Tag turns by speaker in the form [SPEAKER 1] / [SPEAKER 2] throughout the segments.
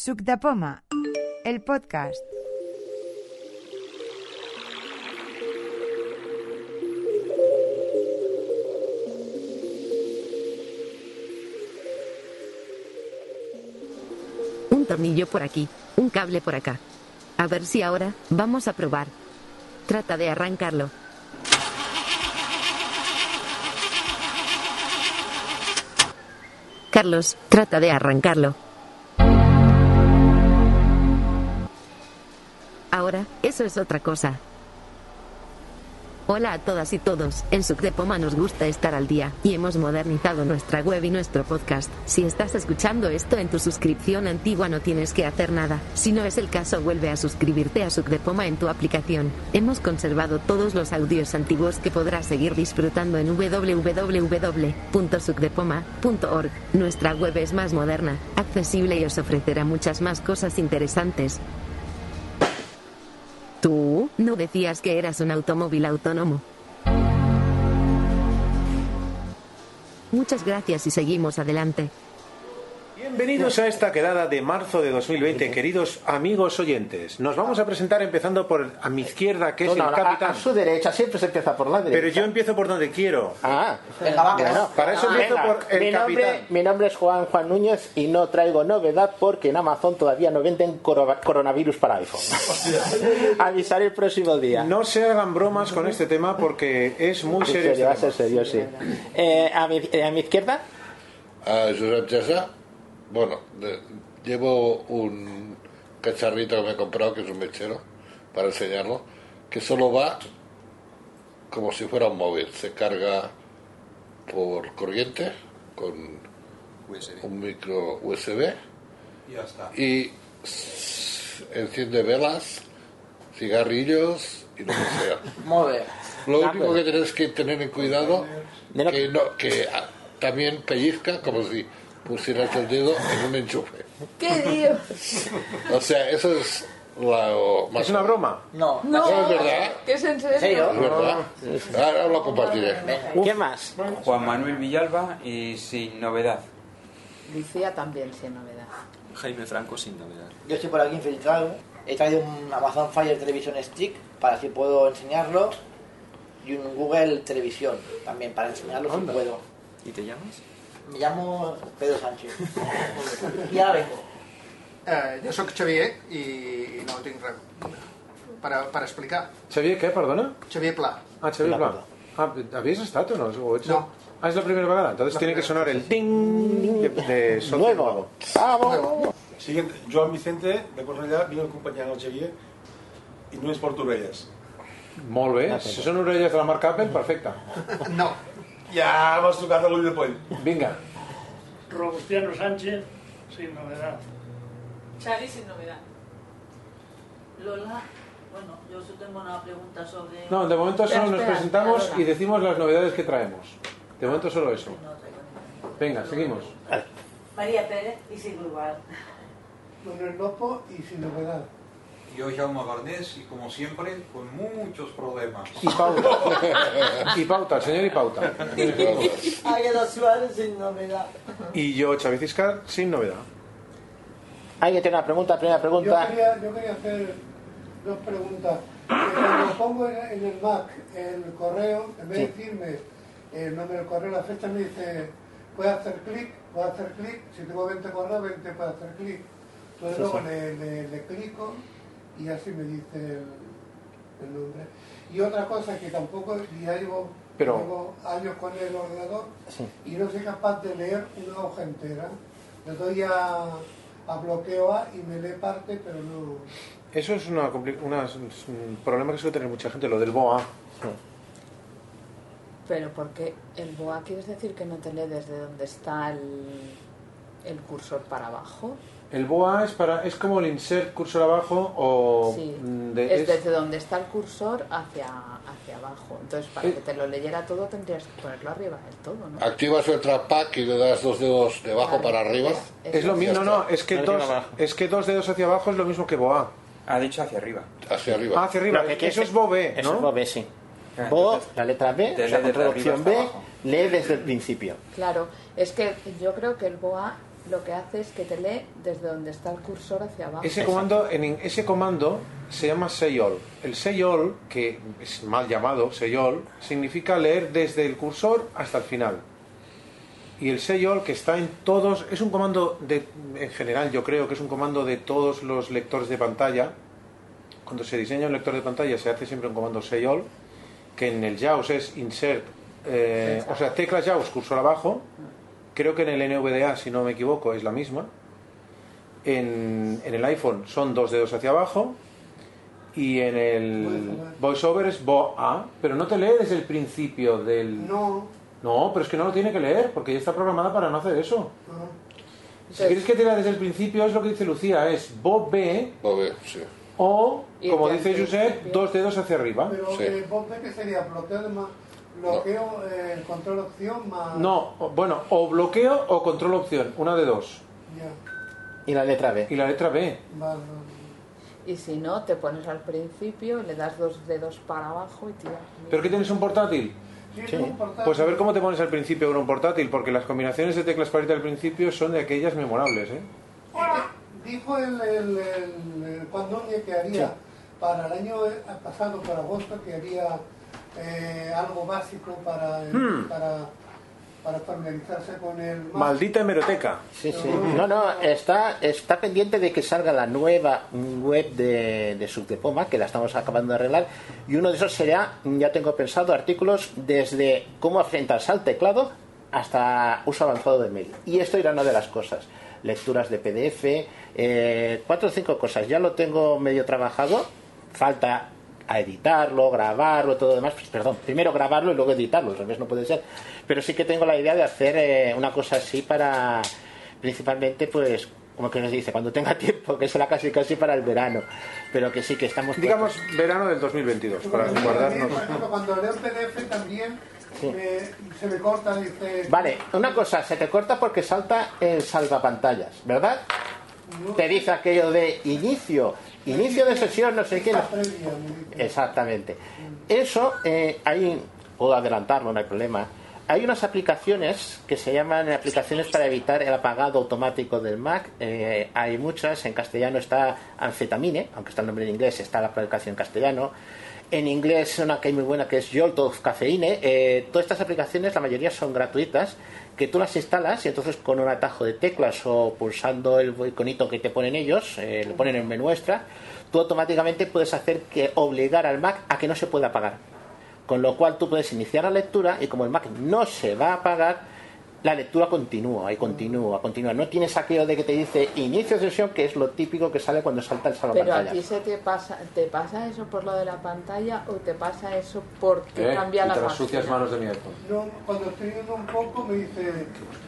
[SPEAKER 1] Suc de Poma, el podcast.
[SPEAKER 2] Un tornillo por aquí, un cable por acá. A ver si ahora, vamos a probar. Trata de arrancarlo. Carlos, trata de arrancarlo. Ahora, eso es otra cosa. Hola a todas y todos, en Subdepoma nos gusta estar al día y hemos modernizado nuestra web y nuestro podcast. Si estás escuchando esto en tu suscripción antigua no tienes que hacer nada, si no es el caso vuelve a suscribirte a Subdepoma en tu aplicación. Hemos conservado todos los audios antiguos que podrás seguir disfrutando en www.subdepoma.org. Nuestra web es más moderna, accesible y os ofrecerá muchas más cosas interesantes. ¿Tú? No decías que eras un automóvil autónomo. Muchas gracias y seguimos adelante.
[SPEAKER 3] Bienvenidos a esta quedada de marzo de 2020, queridos amigos oyentes. Nos vamos a presentar empezando por a mi izquierda, que es
[SPEAKER 4] No,
[SPEAKER 3] el
[SPEAKER 4] no, a- A,
[SPEAKER 3] capitán.
[SPEAKER 4] su derecha siempre se empieza por la derecha.
[SPEAKER 3] Pero yo empiezo por donde quiero.
[SPEAKER 4] Ah,
[SPEAKER 5] Venga, va, que
[SPEAKER 4] bueno,
[SPEAKER 5] no.
[SPEAKER 3] Para eso empiezo por el
[SPEAKER 4] mi nombre,
[SPEAKER 3] capitán.
[SPEAKER 4] mi nombre es Juan Juan Núñez y no traigo novedad porque en Amazon todavía no venden coro- coronavirus para iPhone. Avisaré el próximo día.
[SPEAKER 3] No se hagan bromas con este tema porque es muy
[SPEAKER 4] En
[SPEAKER 3] serio.
[SPEAKER 4] serio, va a
[SPEAKER 3] este
[SPEAKER 4] ser
[SPEAKER 3] tema.
[SPEAKER 4] serio, sí. Eh, a, mi, eh, a mi izquierda,
[SPEAKER 6] a Josep Chesa, bueno, de- llevo un cacharrito que me he comprado, que es un mechero, para enseñarlo, que solo va como si fuera un móvil. Se carga por corriente con un micro USB y s- enciende velas, cigarrillos y lo que sea.
[SPEAKER 5] Molt bé.
[SPEAKER 6] Lo
[SPEAKER 4] Ah,
[SPEAKER 6] único
[SPEAKER 4] pues.
[SPEAKER 6] que tenés que tener en cuidado
[SPEAKER 4] De no-
[SPEAKER 6] que no que ah, también pellizca como si pusieras el dedo en un enchufe.
[SPEAKER 5] Què dius?
[SPEAKER 6] O sea, eso es lo más.
[SPEAKER 3] Es una broma.
[SPEAKER 5] No.
[SPEAKER 7] No,
[SPEAKER 6] No, es verdad. ¿eh?
[SPEAKER 7] que es en
[SPEAKER 5] serio?
[SPEAKER 7] serio.
[SPEAKER 6] Es verdad. Ah, Ahora lo compartiré.
[SPEAKER 4] ¿qué más?
[SPEAKER 8] Juan Manuel Villalba y sin novedad.
[SPEAKER 7] Lucía también se novedad.
[SPEAKER 9] Jaime Franco sin novedad.
[SPEAKER 5] Yo estoy por aquí infiltrado. He traído un Amazon Fire Television Stick para si puedo enseñarlo. Y un Google Televisión también para enseñarlo si puedo.
[SPEAKER 9] ¿Y te llamas?
[SPEAKER 5] Me llamo Pedro Sánchez. y ahora vengo.
[SPEAKER 10] Eh, jo sóc Xavier i no tinc res per, a, per explicar.
[SPEAKER 3] Xavier, què, perdona?
[SPEAKER 10] Xavier Pla.
[SPEAKER 3] Ah, Xavier
[SPEAKER 4] La
[SPEAKER 3] Blanc.
[SPEAKER 4] puta.
[SPEAKER 3] Ah, ¿Habéis estado o no? ¿O es-
[SPEAKER 10] No.
[SPEAKER 3] Ah, es la primera vagada. Entonces tiene que sonar el ding de, de Socio
[SPEAKER 4] Nuevo. ¡Vamos!
[SPEAKER 11] Siguiente, Joan Vicente, de Cornellà, vinc acompanyant el Xavier i només porto orelles.
[SPEAKER 3] Molt bé. Si són orelles de la marca Apple, perfecte.
[SPEAKER 10] No.
[SPEAKER 11] Ja m'has tocat a l'ull de poll.
[SPEAKER 3] Vinga.
[SPEAKER 12] Robustiano Sánchez, sin novedad.
[SPEAKER 7] Xavi sin novedad. Lola, bueno, yo solo tengo una pregunta sobre...
[SPEAKER 3] No, de momento solo nos
[SPEAKER 7] Espera,
[SPEAKER 3] presentamos
[SPEAKER 7] espera,
[SPEAKER 3] y decimos las novedades que traemos. De momento solo eso.
[SPEAKER 7] no traigo nada.
[SPEAKER 3] Venga, seguimos.
[SPEAKER 7] María Pérez y Silvio Igual.
[SPEAKER 10] Manuel Lopo i sin novedad.
[SPEAKER 8] Yo, Jaume Barnés, y como siempre, con muchos problemas.
[SPEAKER 3] Y pauta. Y pauta, el señor y pauta.
[SPEAKER 5] Águeda Suárez sin novedad.
[SPEAKER 3] Y yo, Xavi Ciscar, sin novedad.
[SPEAKER 4] Alguien tiene una pregunta, primera pregunta.
[SPEAKER 10] yo quería hacer dos preguntas. cuando pongo en, el Mac el correo, en vez de decirme eh, el nombre del correo, la fecha, me dice, puedes hacer clic, puedes hacer clic, si tengo 20 correos, 20 puedes hacer clic. Entonces luego Le, le- le clico y así me dice el, el nombre. Y otra cosa que tampoco, y ya llevo,
[SPEAKER 3] Pero-
[SPEAKER 10] llevo años con el ordenador y no soy capaz de leer una hoja entera. Le doy a, a bloqueo A y me lee parte, pero no...
[SPEAKER 3] Eso es una compli- una- es un problema que suele tener mucha gente, lo del BOA.
[SPEAKER 7] Pero porque el BOA quieres decir que no te lee desde donde está el, el cursor para abajo.
[SPEAKER 3] El BOA es para es como el insert cursor abajo o
[SPEAKER 7] Sí.
[SPEAKER 3] mm, de-
[SPEAKER 7] es
[SPEAKER 3] es-
[SPEAKER 7] desde donde está el cursor hacia, hacia abajo. Entonces, para
[SPEAKER 3] Eh.
[SPEAKER 7] que te lo leyera todo tendrías que ponerlo arriba del todo, ¿no?
[SPEAKER 6] Activas el trackpad y le das dos dedos de abajo
[SPEAKER 7] Vale.
[SPEAKER 6] para arriba.
[SPEAKER 7] Es-
[SPEAKER 3] es lo
[SPEAKER 7] es-
[SPEAKER 3] mismo,
[SPEAKER 6] Ya
[SPEAKER 3] no,
[SPEAKER 6] está.
[SPEAKER 3] no, es que,
[SPEAKER 4] Arriba,
[SPEAKER 3] dos,
[SPEAKER 4] abajo.
[SPEAKER 3] es que dos dedos hacia abajo es lo mismo que BOA.
[SPEAKER 8] Ha dicho hacia arriba.
[SPEAKER 6] Hacia
[SPEAKER 3] Ah,
[SPEAKER 6] arriba.
[SPEAKER 3] hacia arriba,
[SPEAKER 4] Lo que quieres-
[SPEAKER 3] eso es BOBE, ¿no?
[SPEAKER 4] Eso es Bob, E, sí.
[SPEAKER 8] Ah,
[SPEAKER 4] Bob,
[SPEAKER 8] entonces,
[SPEAKER 4] la letra
[SPEAKER 8] te
[SPEAKER 4] B,
[SPEAKER 8] lee
[SPEAKER 4] o sea, con
[SPEAKER 8] desde arriba
[SPEAKER 4] traducción
[SPEAKER 8] hasta
[SPEAKER 4] B,
[SPEAKER 8] abajo.
[SPEAKER 4] lee desde el principio.
[SPEAKER 7] Claro, es que yo creo que el BOA lo que hace es que te lee desde donde está el cursor hacia abajo.
[SPEAKER 3] Ese comando, en in- ese comando se llama say all. El say all, que es mal llamado say all, significa leer desde el cursor hasta el final. Y el say all que está en todos, es un comando de, en general yo creo que es un comando de todos los lectores de pantalla. Cuando se diseña un lector de pantalla se hace siempre un comando say all, que en el JAWS es insert, eh, o sea, tecla JAWS, cursor abajo. Creo que en el NVDA, si no me equivoco, es la misma. En, en el iPhone son dos dedos hacia abajo y en el VoiceOver es BOA, pero no te lee desde el principio del...
[SPEAKER 10] No,
[SPEAKER 3] No, pero es que no lo tiene que leer porque ya está programada para no hacer eso.
[SPEAKER 10] no.
[SPEAKER 3] Si quieres que te lea desde el principio es lo que dice Lucía, es BOB o,
[SPEAKER 10] Y
[SPEAKER 3] como
[SPEAKER 10] desde
[SPEAKER 3] dice
[SPEAKER 10] el
[SPEAKER 3] Josep,
[SPEAKER 10] principio.
[SPEAKER 3] dos dedos hacia arriba.
[SPEAKER 10] Pero eh, vos ves que sería bloqueo de más, bloqueo, eh, control opción más.
[SPEAKER 3] No, o- bueno, o bloqueo o control opción, una de dos.
[SPEAKER 10] Ya,
[SPEAKER 3] Y la letra B. Y la letra B.
[SPEAKER 10] vale.
[SPEAKER 7] Y si no, te pones al principio, le das dos dedos para abajo y tiras.
[SPEAKER 3] ¿Pero qué tienes un portátil? Pues a ver cómo te pones al principio con un portátil, porque las combinaciones de teclas para irte al principio son de aquellas memorables, ¿eh?
[SPEAKER 10] Este, Dijo el, el, el, el Condoñe que haría
[SPEAKER 3] Sí.
[SPEAKER 10] para el año eh, pasado, para agosto, que haría eh, algo básico para, el-
[SPEAKER 3] Hmm.
[SPEAKER 10] para, para familiarizarse con el Mac.
[SPEAKER 3] Maldita hemeroteca.
[SPEAKER 4] Sí, sí. No, no, está, está pendiente de que salga la nueva web de, de Subdepoma, que la estamos acabando de arreglar, y uno de esos será, ya tengo pensado, artículos desde cómo enfrentarse al teclado hasta uso avanzado de mail. Y esto irá una de las cosas. Lecturas de PDF, eh, cuatro o cinco cosas. Ya lo tengo medio trabajado, falta a editarlo, grabarlo, todo lo demás. Pues, perdón, primero grabarlo y luego editarlo, al revés no puede ser. Pero sí que tengo la idea de hacer eh, una cosa así para, principalmente, pues, como que nos dice, cuando tenga tiempo, que será casi casi para el verano. Pero que sí que estamos...
[SPEAKER 3] Digamos, verano del 2022, para guardarnos.
[SPEAKER 10] Por ejemplo, cuando leo el PDF también
[SPEAKER 4] Sí.
[SPEAKER 10] me- se me corta, dice.
[SPEAKER 4] Vale, una cosa, se te corta porque salta el salvapantallas, ¿verdad? Te dice aquello de inicio, inicio de sesión, no sé qué. no- Exactamente. Eso, eh, hay, puedo adelantarlo, no hay problema. Hay unas aplicaciones que se llaman aplicaciones para evitar el apagado automático del Mac. Eh, hay muchas, en castellano está Anfetamine, aunque está el nombre en inglés, está la aplicación en castellano. En inglés una que hay muy buena que es Jolt of Caffeine. Eh, todas estas aplicaciones, la mayoría son gratuitas, que tú las instalas y entonces con un atajo de teclas o pulsando el iconito que te ponen ellos, eh, le ponen en menú extra, tú automáticamente puedes hacer que obligar al Mac a que no se pueda apagar. Con lo cual tú puedes iniciar la lectura y como el Mac no se va a apagar, la lectura continúa y continúa, continúa. No tienes aquello de que te dice inicio sesión, que es lo típico que sale cuando salta el
[SPEAKER 7] Pero
[SPEAKER 4] salvapantallas.
[SPEAKER 7] a ti se te pasa, te pasa eso por lo de la pantalla o te pasa eso porque
[SPEAKER 3] Eh,
[SPEAKER 7] cambia
[SPEAKER 3] y
[SPEAKER 7] la
[SPEAKER 3] te las
[SPEAKER 7] página.
[SPEAKER 3] sucias manos de mi iPhone.
[SPEAKER 10] No, cuando estoy viendo un poco me dice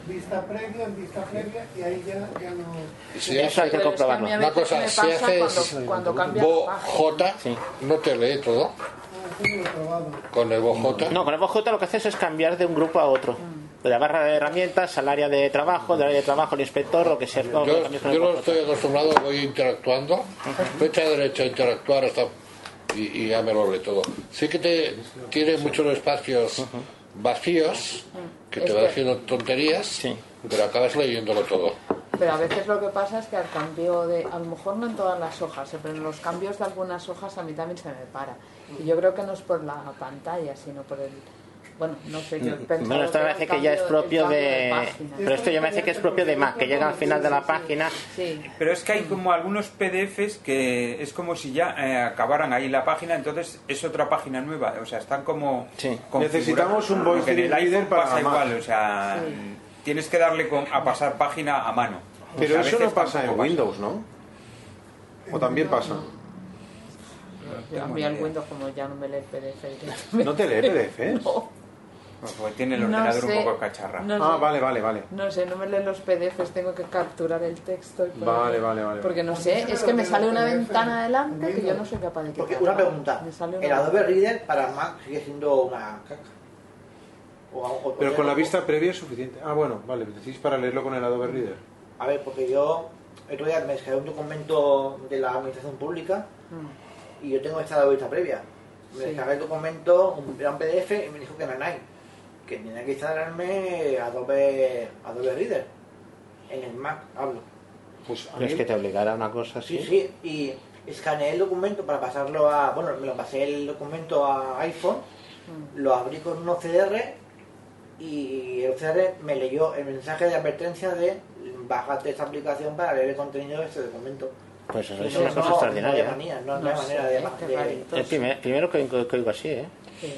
[SPEAKER 10] vista previa, vista previa, y ahí ya, ya no.
[SPEAKER 4] Eso hay que
[SPEAKER 7] Pero es que a mí
[SPEAKER 4] comprobarlo.
[SPEAKER 7] a
[SPEAKER 6] Una
[SPEAKER 7] veces
[SPEAKER 6] cosa,
[SPEAKER 7] me
[SPEAKER 6] si
[SPEAKER 7] pasa
[SPEAKER 6] haces
[SPEAKER 7] cuando- cuando cambia la página.
[SPEAKER 6] BOJ, no te lee todo. Con el BOJ.
[SPEAKER 4] No, con el BOJ lo que haces es cambiar de un grupo a otro.
[SPEAKER 7] Mm.
[SPEAKER 4] De la barra de herramientas al área de trabajo, del área de trabajo al inspector, lo que sea. todo lo
[SPEAKER 6] Yo,
[SPEAKER 4] cambias con
[SPEAKER 6] yo
[SPEAKER 4] el
[SPEAKER 6] no
[SPEAKER 4] BOJ.
[SPEAKER 6] estoy acostumbrado, voy interactuando, fecha derecha, interactuar hasta y, y ya me lo leo todo. Sí que te tiene muchos espacios vacíos que
[SPEAKER 7] Mm,
[SPEAKER 6] te
[SPEAKER 7] Es
[SPEAKER 6] va
[SPEAKER 7] que-
[SPEAKER 6] haciendo tonterías, pero acabas leyéndolo todo.
[SPEAKER 7] Pero a veces lo que pasa es que al cambio de, a lo mejor no en todas las hojas, eh, pero en los cambios de algunas hojas a mí también se me para. Y yo creo que no es por la pantalla, sino por el, bueno, no sé, yo he pensado
[SPEAKER 4] Mm, Bueno, esto me
[SPEAKER 7] que era el
[SPEAKER 4] parece que ya es
[SPEAKER 7] cambio-
[SPEAKER 4] propio
[SPEAKER 7] el cambio
[SPEAKER 4] de.
[SPEAKER 7] página.
[SPEAKER 4] Pero esto ya me parece que es propio de Mac, que llega al final de la página.
[SPEAKER 7] Sí.
[SPEAKER 13] Pero es que hay como algunos PDFs que es como si ya eh, acabaran ahí la página, entonces es otra página nueva. O sea, están como. configurados.
[SPEAKER 3] Necesitamos un voice
[SPEAKER 13] Porque en el
[SPEAKER 3] reader
[SPEAKER 13] iPhone
[SPEAKER 3] para
[SPEAKER 13] pasa
[SPEAKER 3] Mac.
[SPEAKER 13] igual, o sea, tienes que darle con- a pasar página a mano. O
[SPEAKER 3] Pero
[SPEAKER 13] sea, a
[SPEAKER 3] eso no
[SPEAKER 13] veces
[SPEAKER 3] pasa en
[SPEAKER 13] tampoco
[SPEAKER 3] Windows, ¿no? O también pasa.
[SPEAKER 7] Yo a mí al Windows como ya no me lee el PDF.
[SPEAKER 3] ¿No te lee PDFs?
[SPEAKER 13] Pues porque tiene el
[SPEAKER 7] No
[SPEAKER 13] ordenador
[SPEAKER 7] sé,
[SPEAKER 13] un poco cacharra.
[SPEAKER 7] no
[SPEAKER 3] Ah,
[SPEAKER 7] sé.
[SPEAKER 3] vale, vale, vale.
[SPEAKER 7] No sé, no me leen los PDFs, tengo que capturar el texto. Y ponerlo.
[SPEAKER 3] Vale, vale, vale.
[SPEAKER 7] Porque no sé, es que me sale una ventana delante que yo no soy capaz de
[SPEAKER 5] Porque
[SPEAKER 7] quitar.
[SPEAKER 5] una Eh, pregunta,
[SPEAKER 7] Me sale una-
[SPEAKER 5] el Adobe Reader para Mac sigue siendo una caca. O- o-
[SPEAKER 3] Pero
[SPEAKER 5] o-
[SPEAKER 3] con la vista previa es suficiente. Ah, bueno, vale, decís para leerlo con el Adobe Reader.
[SPEAKER 5] A ver, porque yo el otro día me descargué un documento de la administración pública Mm. y yo tengo esta vista previa. Me
[SPEAKER 7] Sí.
[SPEAKER 5] descargué el documento, un, era un PDF y me dijo que no era nada, que tenía que instalarme Adobe, Adobe Reader. en el Mac, hablo.
[SPEAKER 4] Pues es que te obligara a una cosa así.
[SPEAKER 5] Sí, sí, y escaneé el documento para pasarlo a. Bueno, me lo pasé el documento a iPhone,
[SPEAKER 4] Mm.
[SPEAKER 5] lo abrí con un OCR y el OCR me leyó el mensaje de advertencia de bájate esta aplicación para leer el contenido de este documento.
[SPEAKER 4] Pues eso
[SPEAKER 5] Y
[SPEAKER 4] es una cosa extraordinaria.
[SPEAKER 5] No, había manía, no, no
[SPEAKER 7] No
[SPEAKER 5] hay
[SPEAKER 7] sé,
[SPEAKER 5] manera de,
[SPEAKER 7] este
[SPEAKER 5] de-
[SPEAKER 7] rarito.
[SPEAKER 4] Es primer- primero que, que oigo así, ¿eh?
[SPEAKER 7] Sí.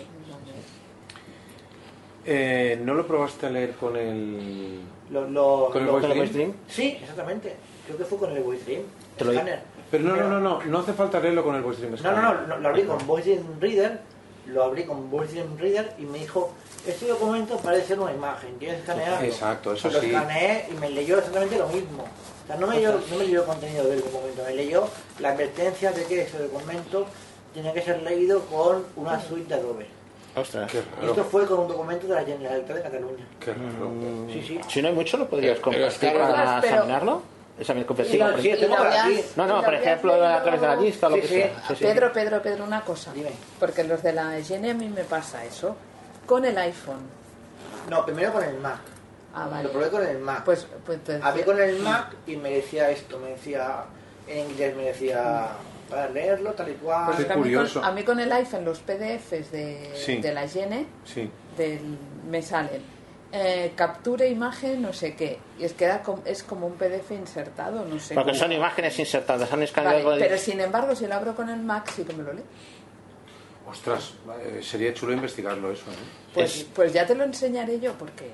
[SPEAKER 3] Eh, ¿No lo probaste a leer con el.
[SPEAKER 5] Lo, lo,
[SPEAKER 3] ¿Con el
[SPEAKER 5] lo-
[SPEAKER 3] voice
[SPEAKER 5] con el
[SPEAKER 3] dream?
[SPEAKER 5] Sí, exactamente. Creo que fue con el Voice Dream.
[SPEAKER 3] Te lo-
[SPEAKER 5] Scanner.
[SPEAKER 3] Pero no, no, no, no, no hace falta leerlo con el voice dream
[SPEAKER 5] No,
[SPEAKER 3] scanner.
[SPEAKER 5] no, no, lo, lo abrí con Voice Dream Reader, lo abrí con Voice Dream Reader y me dijo, este documento parece ser una imagen, tienes que escanearlo.
[SPEAKER 3] Exacto, eso
[SPEAKER 5] lo
[SPEAKER 3] sí.
[SPEAKER 5] escaneé y me leyó exactamente lo mismo. O sea, no me leyó, no me leyó el contenido del documento, me leyó la advertencia de que ese documento tiene que ser leído con una suite de Adobe.
[SPEAKER 4] Ostras.
[SPEAKER 5] Y Esto fue con un documento de la Generalitat de Cataluña.
[SPEAKER 4] Mm,
[SPEAKER 5] Sí, sí.
[SPEAKER 4] Si no hay mucho, lo podrías compartir
[SPEAKER 5] claro.
[SPEAKER 4] para
[SPEAKER 5] Pero-
[SPEAKER 4] examinarlo. Examinar
[SPEAKER 5] Sí,
[SPEAKER 4] compartir.
[SPEAKER 5] lo- sí, tengo por aquí.
[SPEAKER 4] No,
[SPEAKER 7] ¿Y
[SPEAKER 4] no,
[SPEAKER 7] lo
[SPEAKER 4] por
[SPEAKER 7] habías
[SPEAKER 4] ejemplo, a
[SPEAKER 7] leído?
[SPEAKER 4] través de la lista o lo
[SPEAKER 7] Sí,
[SPEAKER 4] que
[SPEAKER 7] sí.
[SPEAKER 4] sea. Sí, sí.
[SPEAKER 7] Pedro, Pedro, Pedro, una cosa. Porque los de la higiene a mí me pasa eso. Con el iPhone.
[SPEAKER 5] No, primero con el Mac.
[SPEAKER 7] Ah, vale.
[SPEAKER 5] Lo probé con el Mac.
[SPEAKER 7] Pues, pues entonces-
[SPEAKER 5] Hablé con el Mac y me decía esto, me decía, en inglés me decía, para leerlo tal y cual.
[SPEAKER 7] Porque a mí con- A mí con el iPhone los PDFs de,
[SPEAKER 5] Sí.
[SPEAKER 7] de la E higiene
[SPEAKER 3] Sí.
[SPEAKER 7] del, me salen. eh, captura imagen, no sé qué. Y es que da com- es como un PDF insertado, no sé.
[SPEAKER 4] Porque
[SPEAKER 7] cómo.
[SPEAKER 4] son imágenes insertadas, son
[SPEAKER 7] Vale,
[SPEAKER 4] escaneadas.
[SPEAKER 7] pero sin embargo, si lo abro con el Mac, sí que me lo leo.
[SPEAKER 3] Ostras, eh, sería chulo investigarlo eso. ¿eh?
[SPEAKER 7] Pues, pues ya te lo enseñaré yo, porque.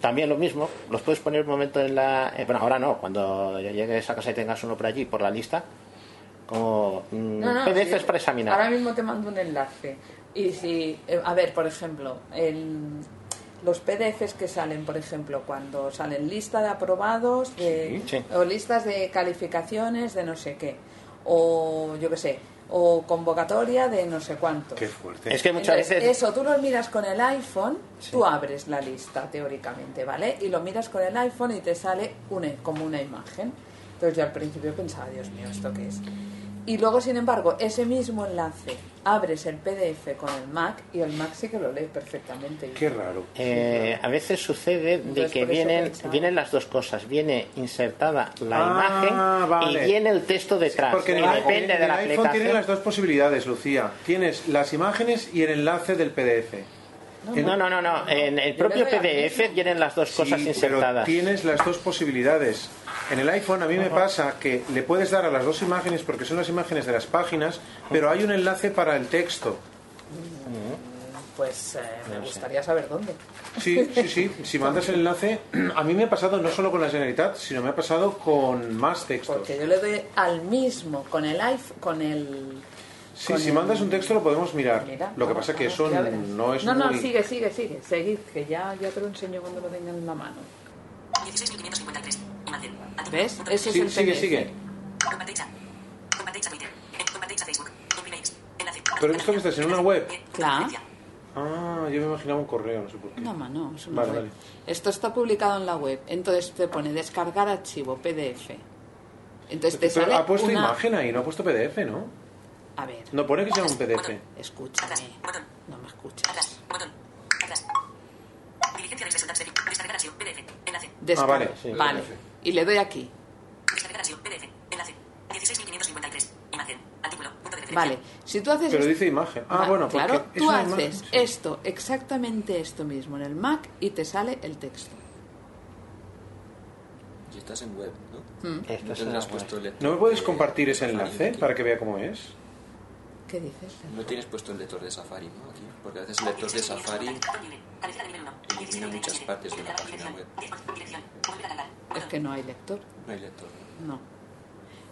[SPEAKER 4] También lo mismo, los puedes poner un momento en la... eh, bueno, ahora no, cuando yo llegue a esa casa y tengas uno por allí, por la lista, como mm,
[SPEAKER 7] No, no,
[SPEAKER 4] PDFs
[SPEAKER 7] sí.
[SPEAKER 4] para examinar.
[SPEAKER 7] Ahora mismo te mando un enlace. Y si, eh, a ver, por ejemplo, el- los PDFs que salen, por ejemplo, cuando salen lista de aprobados de,
[SPEAKER 4] Sí, sí.
[SPEAKER 7] eh, o listas de calificaciones de no sé qué, o yo qué sé, o convocatoria de no sé cuánto.
[SPEAKER 3] Qué fuerte.
[SPEAKER 4] Es que muchas
[SPEAKER 7] Entonces,
[SPEAKER 4] veces...
[SPEAKER 7] Eso, tú lo miras con el iPhone, tú abres la lista teóricamente, ¿vale? Y lo miras con el iPhone y te sale una, como una imagen. Entonces yo al principio pensaba, Dios mío, ¿esto qué es? Y luego, sin embargo, ese mismo enlace, abres el PDF con el Mac y el Mac sí que lo lee perfectamente.
[SPEAKER 3] Qué raro.
[SPEAKER 4] eh, a veces sucede de
[SPEAKER 7] Entonces,
[SPEAKER 4] que
[SPEAKER 7] por eso
[SPEAKER 4] vienen,
[SPEAKER 7] pensaba.
[SPEAKER 4] vienen las dos cosas. Viene insertada la
[SPEAKER 3] Ah,
[SPEAKER 4] imagen
[SPEAKER 3] vale.
[SPEAKER 4] y viene el texto detrás.
[SPEAKER 3] Porque en
[SPEAKER 4] Y
[SPEAKER 3] el,
[SPEAKER 4] depende
[SPEAKER 3] en
[SPEAKER 4] de
[SPEAKER 3] el
[SPEAKER 4] la
[SPEAKER 3] iPhone
[SPEAKER 4] aplicación.
[SPEAKER 3] tienes las dos posibilidades, Lucía. Tienes las imágenes y el enlace del PDF. En-
[SPEAKER 4] No, no, no, no. En el propio PDF vienen las dos cosas
[SPEAKER 3] Sí, pero
[SPEAKER 4] insertadas.
[SPEAKER 3] tienes las dos posibilidades. En el iPhone a mí me pasa que le puedes dar a las dos imágenes porque son las imágenes de las páginas, pero hay un enlace para el texto.
[SPEAKER 7] Pues eh, me
[SPEAKER 3] No sé.
[SPEAKER 7] gustaría saber dónde.
[SPEAKER 3] Sí, sí, sí. Si mandas el enlace, a mí me ha pasado no solo con la Generalitat, sino me ha pasado con más textos.
[SPEAKER 7] Porque yo le doy al mismo, con el iPhone, con el...
[SPEAKER 3] Sí,
[SPEAKER 7] con
[SPEAKER 3] si
[SPEAKER 7] el-
[SPEAKER 3] mandas un texto lo podemos mirar.
[SPEAKER 7] Mira,
[SPEAKER 3] Lo que
[SPEAKER 7] ahora,
[SPEAKER 3] pasa que
[SPEAKER 7] ahora,
[SPEAKER 3] eso
[SPEAKER 7] ya verás.
[SPEAKER 3] no es
[SPEAKER 7] No, no,
[SPEAKER 3] muy...
[SPEAKER 7] sigue, sigue, sigue. Seguid, que ya, ya te lo enseño cuando lo tengan en la mano.
[SPEAKER 14] 16553. Imagen.
[SPEAKER 7] ¿Ves? Ese
[SPEAKER 3] Sí,
[SPEAKER 7] es el
[SPEAKER 3] sigue,
[SPEAKER 7] PDF.
[SPEAKER 3] sigue.
[SPEAKER 14] Compartéis a. Compartéis a Twitter. Eh, Compartéis a Facebook. Compriméis. Enlace.
[SPEAKER 3] Pero esto que estás en una web.
[SPEAKER 7] Claro.
[SPEAKER 3] Ah, yo me imaginaba un correo, no sé por qué.
[SPEAKER 7] No, ma, no, es una
[SPEAKER 3] Vale,
[SPEAKER 7] web.
[SPEAKER 3] vale.
[SPEAKER 7] Esto está publicado en la web. Entonces te pone descargar archivo PDF. Entonces te
[SPEAKER 3] Pero
[SPEAKER 7] sale
[SPEAKER 3] ha puesto
[SPEAKER 7] una...
[SPEAKER 3] imagen ahí, no ha puesto PDF, ¿no?
[SPEAKER 7] A ver,
[SPEAKER 3] No pone que sea un PDF.
[SPEAKER 7] escúchame. No me escuchas.
[SPEAKER 14] Diligencia de resultados de descargar archivo PDF. Enlace.
[SPEAKER 7] Descarga.
[SPEAKER 3] Ah, vale, sí.
[SPEAKER 7] vale.
[SPEAKER 3] PDF.
[SPEAKER 7] Y le doy aquí.
[SPEAKER 14] Descargar archivo PDF. Enlace. 16553. Imagen. Artículo. Punto de referencia.
[SPEAKER 7] Vale. Si tú haces...
[SPEAKER 3] Pero
[SPEAKER 7] esto-
[SPEAKER 3] dice imagen. Ah,
[SPEAKER 7] Va-
[SPEAKER 3] bueno, porque
[SPEAKER 7] claro,
[SPEAKER 3] es
[SPEAKER 7] tú
[SPEAKER 3] una
[SPEAKER 7] haces
[SPEAKER 3] imagen.
[SPEAKER 7] esto, exactamente esto mismo en el Mac y te sale el texto.
[SPEAKER 9] Y estás en web, ¿no?
[SPEAKER 7] Mm.
[SPEAKER 9] No
[SPEAKER 7] Estás
[SPEAKER 9] tendrás
[SPEAKER 3] Ah,
[SPEAKER 9] puesto el lector
[SPEAKER 3] ¿No me puedes
[SPEAKER 9] de-
[SPEAKER 3] compartir ese
[SPEAKER 9] de Safari
[SPEAKER 3] enlace
[SPEAKER 9] aquí?
[SPEAKER 3] para que vea cómo es?
[SPEAKER 7] ¿Qué dices?
[SPEAKER 9] No tienes puesto el lector de Safari, ¿no? Aquí. Porque a veces el lector de Safari elimina muchas partes de una página web.
[SPEAKER 7] Es que no hay lector.
[SPEAKER 9] No hay lector. ¿no?
[SPEAKER 7] No.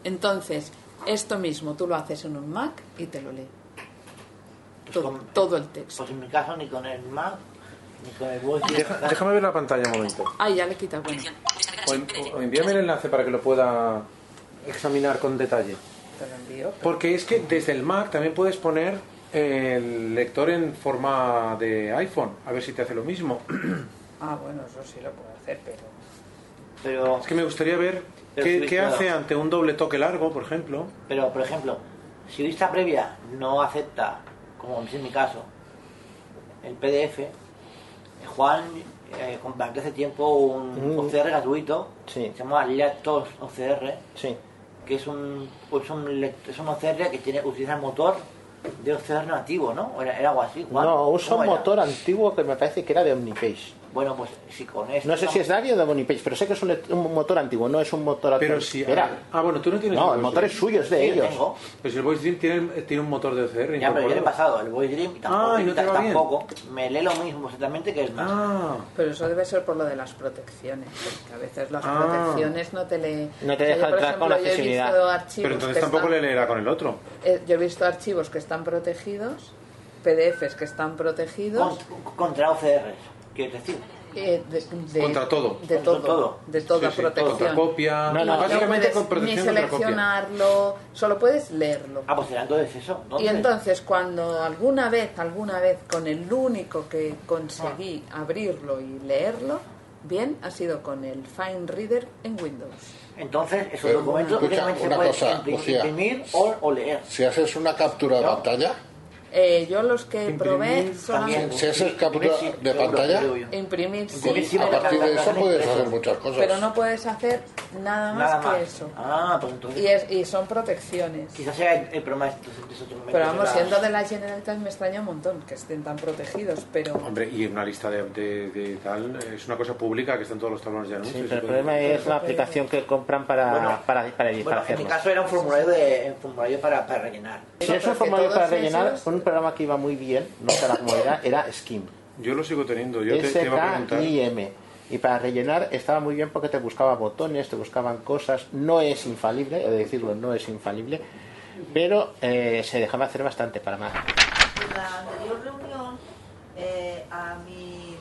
[SPEAKER 7] Entonces, esto mismo tú lo haces en un Mac y te lo lee. Todo, todo el texto.
[SPEAKER 5] Pues en mi caso ni con el Mac ni con el Voice Dream
[SPEAKER 3] Deja-
[SPEAKER 5] Scanner.
[SPEAKER 3] déjame ver la pantalla un momento.
[SPEAKER 7] Ah, ya le he quitado. Bueno,
[SPEAKER 3] O, en- o envíame el enlace para que lo pueda examinar con detalle.
[SPEAKER 7] te lo envío.
[SPEAKER 3] Porque es que desde el Mac también puedes poner el lector en forma de iPhone. A ver si te hace lo mismo.
[SPEAKER 7] Ah, bueno, eso sí lo puedo hacer, pero...
[SPEAKER 5] Pero,
[SPEAKER 3] Es que me gustaría ver
[SPEAKER 5] Pero
[SPEAKER 3] qué,
[SPEAKER 5] sí,
[SPEAKER 3] qué
[SPEAKER 5] claro.
[SPEAKER 3] hace ante un doble toque largo, por ejemplo.
[SPEAKER 5] pero, por ejemplo, si vista previa no acepta, como es en mi caso, el PDF, eh, Juan eh, compartí hace tiempo un
[SPEAKER 4] Mm.
[SPEAKER 5] OCR gratuito,
[SPEAKER 4] Sí.
[SPEAKER 5] se llama Lactos OCR,
[SPEAKER 4] Sí.
[SPEAKER 5] que es un, pues un, lect- es un OCR que tiene, utiliza el motor de OCR nativo, ¿no? O Era, era algo así, Juan.
[SPEAKER 4] No, uso
[SPEAKER 5] ¿Cómo
[SPEAKER 4] un
[SPEAKER 5] era?
[SPEAKER 4] motor antiguo que me parece que era de Omnipage.
[SPEAKER 5] Bueno, pues si con esto...
[SPEAKER 4] No sé si es Dario o de Bonipage, pero sé que es un, un motor antiguo, no es un motor actual.
[SPEAKER 3] Pero si.
[SPEAKER 4] Era.
[SPEAKER 3] Ah, bueno, tú no tienes.
[SPEAKER 4] No,
[SPEAKER 3] Voice
[SPEAKER 4] el motor
[SPEAKER 3] Dream.
[SPEAKER 4] es suyo, es de
[SPEAKER 3] Sí,
[SPEAKER 4] ellos.
[SPEAKER 3] tengo. Pero si el Voice Dream tiene, tiene un motor de OCR.
[SPEAKER 5] Ya, pero yo le he
[SPEAKER 3] incorporado.
[SPEAKER 5] pasado el Voice Dream y tampoco,
[SPEAKER 3] Ah, y no te
[SPEAKER 5] ta-
[SPEAKER 3] va bien. Ah.
[SPEAKER 5] tampoco me lee lo mismo exactamente que el Mac.
[SPEAKER 7] Pero eso debe ser por lo de las protecciones, porque a veces las
[SPEAKER 3] Ah.
[SPEAKER 7] protecciones no te le...
[SPEAKER 3] No te
[SPEAKER 7] O sea,
[SPEAKER 3] deja
[SPEAKER 7] yo, por
[SPEAKER 3] entrar con
[SPEAKER 7] ejemplo, yo he
[SPEAKER 3] accesibilidad.
[SPEAKER 7] visto archivos
[SPEAKER 3] Pero entonces
[SPEAKER 7] que
[SPEAKER 3] tampoco
[SPEAKER 7] están-
[SPEAKER 3] le leerá con el otro.
[SPEAKER 7] eh, yo he visto archivos que están protegidos, PDFs que están protegidos,
[SPEAKER 5] Contra OCR, quieres decir.
[SPEAKER 7] eh, de, de-
[SPEAKER 3] Contra todo.
[SPEAKER 7] De todo,
[SPEAKER 5] Contra todo.
[SPEAKER 7] de toda
[SPEAKER 3] Sí, sí,
[SPEAKER 7] protección.
[SPEAKER 3] contra copia.
[SPEAKER 7] Y no
[SPEAKER 3] Básicamente
[SPEAKER 7] puedes
[SPEAKER 3] con protección
[SPEAKER 7] ni
[SPEAKER 3] contra copia.
[SPEAKER 7] seleccionarlo, solo puedes leerlo.
[SPEAKER 5] Ah, pues será entonces eso.
[SPEAKER 7] Y entonces cuando alguna vez, alguna vez con el único que conseguí abrirlo y leerlo, bien, ha sido con el Fine Reader en Windows.
[SPEAKER 5] Entonces, esos
[SPEAKER 6] Pero,
[SPEAKER 5] documentos
[SPEAKER 6] escucha,
[SPEAKER 5] únicamente se
[SPEAKER 6] una
[SPEAKER 5] pueden
[SPEAKER 6] cosa,
[SPEAKER 5] imprim-
[SPEAKER 6] Lucía.
[SPEAKER 5] imprimir o, o leer.
[SPEAKER 6] Si haces una captura de pantalla,
[SPEAKER 7] Eh, yo los que probé
[SPEAKER 6] también.
[SPEAKER 7] solamente
[SPEAKER 6] Si haces captura de pantalla,
[SPEAKER 7] imprimir, sí,
[SPEAKER 6] a
[SPEAKER 7] pero-
[SPEAKER 6] partir de eso puedes hacer muchas cosas.
[SPEAKER 7] pero no puedes hacer nada más
[SPEAKER 5] Nada
[SPEAKER 7] que
[SPEAKER 5] más.
[SPEAKER 7] eso.
[SPEAKER 5] Ah, pues entonces.
[SPEAKER 7] Y, es- y son protecciones.
[SPEAKER 5] Quizás sea el, el problema de estos, de esos documentos.
[SPEAKER 7] Pero vamos,
[SPEAKER 5] Era-
[SPEAKER 7] siendo de la Generalitat me extraña un montón que estén tan protegidos, pero...
[SPEAKER 3] Hombre, y una lista de, de- de tal. Es una cosa pública que está en todos los tablones de anuncios.
[SPEAKER 4] Sí, pero el problema es la aplicación que compran para,
[SPEAKER 3] Bueno,
[SPEAKER 4] para, para, para
[SPEAKER 5] Bueno, en mi
[SPEAKER 4] hacerlo.
[SPEAKER 5] caso era un formulario, de, un formulario para, para rellenar.
[SPEAKER 4] Si es un formulario para rellenar, un programa que iba muy bien, no sé ahora cómo era, era Skim.
[SPEAKER 3] Yo lo sigo teniendo, yo te, te iba a preguntar.
[SPEAKER 4] S-K-I-M. E Y para rellenar estaba muy bien porque te buscaba botones, te buscaban cosas. No es infalible, he de decirlo, no es infalible. Pero eh, se dejaba hacer bastante para más.
[SPEAKER 15] En la anterior reunión, eh, a, mi,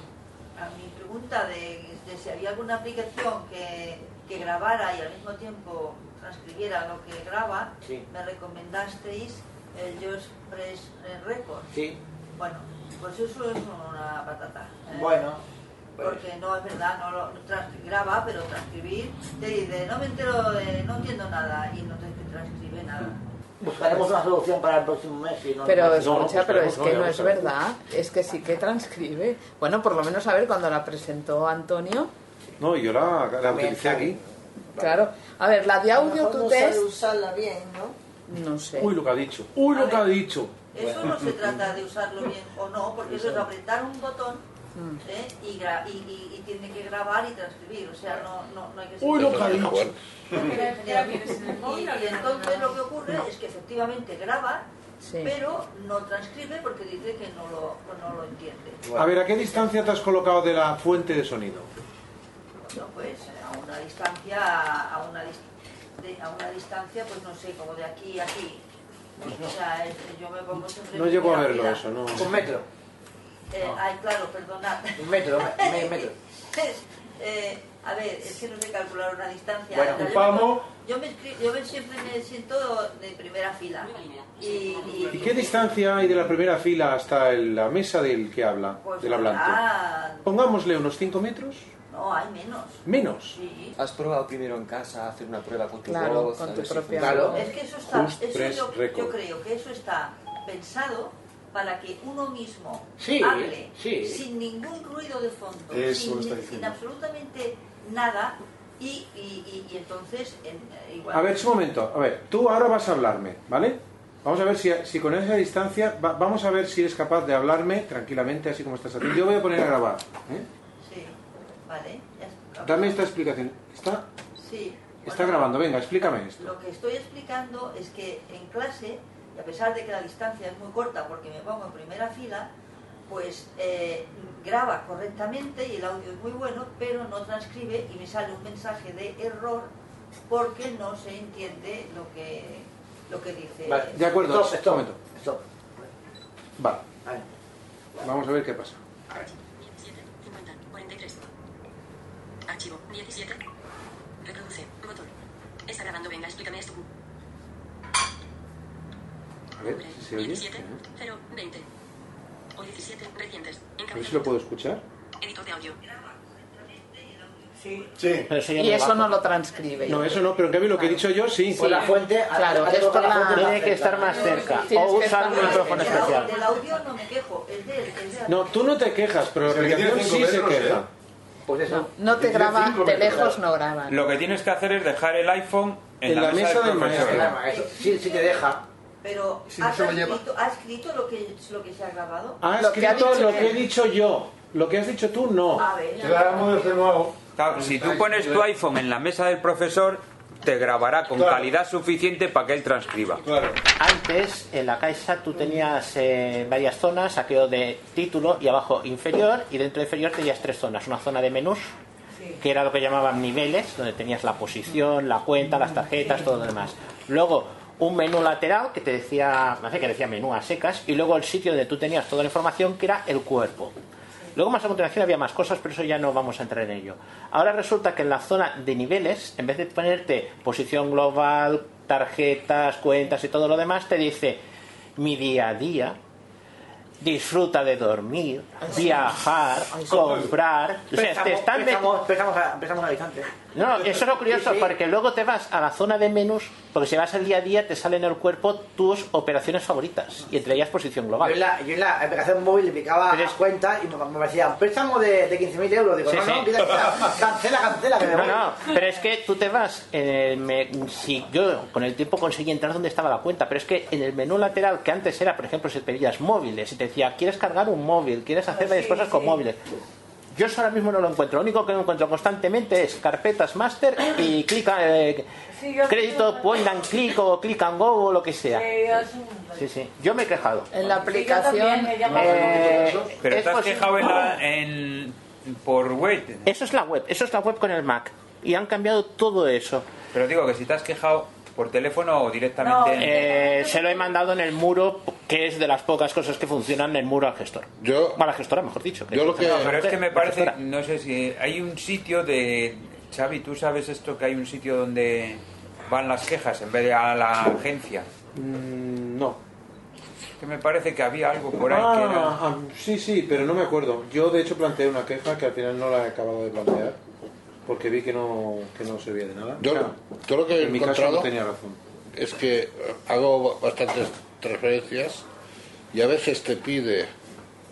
[SPEAKER 15] a mi pregunta de, de si había alguna aplicación que, que grabara y al mismo tiempo transcribiera lo que graba,
[SPEAKER 5] Sí.
[SPEAKER 15] me recomendasteis el Just Press eh, Record.
[SPEAKER 5] Sí.
[SPEAKER 15] Bueno, pues eso es una patata. eh,
[SPEAKER 5] Bueno, pues-
[SPEAKER 15] Porque no es verdad, no lo trans- graba, pero transcribir te dice, no me entero, de- no entiendo nada y no te transcribe nada.
[SPEAKER 5] Buscaremos una solución para el próximo mes. si no-
[SPEAKER 7] Pero
[SPEAKER 5] no-
[SPEAKER 7] escucha,
[SPEAKER 5] no,
[SPEAKER 7] pero es
[SPEAKER 5] buscaremos,
[SPEAKER 7] que no es
[SPEAKER 5] buscaremos.
[SPEAKER 7] verdad, es que sí que transcribe. Bueno, por lo menos a ver, cuando la presentó Antonio,
[SPEAKER 3] No, yo la, la utilicé aquí.
[SPEAKER 7] claro. A ver, la de audio
[SPEAKER 16] mejor
[SPEAKER 7] tú
[SPEAKER 16] no
[SPEAKER 7] te...
[SPEAKER 16] sabe usarla bien, ¿no?
[SPEAKER 7] No sé.
[SPEAKER 3] Uy, lo que ha dicho. Uy, lo que ha dicho.
[SPEAKER 15] Eso no se trata de usarlo bien o no, porque eso es apretar un botón
[SPEAKER 16] Mm.
[SPEAKER 15] ¿eh? y, gra- y, y- y tiene que grabar y transcribir, o sea, no, no, no hay que ser-
[SPEAKER 3] Uy, lo que ha dicho.
[SPEAKER 15] Y, y entonces lo que ocurre es que efectivamente graba,
[SPEAKER 7] Sí.
[SPEAKER 15] pero no transcribe porque dice que no lo, que no lo entiende.
[SPEAKER 3] A ver, ¿a qué distancia te has colocado de la fuente de sonido?
[SPEAKER 15] Bueno, pues a una distancia, a una, dis- de- a una distancia, pues no sé, como de aquí a aquí. O sea, es- yo me pongo siempre
[SPEAKER 3] No llego a
[SPEAKER 15] muy
[SPEAKER 3] verlo
[SPEAKER 15] rápida.
[SPEAKER 3] eso, no.
[SPEAKER 5] Un metro.
[SPEAKER 15] Eh, ay, claro, perdonad.
[SPEAKER 5] Un metro, me- metro.
[SPEAKER 15] Eh, a ver, es que no sé calcular una distancia.
[SPEAKER 5] Bueno,
[SPEAKER 15] O sea,
[SPEAKER 5] un
[SPEAKER 15] yo me-
[SPEAKER 5] palmo.
[SPEAKER 15] Yo, me, inscri- yo me- siempre me siento de primera fila. Y, y-
[SPEAKER 3] ¿Y qué distancia hay de la primera fila hasta el- la mesa del que habla,
[SPEAKER 15] pues,
[SPEAKER 3] del hablante?
[SPEAKER 15] ah,
[SPEAKER 3] Pongámosle unos 5 metros,
[SPEAKER 15] no, hay menos.
[SPEAKER 3] menos.
[SPEAKER 9] ¿Has probado primero en casa hacer una prueba con tu
[SPEAKER 15] Claro,
[SPEAKER 9] voz?
[SPEAKER 15] con
[SPEAKER 9] a
[SPEAKER 15] tu
[SPEAKER 9] ver si
[SPEAKER 15] propia
[SPEAKER 9] funciona?
[SPEAKER 15] Es que eso está,
[SPEAKER 9] Just
[SPEAKER 15] eso
[SPEAKER 9] press
[SPEAKER 15] yo, yo
[SPEAKER 9] record.
[SPEAKER 15] creo que eso está pensado para que uno mismo
[SPEAKER 5] Sí,
[SPEAKER 15] hable
[SPEAKER 5] sí.
[SPEAKER 15] sin ningún ruido de fondo,
[SPEAKER 5] Eso
[SPEAKER 15] sin,
[SPEAKER 5] lo está
[SPEAKER 15] sin
[SPEAKER 5] diciendo.
[SPEAKER 15] absolutamente nada y, y- y- y entonces en- eh, igual
[SPEAKER 3] A ver, un momento. A ver, tú ahora vas a hablarme, ¿vale? Vamos a ver si, si con esa distancia, va- vamos a ver si eres capaz de hablarme tranquilamente, así como estás aquí. Yo voy a poner a grabar. ¿eh?
[SPEAKER 15] sí, vale, ya está.
[SPEAKER 3] Dame esta explicación. Está,
[SPEAKER 15] Sí,
[SPEAKER 3] está
[SPEAKER 15] bueno,
[SPEAKER 3] grabando, venga, explícame esto.
[SPEAKER 15] Lo que estoy explicando es que en clase, y a pesar de que la distancia es muy corta porque me pongo en primera fila, pues eh, graba correctamente y el audio es muy bueno, pero no transcribe y me sale un mensaje de error porque no se entiende lo que, lo que dice.
[SPEAKER 3] Vale, de acuerdo.
[SPEAKER 5] Stop, stop,
[SPEAKER 3] un momento.
[SPEAKER 5] stop.
[SPEAKER 3] Vale,
[SPEAKER 5] Vale.
[SPEAKER 3] vamos a ver qué pasa.
[SPEAKER 14] 50, 43. Archivo 17. Reproduce. Botón. Está grabando. Venga, explícame esto.
[SPEAKER 3] A ver si se oye.
[SPEAKER 14] 17, 0, 20. O 17, recientes.
[SPEAKER 3] A ver si lo puedo escuchar.
[SPEAKER 14] Editor de audio.
[SPEAKER 15] Sí.
[SPEAKER 3] Pero eso ya
[SPEAKER 7] Y
[SPEAKER 3] me
[SPEAKER 7] eso
[SPEAKER 3] bajo.
[SPEAKER 7] no lo transcribe.
[SPEAKER 3] No, eso no, pero en cambio lo que he dicho yo sí.
[SPEAKER 7] Sí. Por la fuente, a- Claro, a- es por la- Tiene que estar más cerca, Tienes o que usar estar un más micrófono
[SPEAKER 15] Del au- Del audio no me quejo, es del, es del
[SPEAKER 3] No, tú no te quejas, pero la
[SPEAKER 11] que tiene
[SPEAKER 3] aplicación
[SPEAKER 11] cinco
[SPEAKER 3] sí se
[SPEAKER 11] metros,
[SPEAKER 3] queja.
[SPEAKER 11] ¿eh?
[SPEAKER 5] Pues
[SPEAKER 7] No, no te graba, de lejos no graba.
[SPEAKER 13] Lo que tienes que hacer es dejar el iPhone en,
[SPEAKER 3] En la mesa del maestro. En la
[SPEAKER 5] Sí, sí te deja.
[SPEAKER 15] Pero
[SPEAKER 3] Si no
[SPEAKER 15] ¿has,
[SPEAKER 3] se lo lleva.
[SPEAKER 15] escrito, ¿ha escrito lo que, lo que se ha grabado?
[SPEAKER 3] Ha
[SPEAKER 15] Lo que ha
[SPEAKER 3] escrito
[SPEAKER 15] dicho
[SPEAKER 3] lo que he
[SPEAKER 15] él.
[SPEAKER 3] dicho yo. Lo que has dicho tú, no.
[SPEAKER 15] A ver, ya.
[SPEAKER 13] Claro, si tú pones tu iPhone en la mesa del profesor, te grabará con calidad suficiente para que él transcriba.
[SPEAKER 4] Antes, en la caixa tú tenías eh, varias zonas, saqueo de título y abajo inferior, y dentro de inferior tenías tres zonas. Una zona de menús, que era lo que llamaban niveles, donde tenías la posición, la cuenta, las tarjetas, todo lo demás. Luego, un menú lateral que te decía, me hace que decía menú a secas, y luego el sitio donde tú tenías toda la información, que era el cuerpo. Luego más a continuación había más cosas, pero eso ya no vamos a entrar en ello. Ahora resulta que en la zona de niveles, en vez de ponerte posición global, tarjetas, cuentas y todo lo demás, te dice mi día a día, disfruta de dormir, viajar, comprar. O sea, te
[SPEAKER 5] Empezamos,
[SPEAKER 4] están
[SPEAKER 5] empezamos, empezamos, a, empezamos al instante.
[SPEAKER 4] no, eso es lo curioso,
[SPEAKER 5] Sí, sí.
[SPEAKER 4] porque luego te vas a la zona de menús, porque si vas al día a día te salen en el cuerpo tus operaciones favoritas, y entre ellas posición global.
[SPEAKER 5] Yo en, la, yo en la aplicación móvil le picaba las cuentas y me, me parecía préstamo de, de 15.000 euros. Digo,
[SPEAKER 4] Sí,
[SPEAKER 5] no,
[SPEAKER 4] sí.
[SPEAKER 5] no, quita, quita, cancela, cancela. Que me
[SPEAKER 4] No,
[SPEAKER 5] voy.
[SPEAKER 4] no, pero es que tú te vas en el me- si yo con el tiempo conseguí entrar donde estaba la cuenta, pero es que en el menú lateral que antes era, por ejemplo, si pedías móviles y te decía, "¿Quieres cargar un móvil? ¿Quieres
[SPEAKER 5] Ah,
[SPEAKER 4] hacer varias cosas con móviles?" Yo eso ahora mismo no lo encuentro. Lo único que encuentro constantemente es carpetas master y clica eh,
[SPEAKER 16] Sí, yo-
[SPEAKER 4] crédito, point and click o click and go o lo que sea. Sí, sí. Yo me he quejado.
[SPEAKER 7] En la
[SPEAKER 16] Sí, yo también,
[SPEAKER 7] aplicación.
[SPEAKER 16] me
[SPEAKER 4] Eh,
[SPEAKER 13] Pero
[SPEAKER 4] es
[SPEAKER 13] te has
[SPEAKER 4] posible-
[SPEAKER 13] quejado en la- en- por web.
[SPEAKER 4] Eso es la web, eso es la web con el Mac. Y han cambiado todo eso.
[SPEAKER 13] Pero digo que si te has quejado por teléfono o directamente... en-
[SPEAKER 4] Eh, se lo he mandado en el muro, que es de las pocas cosas que funcionan en el muro al gestor.
[SPEAKER 6] Yo,
[SPEAKER 4] a la gestora, mejor dicho.
[SPEAKER 13] No, pero es que me
[SPEAKER 4] La
[SPEAKER 13] parece,
[SPEAKER 4] gestora.
[SPEAKER 13] no sé si hay un sitio de Xavi, tú sabes esto que hay un sitio donde van las quejas en vez de a la agencia.
[SPEAKER 3] Mm, No.
[SPEAKER 13] Que me parece que había algo por ahí que era-
[SPEAKER 3] Ah, ah, sí, sí, pero no me acuerdo. Yo de hecho planteé una queja que al final no la he acabado de plantear porque vi que no, que no servía de nada.
[SPEAKER 6] Yo,
[SPEAKER 3] Claro.
[SPEAKER 6] yo lo que he
[SPEAKER 3] en mi caso
[SPEAKER 6] encontrado
[SPEAKER 3] no tenía razón.
[SPEAKER 6] es que eh, hago bastantes transferencias y a veces te pide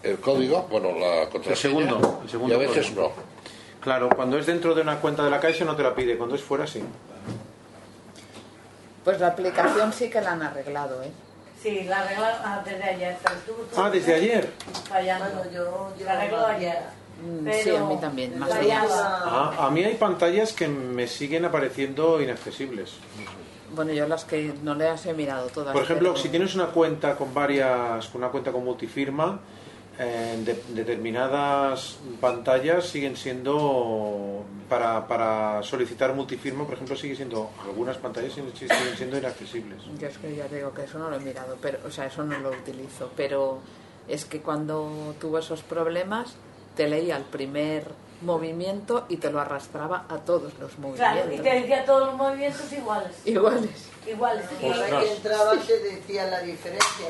[SPEAKER 6] el código, bueno, la contraseña,
[SPEAKER 3] El segundo, el segundo
[SPEAKER 6] y a veces
[SPEAKER 3] código.
[SPEAKER 6] no.
[SPEAKER 3] Claro, cuando es dentro de una cuenta de la caixa no te la pide, cuando es fuera sí.
[SPEAKER 7] Pues la aplicación sí que la han arreglado, ¿eh?
[SPEAKER 16] Sí, la regla ah, desde ayer. pero tú- tú-
[SPEAKER 3] Ah, desde ayer.
[SPEAKER 16] Fallando, yo, yo la arreglo ayer.
[SPEAKER 7] Mm,
[SPEAKER 16] Pero
[SPEAKER 7] sí, a mí también, más
[SPEAKER 16] fallaba.
[SPEAKER 3] Ah, a mí hay pantallas que me siguen apareciendo inaccesibles.
[SPEAKER 7] Bueno, yo las que no las he mirado todas.
[SPEAKER 3] Por ejemplo,
[SPEAKER 7] pero-
[SPEAKER 3] si tienes una cuenta con varias, con una cuenta con multifirma, eh, de- determinadas pantallas siguen siendo para, para solicitar multifirma, por ejemplo, sigue siendo algunas pantallas siguen, siguen siendo inaccesibles.
[SPEAKER 7] Yo es que ya te digo que eso no lo he mirado, pero, o sea, eso no lo utilizo, pero es que cuando tuvo esos problemas te leía el primer movimiento y te lo arrastraba a todos los
[SPEAKER 16] Claro, y
[SPEAKER 7] movimientos.
[SPEAKER 16] te decía todos los movimientos iguales.
[SPEAKER 7] Iguales.
[SPEAKER 16] Iguales. Y-
[SPEAKER 7] Ostras.
[SPEAKER 17] que entraba te decía la diferencia.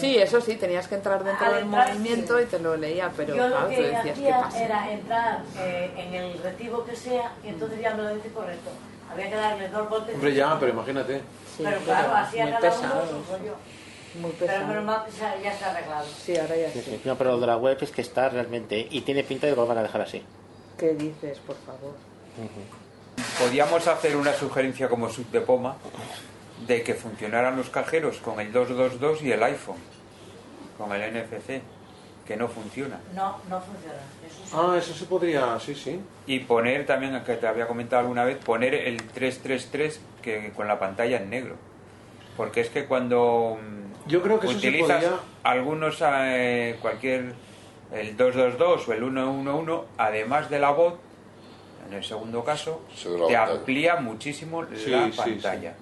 [SPEAKER 7] Sí, eso sí, tenías que entrar dentro
[SPEAKER 16] Al
[SPEAKER 7] del
[SPEAKER 16] entrar,
[SPEAKER 7] movimiento y te lo leía, pero
[SPEAKER 16] yo
[SPEAKER 7] claro,
[SPEAKER 16] lo
[SPEAKER 7] tú
[SPEAKER 16] que
[SPEAKER 7] decías, ¿qué
[SPEAKER 16] hacía
[SPEAKER 7] pasa?
[SPEAKER 16] era entrar eh, en el recibo que sea y entonces ya me lo dice correcto. Había que darle dos golpes.
[SPEAKER 3] Hombre, ya, pero imagínate.
[SPEAKER 16] pero claro, hacía
[SPEAKER 7] muy
[SPEAKER 16] cada
[SPEAKER 7] pesado,
[SPEAKER 16] uno su rollo.
[SPEAKER 7] Muy
[SPEAKER 16] Pero
[SPEAKER 7] pesado.
[SPEAKER 16] menos mal que se- ya está arreglado.
[SPEAKER 7] Sí, ahora ya
[SPEAKER 4] Sí,
[SPEAKER 7] sí.
[SPEAKER 4] sí. No, pero lo de la web es que está realmente. Y tiene pinta de que lo van a dejar así.
[SPEAKER 7] ¿Qué dices, por favor?
[SPEAKER 13] Podíamos hacer una sugerencia como sub de poma de que funcionaran los cajeros con el 222 y el iPhone, con el NFC, que no funciona.
[SPEAKER 16] No, no funciona. Eso sí.
[SPEAKER 3] Ah, eso se podría, sí, sí.
[SPEAKER 13] Y poner también, que te había comentado alguna vez, poner el 333 que, con la pantalla en negro. Porque es que cuando mm,
[SPEAKER 3] Yo creo que eso se
[SPEAKER 13] utilizas
[SPEAKER 3] podía-
[SPEAKER 13] algunos, eh, cualquier, el 222 o el 111, además de la voz, en el segundo caso,
[SPEAKER 6] la
[SPEAKER 13] te
[SPEAKER 6] pantalla.
[SPEAKER 13] amplía muchísimo
[SPEAKER 6] Sí,
[SPEAKER 13] la
[SPEAKER 6] sí,
[SPEAKER 13] pantalla.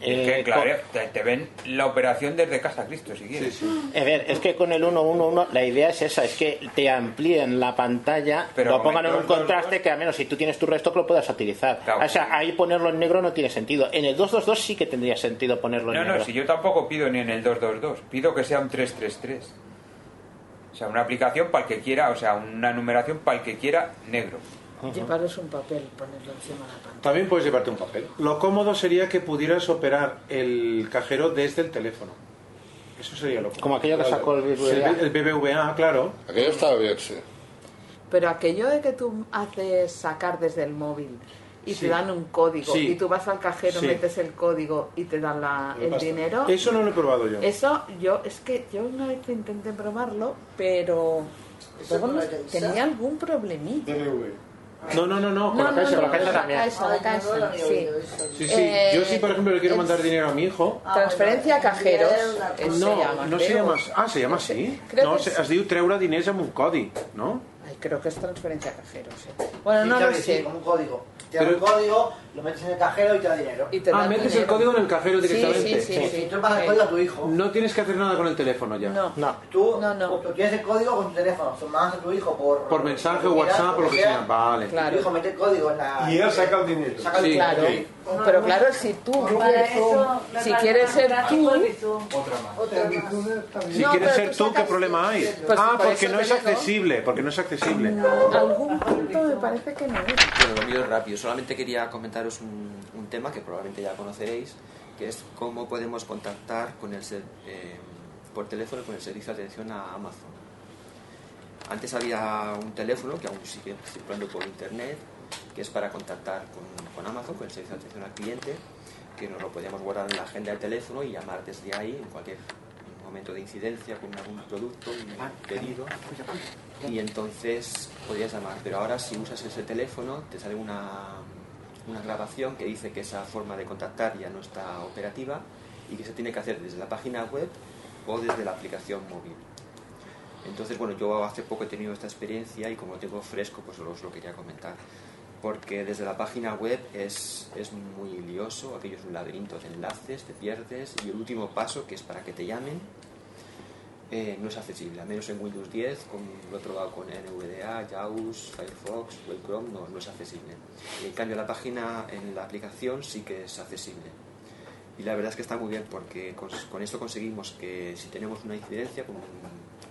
[SPEAKER 13] Y
[SPEAKER 4] Eh,
[SPEAKER 13] es que, claro,
[SPEAKER 4] co-
[SPEAKER 13] te, te ven la operación desde casa, Cristo, si quieres.
[SPEAKER 4] A ver, es que con el 111 la idea es esa, es que te amplíen la pantalla,
[SPEAKER 13] Pero
[SPEAKER 4] lo
[SPEAKER 13] con
[SPEAKER 4] pongan
[SPEAKER 13] el
[SPEAKER 4] en un
[SPEAKER 13] 222,
[SPEAKER 4] contraste que al menos si tú tienes tu resto que lo puedas utilizar. o sea, ahí ponerlo en negro no tiene sentido. En el 222 sí que tendría sentido ponerlo
[SPEAKER 13] No,
[SPEAKER 4] en negro.
[SPEAKER 13] no, si yo tampoco pido ni en el 222, pido que sea un 333. O sea, una aplicación para el que quiera, o sea, una numeración para el que quiera negro.
[SPEAKER 7] Llevarles un papel, ponerlo encima de la pantalla.
[SPEAKER 3] También puedes llevarte un papel. Lo cómodo sería que pudieras operar el cajero desde el teléfono. Eso sería lo cómodo.
[SPEAKER 4] Como aquello que sacó el BBVA.
[SPEAKER 3] El BBVA, claro.
[SPEAKER 6] Aquello estaba bien, sí.
[SPEAKER 7] Pero aquello de que tú haces sacar desde el móvil y
[SPEAKER 3] Sí.
[SPEAKER 7] te dan un código
[SPEAKER 3] Sí.
[SPEAKER 7] y tú vas al cajero,
[SPEAKER 3] Sí.
[SPEAKER 7] metes el código y te dan la- el
[SPEAKER 3] Basta.
[SPEAKER 7] dinero.
[SPEAKER 3] Eso no lo he probado yo.
[SPEAKER 7] Eso yo, es que yo una vez que intenté probarlo, pero luego
[SPEAKER 17] con
[SPEAKER 7] no-
[SPEAKER 17] la Caixa?
[SPEAKER 7] tenía algún problemilla.
[SPEAKER 3] No, no, no, no, con
[SPEAKER 7] No,
[SPEAKER 3] la
[SPEAKER 7] no,
[SPEAKER 3] caixa,
[SPEAKER 7] no,
[SPEAKER 3] con la caixa
[SPEAKER 7] con la
[SPEAKER 3] también.
[SPEAKER 7] Caixa, la Caixa,
[SPEAKER 17] no lo había
[SPEAKER 7] sí.
[SPEAKER 17] oído eso.
[SPEAKER 3] Sí, sí. Yo sí, por ejemplo, le
[SPEAKER 7] Eh,
[SPEAKER 3] quiero mandar dinero a mi hijo.
[SPEAKER 7] Transferencia a cajeros. eh, se
[SPEAKER 3] No,
[SPEAKER 7] llama,
[SPEAKER 3] no se
[SPEAKER 7] creo.
[SPEAKER 3] llama... Ah, se llama així?
[SPEAKER 7] Crec
[SPEAKER 3] No,
[SPEAKER 7] que
[SPEAKER 3] se-
[SPEAKER 7] sí.
[SPEAKER 3] es diu treure diners amb un codi, no?
[SPEAKER 7] Ay, creo que es transferencia a cajeros. eh. sí. Bueno,
[SPEAKER 5] Sí,
[SPEAKER 7] no
[SPEAKER 5] claro
[SPEAKER 7] lo
[SPEAKER 5] que
[SPEAKER 7] sé.
[SPEAKER 5] sí, como un código. Te dan
[SPEAKER 3] Pero-
[SPEAKER 5] un código, lo metes en el cajero y te da dinero.
[SPEAKER 7] Y te
[SPEAKER 3] Ah, metes el código en el cajero directamente.
[SPEAKER 5] tú le pasas el código a tu hijo.
[SPEAKER 3] No tienes que hacer nada con el teléfono ya.
[SPEAKER 7] Oh. No.
[SPEAKER 5] Tú, tú tienes el código con tu teléfono, se lo mandas a tu hijo por...
[SPEAKER 3] Por mensaje,
[SPEAKER 5] por
[SPEAKER 3] WhatsApp, por lo que sea. Vale.
[SPEAKER 5] Tu hijo mete el código en la...
[SPEAKER 11] Ah, Y él saca el dinero.
[SPEAKER 5] Saca el
[SPEAKER 3] Sí,
[SPEAKER 5] dinero.
[SPEAKER 3] sí.
[SPEAKER 7] Pero claro, si tú,
[SPEAKER 16] Para eso,
[SPEAKER 7] si quieres ser tú,
[SPEAKER 11] Otra más.
[SPEAKER 16] Otra más.
[SPEAKER 3] Si
[SPEAKER 7] No,
[SPEAKER 3] quieres
[SPEAKER 7] pero
[SPEAKER 3] ser
[SPEAKER 7] tú
[SPEAKER 3] tú, ¿qué
[SPEAKER 7] sacas-
[SPEAKER 3] problema hay?
[SPEAKER 7] Pues
[SPEAKER 3] ah,
[SPEAKER 7] por
[SPEAKER 3] porque
[SPEAKER 7] eso
[SPEAKER 3] no
[SPEAKER 7] te
[SPEAKER 3] es
[SPEAKER 7] digo.
[SPEAKER 3] accesible, porque no es accesible.
[SPEAKER 7] algún punto me parece que no es.
[SPEAKER 9] Lo mío es rápido. Solamente quería comentaros un, un tema que probablemente ya conoceréis, que es cómo podemos contactar con el ser- eh, por teléfono con el servicio de atención a Amazon. Antes había un teléfono que aún sigue circulando por internet, que es para contactar con, con Amazon, con el servicio de atención al cliente, que nos lo podíamos guardar en la agenda del teléfono y llamar desde ahí en cualquier momento de incidencia con algún producto, un pedido. Y entonces podías llamar, pero ahora si usas ese teléfono te sale una, una grabación que dice que esa forma de contactar ya no está operativa y que se tiene que hacer desde la página web o desde la aplicación móvil. Entonces, bueno, yo hace poco he tenido esta experiencia y como lo tengo fresco, pues os lo quería comentar. Porque desde la página web es, es muy lioso, aquello es un laberinto de enlaces, te pierdes y el último paso, que es para que te llamen, eh, no es accesible, al menos en Windows 10, con lo he probado con NVDA, JAWS, Firefox, o el Chrome, no, no es accesible. En cambio, la página en la aplicación sí que es accesible. Y la verdad es que está muy bien porque con, con esto conseguimos que si tenemos una incidencia con un,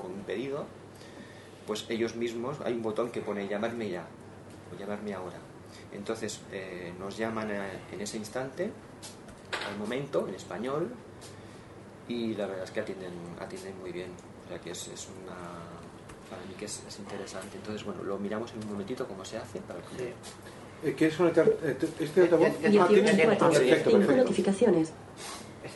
[SPEAKER 9] con un pedido, pues ellos mismos, hay un botón que pone llamarme ya o llamarme ahora. Entonces eh, nos llaman a- en ese instante, al momento, en español, y la verdad es que atienden, atienden muy bien. O sea que es, es una... Para mí que es, es interesante. Entonces, bueno, lo miramos en un momentito cómo se hace para que...
[SPEAKER 3] Eh, ¿Quieres conectar eh, tú- este altavoz?
[SPEAKER 5] ya tiene-
[SPEAKER 3] Ah, tienes-
[SPEAKER 5] ya tiene.
[SPEAKER 3] ah, perfecto,
[SPEAKER 5] Cinco
[SPEAKER 3] perfecto.
[SPEAKER 18] Notificaciones.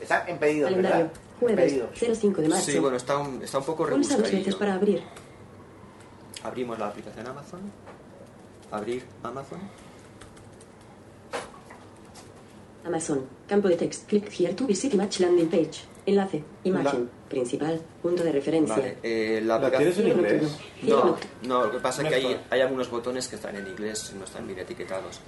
[SPEAKER 5] Está en pedido,
[SPEAKER 18] Calendario.
[SPEAKER 5] ¿verdad?
[SPEAKER 18] Jueves
[SPEAKER 5] Pedidos.
[SPEAKER 18] 05 de marzo.
[SPEAKER 9] Sí, bueno, está un, está un poco
[SPEAKER 18] Pulsa dos
[SPEAKER 9] rebuscadillo.
[SPEAKER 18] veces para abrir.
[SPEAKER 9] Abrimos la aplicación Amazon. Abrir Amazon.
[SPEAKER 18] Amazon. Campo de text. Click here to visit match landing page. Enlace. Imagen. Principal. Punto de referencia.
[SPEAKER 9] Vale. eh, la,
[SPEAKER 3] ¿La tienes en
[SPEAKER 9] aplicación-
[SPEAKER 3] inglés?
[SPEAKER 9] No, no, lo que pasa es que hay, hay algunos botones que están en inglés y no están bien etiquetados.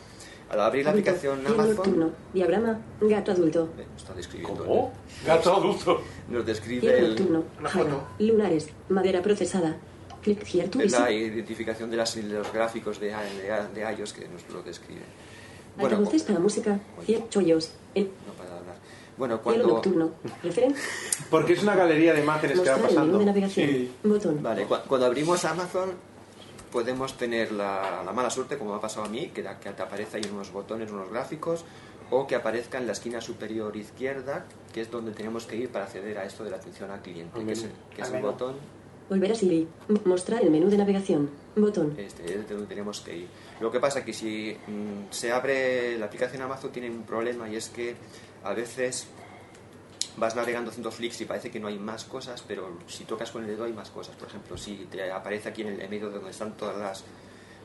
[SPEAKER 9] Al abrir la
[SPEAKER 18] Adulto.
[SPEAKER 9] aplicación
[SPEAKER 18] Tiempo
[SPEAKER 9] Amazon,
[SPEAKER 18] nocturno. Diagrama. Gato adulto.
[SPEAKER 9] está describiendo.
[SPEAKER 11] Gato adulto.
[SPEAKER 9] Nos describe
[SPEAKER 18] Cielo
[SPEAKER 9] el,
[SPEAKER 18] nocturno. Jaro. Lunares. Madera procesada. Click here to
[SPEAKER 9] es
[SPEAKER 18] visit.
[SPEAKER 9] la identificación de, las, de los gráficos de, de, de iOS que nos lo describe. Bueno,
[SPEAKER 18] Altavoces para música. Cielo chollos. El
[SPEAKER 9] no para de hablar. Bueno,
[SPEAKER 18] cielo
[SPEAKER 9] cuando,
[SPEAKER 18] nocturno. Referencia.
[SPEAKER 3] Porque es una galería de imágenes que va
[SPEAKER 18] Mostrar el menú de
[SPEAKER 3] pasando.
[SPEAKER 18] navegación. Botón.
[SPEAKER 9] Vale, cu- cuando abrimos Amazon podemos tener la, la mala suerte, como me ha pasado a mí, que, da- que te aparece ahí unos botones, unos gráficos, o que aparezca en la esquina superior izquierda, que es donde tenemos que ir para acceder a esto de la atención al cliente, que es el, que es el botón
[SPEAKER 18] Volver a Siri. M- Mostrar el menú de navegación. Botón.
[SPEAKER 9] este, es donde tenemos que ir. Lo que pasa es que si mm, se abre la aplicación Amazon tiene un problema y es que a veces vas navegando haciendo flicks y parece que no hay más cosas, pero si tocas con el dedo hay más cosas. Por ejemplo, si te aparece aquí en el en medio de donde están todas las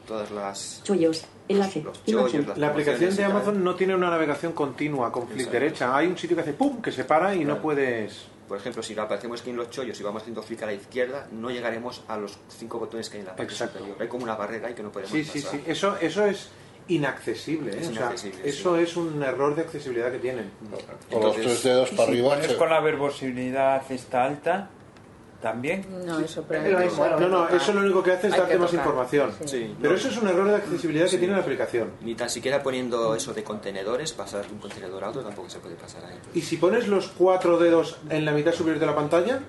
[SPEAKER 9] todas las
[SPEAKER 18] Chollos. Enlace.
[SPEAKER 9] chollos,
[SPEAKER 18] Imagen.
[SPEAKER 9] las
[SPEAKER 3] La aplicación
[SPEAKER 9] promociones y
[SPEAKER 3] de
[SPEAKER 9] tal.
[SPEAKER 3] Amazon este no tiene una navegación continua con clic
[SPEAKER 9] Exacto.
[SPEAKER 3] derecha. Hay un sitio que hace pum, que se para y no
[SPEAKER 9] Claro.
[SPEAKER 3] puedes...
[SPEAKER 9] Por ejemplo, si aparecemos aquí en los chollos y vamos haciendo flick a la izquierda, no llegaremos a los cinco botones que hay en la parte
[SPEAKER 3] Exacto.
[SPEAKER 9] superior. Hay como una barrera y que no podemos
[SPEAKER 3] Sí, sí,
[SPEAKER 9] pasar.
[SPEAKER 3] sí. Eso, eso es inaccesible. ¿eh?
[SPEAKER 9] Es
[SPEAKER 3] O sea,
[SPEAKER 9] inaccesible, sí.
[SPEAKER 3] eso es un error de accesibilidad que tienen.
[SPEAKER 6] Con los tres dedos para arriba,
[SPEAKER 13] ¿Pones
[SPEAKER 6] se-
[SPEAKER 13] con la verbosidad esta alta también?
[SPEAKER 7] No, eso
[SPEAKER 3] No, no, eso lo único que hace es
[SPEAKER 13] Hay que
[SPEAKER 3] darte más
[SPEAKER 13] tocar.
[SPEAKER 3] información.
[SPEAKER 9] Sí.
[SPEAKER 3] Pero
[SPEAKER 9] No.
[SPEAKER 3] eso es un error de accesibilidad que tiene la aplicación.
[SPEAKER 9] Ni tan siquiera poniendo eso de contenedores, pasar de un contenedor a otro tampoco se puede pasar ahí.
[SPEAKER 3] Y si pones los cuatro dedos en la mitad superior de la pantalla,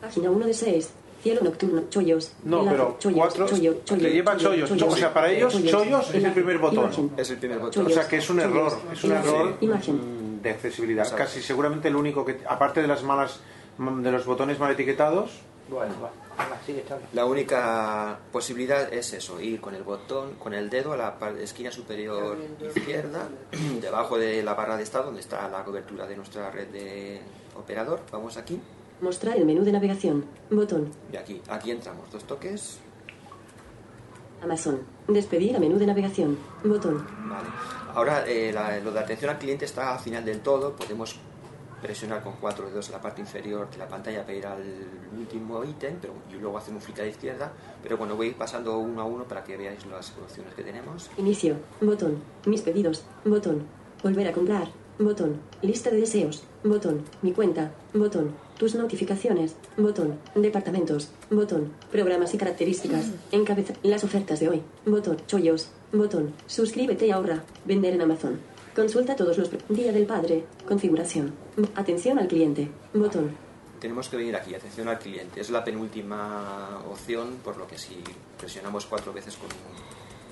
[SPEAKER 18] Página 1 de 6. Cielo nocturno. Chollos.
[SPEAKER 3] no,
[SPEAKER 18] Enlace.
[SPEAKER 3] pero
[SPEAKER 18] Chollos,
[SPEAKER 3] cuatro
[SPEAKER 18] chollo, chollo,
[SPEAKER 3] que lleva
[SPEAKER 18] chollo,
[SPEAKER 3] chollos.
[SPEAKER 18] chollo.
[SPEAKER 3] O sea, para ellos
[SPEAKER 18] Chollos.
[SPEAKER 3] chollos es el
[SPEAKER 18] Enlace.
[SPEAKER 3] primer botón.
[SPEAKER 18] Imagen.
[SPEAKER 9] Es el primer botón.
[SPEAKER 3] O sea, que es un error, es un
[SPEAKER 18] Enlace.
[SPEAKER 3] error
[SPEAKER 18] Imagen.
[SPEAKER 3] mm, de accesibilidad. Casi seguramente el único que, aparte de las malas, de los botones mal etiquetados,
[SPEAKER 5] Bueno, va. Venga, sigue, Xavi.
[SPEAKER 9] La única posibilidad es eso, ir con el botón, con el dedo a la par- esquina superior izquierda, debajo de la barra de estado donde está la cobertura de nuestra red de operador. Vamos aquí
[SPEAKER 18] Mostrar el menú de navegación. Botón.
[SPEAKER 9] y aquí. Aquí entramos, dos toques.
[SPEAKER 18] Amazon. Despedir a menú de navegación. Botón.
[SPEAKER 9] Vale. Ahora eh, la- lo de atención al cliente está al final del todo. Podemos presionar con cuatro dedos en la parte inferior de la pantalla para ir al último ítem pero, y luego hacer un flick a la izquierda. Pero bueno, voy a ir pasando uno a uno para que veáis las opciones que tenemos.
[SPEAKER 18] Inicio. Botón. Mis pedidos. Botón. Volver a comprar. Botón. Lista de deseos. Botón. Mi cuenta. Botón. Tus notificaciones. Botón. Departamentos. Botón. Programas y características. Encabeza. Las ofertas de hoy. Botón. Chollos. Botón. Suscríbete y ahorra. Vender en Amazon. Consulta todos los... pre- Día del Padre. Configuración. Atención al cliente. Botón.
[SPEAKER 9] Tenemos que venir aquí, atención al cliente. Es la penúltima opción, por lo que si presionamos cuatro veces con...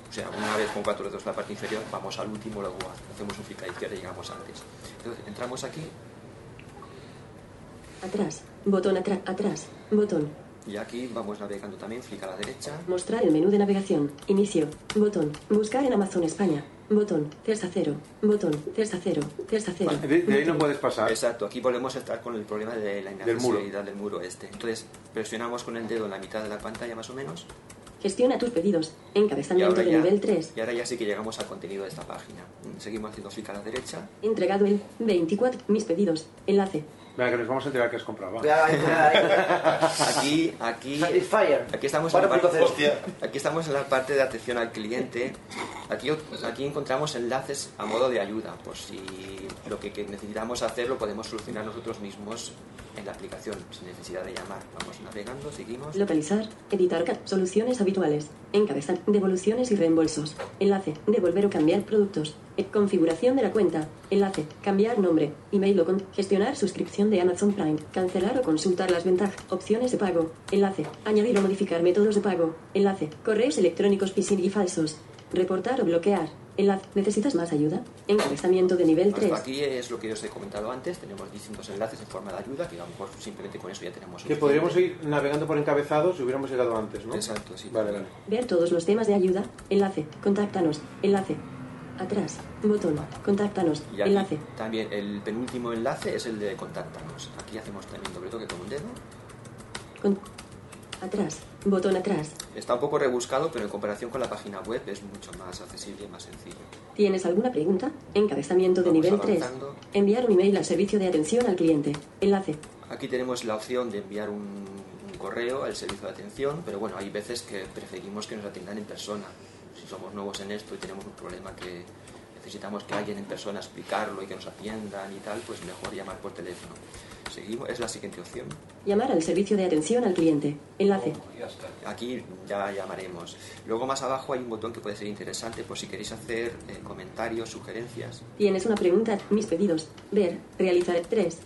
[SPEAKER 9] O sea, una vez con cuatro dedos en la parte inferior, vamos al último, luego hacemos un flick a la izquierda y llegamos antes. Entonces, entramos aquí
[SPEAKER 18] Atrás. Botón atrás. Atrás. Botón.
[SPEAKER 9] y aquí vamos navegando también, flick a la derecha.
[SPEAKER 18] Mostrar el menú de navegación. Inicio. Botón. Buscar en Amazon España. Botón. Terza cero. Botón. Terza cero. Terza cero.
[SPEAKER 3] De, de ahí no puedes pasar.
[SPEAKER 9] Exacto, aquí volvemos a estar con el problema de la
[SPEAKER 3] Del muro.
[SPEAKER 9] inaccesibilidad del muro este. Entonces, presionamos con el dedo en la mitad de la pantalla más o menos
[SPEAKER 18] Gestiona tus pedidos.
[SPEAKER 9] y
[SPEAKER 18] Encabezamiento
[SPEAKER 9] ahora,
[SPEAKER 18] de
[SPEAKER 9] ya,
[SPEAKER 18] nivel 3.
[SPEAKER 9] y ahora ya sí que llegamos al contenido de esta página. Seguimos haciendo clic a la derecha.
[SPEAKER 18] Entregado el 24. Mis pedidos. Enlace.
[SPEAKER 3] Venga, que nos vamos a enterar que has comprado. va.
[SPEAKER 9] Aquí, aquí, aquí estamos en la parte,
[SPEAKER 3] 4.0.
[SPEAKER 9] aquí estamos en la parte de atención al cliente. Aquí, aquí encontramos enlaces a modo de ayuda, por si lo que, que necesitamos hacer lo podemos solucionar nosotros mismos en la aplicación, sin necesidad de llamar. Vamos navegando, seguimos.
[SPEAKER 18] Localizar. Editar. ca- Soluciones habituales. Encabezar. Devoluciones y reembolsos. Enlace. Devolver o cambiar productos. E- Configuración de la cuenta. Enlace. Cambiar nombre. Email o con. Gestionar suscripción de Amazon Prime. Cancelar o consultar las ventajas. Opciones de pago. Enlace. Añadir o modificar métodos de pago. Enlace. Correos electrónicos phishing y falsos. Reportar o bloquear. Enlace. ¿Necesitas más ayuda? Encabezamiento de nivel 3.
[SPEAKER 9] Hasta aquí es lo que os he comentado antes. Tenemos distintos enlaces en forma de ayuda, que a lo mejor simplemente con eso ya tenemos.
[SPEAKER 3] Que
[SPEAKER 9] suficiente.
[SPEAKER 3] podríamos ir navegando por encabezados si hubiéramos llegado antes, ¿no?
[SPEAKER 9] Exacto, sí.
[SPEAKER 3] Vale, vale.
[SPEAKER 18] Ver todos los temas de ayuda. Enlace. Contáctanos. Enlace. Atrás. Botón. Contáctanos.
[SPEAKER 9] Y aquí
[SPEAKER 18] Enlace.
[SPEAKER 9] También el penúltimo enlace es el de contáctanos. Aquí hacemos también doble toque con un dedo.
[SPEAKER 18] Con- Atrás. Botón atrás.
[SPEAKER 9] Está un poco rebuscado, pero en comparación con la página web es mucho más accesible y más sencillo.
[SPEAKER 18] ¿Tienes alguna pregunta? Encabezamiento de
[SPEAKER 9] Vamos
[SPEAKER 18] nivel 3.
[SPEAKER 9] avanzando.
[SPEAKER 18] Enviar un email al servicio de atención al cliente. Enlace.
[SPEAKER 9] Aquí tenemos la opción de enviar un, un correo al servicio de atención, pero bueno, hay veces que preferimos que nos atiendan en persona. Si somos nuevos en esto y tenemos un problema que necesitamos que alguien en persona explicarlo y que nos atiendan y tal, pues mejor llamar por teléfono. Seguimos, es la siguiente opción.
[SPEAKER 18] Llamar al servicio de atención al cliente. Enlace.
[SPEAKER 9] Aquí ya llamaremos. Luego más abajo hay un botón que puede ser interesante por si queréis hacer eh, comentarios, sugerencias.
[SPEAKER 18] ¿Tienes una pregunta? Mis pedidos. Ver. Realizar. 3.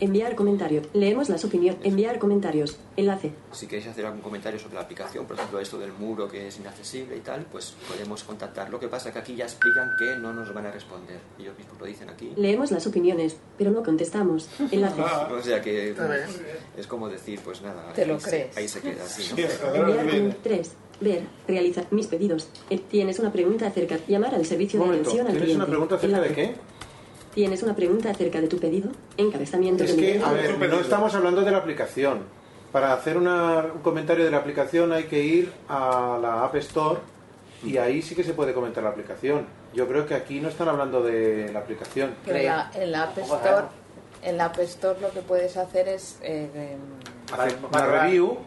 [SPEAKER 18] enviar comentario. Leemos las opiniones. Enviar comentarios. Enlace.
[SPEAKER 9] Si queréis hacer algún comentario sobre la aplicación, por ejemplo esto del muro que es inaccesible y tal, pues podemos contactar. Lo que pasa es que aquí ya explican que no nos van a responder. Ellos mismos lo dicen aquí.
[SPEAKER 18] Leemos las opiniones, pero no contestamos. Enlace.
[SPEAKER 5] Ah.
[SPEAKER 9] O sea que
[SPEAKER 18] A ver.
[SPEAKER 9] es como decir, pues nada,
[SPEAKER 18] Te lo
[SPEAKER 9] ahí se-
[SPEAKER 18] crees.
[SPEAKER 9] ahí se queda. sí, ¿no?
[SPEAKER 18] Enviar un 3. Ver. Realizar. Mis pedidos. Eh, Tienes una pregunta acerca. Llamar al servicio de
[SPEAKER 3] Momento,
[SPEAKER 18] atención al cliente.
[SPEAKER 3] ¿tienes una pregunta acerca de
[SPEAKER 18] Enlace.
[SPEAKER 3] qué?
[SPEAKER 18] ¿Tienes una pregunta acerca de tu pedido? Encabezamiento
[SPEAKER 3] Es
[SPEAKER 18] de
[SPEAKER 3] que,
[SPEAKER 18] nivel.
[SPEAKER 3] a ver, no estamos hablando de la aplicación. Para hacer una- un comentario de la aplicación hay que ir a la App Store y ahí sí que se puede comentar la aplicación. Yo creo que aquí no están hablando de la aplicación.
[SPEAKER 7] Pero en la, en la App Store, en la App Store lo que puedes hacer es... eh, em,
[SPEAKER 3] Hacer una review,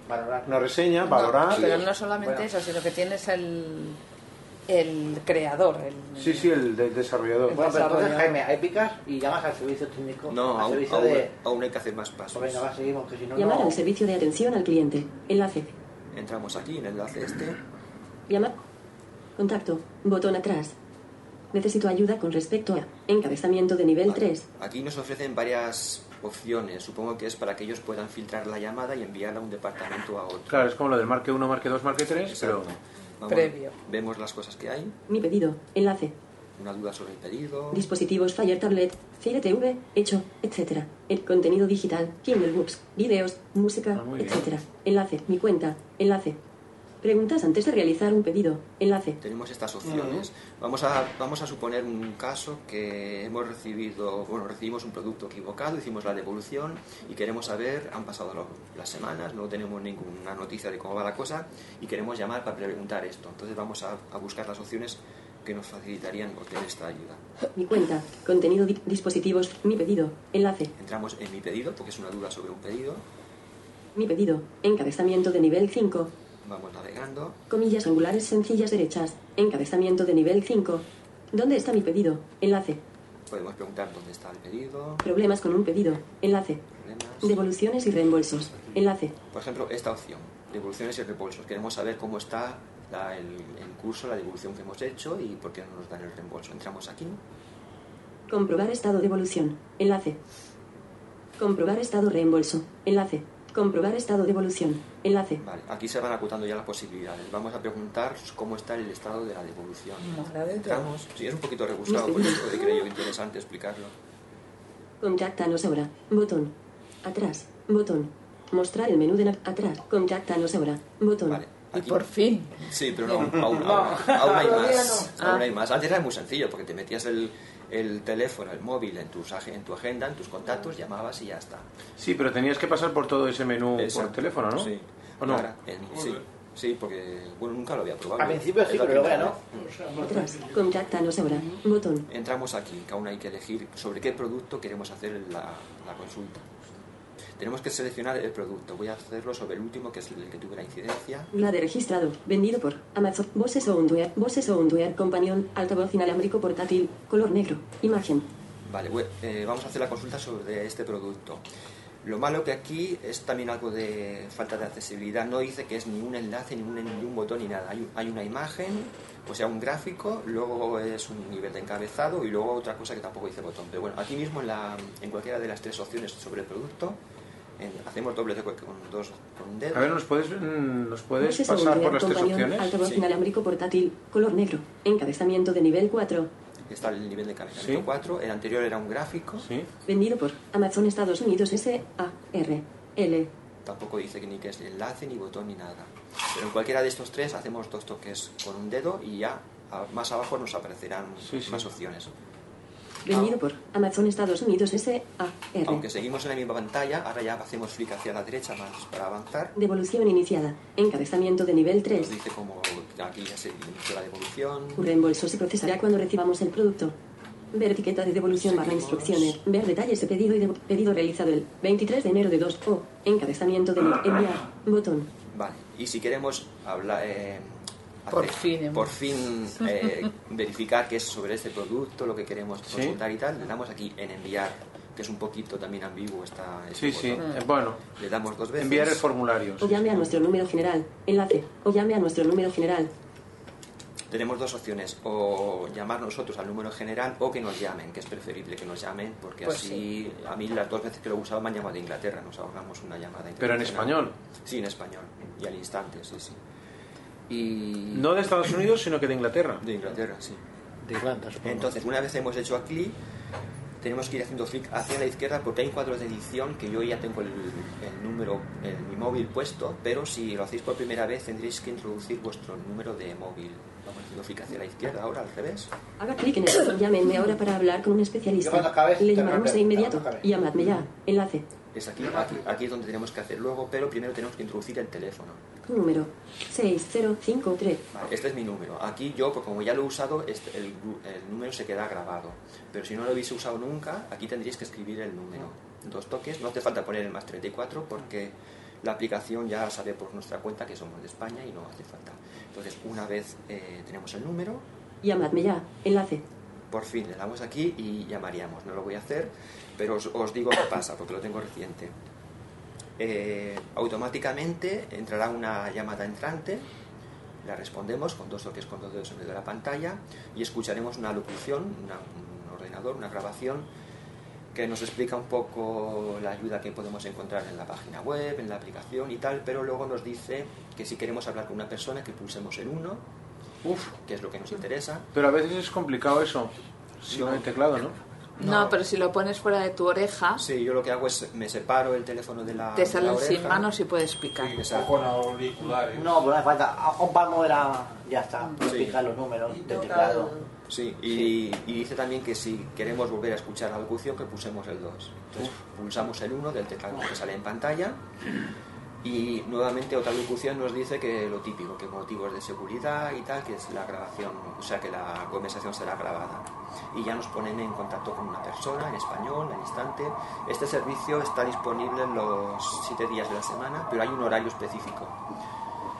[SPEAKER 3] una reseña,
[SPEAKER 7] no,
[SPEAKER 5] Ah,
[SPEAKER 3] valorar.
[SPEAKER 7] em, pero no solamente eso, sino que tienes el, el creador, el
[SPEAKER 3] Sí, sí, el del desarrollador.
[SPEAKER 5] Bueno, pero entonces, Jaime, ahí picas y llamas al servicio técnico.
[SPEAKER 9] No,
[SPEAKER 5] al
[SPEAKER 9] aún,
[SPEAKER 5] servicio
[SPEAKER 9] aún-
[SPEAKER 5] de.
[SPEAKER 9] aún hay que hacer más pasos.
[SPEAKER 5] Pues venga, va, seguimos, que si no,
[SPEAKER 18] Llamar
[SPEAKER 5] no.
[SPEAKER 18] al servicio de atención al cliente. Enlace.
[SPEAKER 9] Entramos aquí en el enlace este.
[SPEAKER 18] Llamar. Contacto. Botón atrás. Necesito ayuda con respecto a encabezamiento de nivel 3.
[SPEAKER 9] Aquí nos ofrecen varias opciones. Supongo que es para que ellos puedan filtrar la llamada y enviarla a un departamento a otro.
[SPEAKER 3] Claro, es como lo del marque 1, marque 2, marque 3, pero...
[SPEAKER 9] Vamos, Vemos las cosas que hay.
[SPEAKER 18] Mi pedido. Enlace.
[SPEAKER 9] una duda sobre el pedido.
[SPEAKER 18] Dispositivos Fire Tablet, Fire TV, hecho, etc. El contenido digital, Kindle Books, videos, música,
[SPEAKER 9] Ah, muy bien.
[SPEAKER 18] etc. Enlace, mi cuenta, enlace. Preguntas antes de realizar un pedido, enlace.
[SPEAKER 9] Tenemos estas opciones. Vamos a, vamos a suponer un caso que hemos recibido, bueno, recibimos un producto equivocado, hicimos la devolución y queremos saber, han pasado lo- las semanas, no tenemos ninguna noticia de cómo va la cosa y queremos llamar para preguntar esto. Entonces vamos a, a buscar las opciones que nos facilitarían obtener esta ayuda.
[SPEAKER 18] Mi cuenta, contenido di- dispositivos, mi pedido, enlace.
[SPEAKER 9] Entramos en mi pedido, porque es una duda sobre un pedido.
[SPEAKER 18] Mi pedido, encabezamiento de nivel 5,
[SPEAKER 9] Vamos navegando.
[SPEAKER 18] comillas angulares sencillas derechas, encabezamiento de nivel 5. ¿Dónde está mi pedido? Enlace.
[SPEAKER 9] Podemos preguntar dónde está el pedido.
[SPEAKER 18] Problemas con un pedido, enlace.
[SPEAKER 9] problemas.
[SPEAKER 18] Devoluciones y reembolsos, enlace.
[SPEAKER 9] Por ejemplo, esta opción, devoluciones y reembolsos. Queremos saber cómo está la- el, el curso, la devolución que hemos hecho y por qué no nos dan el reembolso. Entramos aquí,
[SPEAKER 18] Comprobar estado de evolución. Enlace. Comprobar estado reembolso. Enlace. Comprobar estado de evolución. Enlace.
[SPEAKER 9] aquí se van acotando ya las posibilidades. Vamos a preguntar cómo está el estado de la devolución. Entramos, sí, es un poquito rebuscado, por eso he creído interesante explicarlo.
[SPEAKER 18] Contáctanos ahora. Botón. Atrás. Botón. Mostrar el menú de na- atrás. Contáctanos ahora. Botón.
[SPEAKER 9] Aquí-
[SPEAKER 18] fin.
[SPEAKER 9] Sí, pero no, aún, aún-
[SPEAKER 18] No.
[SPEAKER 9] aún hay
[SPEAKER 18] Todavía
[SPEAKER 9] más.
[SPEAKER 18] no.
[SPEAKER 9] aún
[SPEAKER 18] Ah.
[SPEAKER 9] hay más. Antes era muy sencillo, porque te metías el, el teléfono, el móvil en, tus, ag- en tu agenda, en tus contactos, llamabas y ya está.
[SPEAKER 3] Sí, pero tenías que pasar por todo ese menú
[SPEAKER 9] Exacto.
[SPEAKER 3] por teléfono, ¿no?
[SPEAKER 9] Sí.
[SPEAKER 3] ¿O no?
[SPEAKER 9] Ahora, en- sí, sí, porque bueno, nunca lo había probado.
[SPEAKER 5] Al principio
[SPEAKER 9] Es
[SPEAKER 5] sí,
[SPEAKER 9] la
[SPEAKER 5] pero luego
[SPEAKER 9] primera
[SPEAKER 5] ya
[SPEAKER 18] Atrás. Contáctanos ahora. Botón.
[SPEAKER 9] vez. Entramos aquí, que aún hay que elegir sobre qué producto queremos hacer la, la consulta. Tenemos que seleccionar el producto. Voy a hacerlo sobre el último, que es el que tuve la incidencia.
[SPEAKER 18] La de registrado. Vendido por Amazon. Bose Soundware. Bose Soundware Companion. Altavoz inalámbrico portátil. Color negro. Imagen.
[SPEAKER 9] Vale, bue- eh, vamos a hacer la consulta sobre este producto. Lo malo que aquí es también algo de falta de accesibilidad. No dice que es ni un enlace, ni un, ni un botón, ni nada. Hay, un- hay una imagen, o sea, un gráfico, luego es un nivel de encabezado y luego otra cosa que tampoco dice botón. Pero bueno, aquí mismo en, la, en cualquiera de las tres opciones sobre el producto, en- hacemos doble toque con dos con un dedo.
[SPEAKER 3] A ver, ¿nos puedes, mm, ¿nos puedes
[SPEAKER 18] Bose
[SPEAKER 3] pasar
[SPEAKER 18] Soundware
[SPEAKER 3] por las tres
[SPEAKER 18] Companion,
[SPEAKER 3] opciones?
[SPEAKER 18] Altavoz
[SPEAKER 9] Sí.
[SPEAKER 18] inalámbrico portátil. Color negro. Encabezamiento de nivel 4.
[SPEAKER 9] Está el nivel de encabezamiento 4, el anterior era un gráfico.
[SPEAKER 18] Vendido por Amazon Estados Unidos S.A.R.L.
[SPEAKER 9] Tampoco dice que ni que es enlace, ni botón, ni nada. Pero en cualquiera de estos tres hacemos dos toques con un dedo y ya a- más abajo nos aparecerán más opciones.
[SPEAKER 18] Vendido por Amazon Estados Unidos S.A.R.
[SPEAKER 9] Aunque seguimos en la misma pantalla, ahora ya hacemos clic hacia la derecha más para avanzar.
[SPEAKER 18] Devolución iniciada. Encabezamiento de nivel 3.
[SPEAKER 9] Nos dice como aquí ya se inició la devolución.
[SPEAKER 18] Un reembolso se procesará cuando recibamos el producto. Ver etiqueta de devolución barra instrucciones. Ver detalles de pedido y de pedido realizado el 23 de enero de 2 o encabezamiento de enviar. Botón.
[SPEAKER 9] Vale, y si queremos hablar... eh,
[SPEAKER 18] Por fin hemos-
[SPEAKER 9] por fin, eh, verificar qué es sobre este producto, lo que queremos
[SPEAKER 3] Sí.
[SPEAKER 9] consultar y tal, le damos aquí en enviar, que es un poquito también ambiguo esta... este
[SPEAKER 3] Sí, sí.
[SPEAKER 18] Mm.
[SPEAKER 3] Eh, Bueno,
[SPEAKER 9] Le damos dos veces.
[SPEAKER 3] enviar el formulario.
[SPEAKER 18] O llame a nuestro número general. Enlace. O llame a nuestro número general.
[SPEAKER 9] Tenemos dos opciones, o llamar nosotros al número general o que nos llamen, que es preferible que nos llamen, porque
[SPEAKER 18] Pues
[SPEAKER 9] así a mí las dos veces que lo he usado me han llamado de Inglaterra, nos ahorramos una llamada.
[SPEAKER 3] Pero en
[SPEAKER 9] internacional. Sí, en español, y al instante, sí, sí. Y...
[SPEAKER 3] No de Estados Unidos, sino que de Inglaterra.
[SPEAKER 9] De Inglaterra, sí. Entonces, una vez hemos hecho clic, tenemos que ir haciendo clic hacia la izquierda porque hay cuadros de edición que yo ya tengo el, el número en mi móvil puesto, pero si lo hacéis por primera vez tendréis que introducir vuestro número de móvil. Vamos haciendo clic hacia la izquierda, ahora al revés.
[SPEAKER 18] Haga clic en el botón. Llámenme ahora para hablar con un
[SPEAKER 9] Yo cuando
[SPEAKER 18] especialista.
[SPEAKER 9] acabes,
[SPEAKER 18] Le
[SPEAKER 9] te lo
[SPEAKER 18] llamaremos de
[SPEAKER 9] repito,
[SPEAKER 18] inmediato.
[SPEAKER 9] cuando acabes.
[SPEAKER 18] Llamadme ya. Enlace.
[SPEAKER 9] Es aquí, aquí, aquí es donde tenemos que hacer luego, pero primero tenemos que introducir el teléfono.
[SPEAKER 18] Número 6053.
[SPEAKER 9] Vale, este es mi número. Aquí yo, pues como ya lo he usado, este- el, gru- el número se queda grabado. Pero si no lo hubiese usado nunca, aquí tendríais que escribir el número. Dos toques, no hace falta poner el más 34 porque la aplicación ya sabe por nuestra cuenta que somos de España y no hace falta. Entonces, una vez eh, tenemos el número,
[SPEAKER 18] Llamadme ya. Enlace.
[SPEAKER 9] por fin le damos aquí y llamaríamos. No lo voy a hacer, pero os, os digo qué pasa, porque lo tengo reciente. Eh, automáticamente entrará una llamada entrante, la respondemos con dos toques con dos dedos en medio de la pantalla y escucharemos una locución, una- un ordenador, una grabación que nos explica un poco la ayuda que podemos encontrar en la página web, en la aplicación y tal, pero luego nos dice que si queremos hablar con una persona que pulsemos el 1 que es lo que nos interesa.
[SPEAKER 3] Pero a veces es complicado eso, si no hay teclado, ¿no?
[SPEAKER 7] No, pero si lo pones fuera de tu oreja,
[SPEAKER 9] Sí, yo lo que hago es me separo el teléfono de la.
[SPEAKER 7] te
[SPEAKER 9] de la
[SPEAKER 7] salen
[SPEAKER 9] oreja.
[SPEAKER 7] sin manos y puedes picar.
[SPEAKER 9] auriculares.
[SPEAKER 5] No, pero no hace falta. A un palmo de la. Ya está.
[SPEAKER 9] Sí.
[SPEAKER 5] Fija los números del teclado.
[SPEAKER 9] Sí, y, y dice también que si queremos volver a escuchar la locución, que pulsemos el 2. Entonces pulsamos el 1 del teclado que sale en pantalla y nuevamente otra locución nos dice que lo típico, que motivos de seguridad y tal, que es la grabación, o sea que la conversación será grabada. Y ya nos ponen en contacto con una persona en español al instante. Este servicio está disponible los 7 días de la semana, pero hay un horario específico.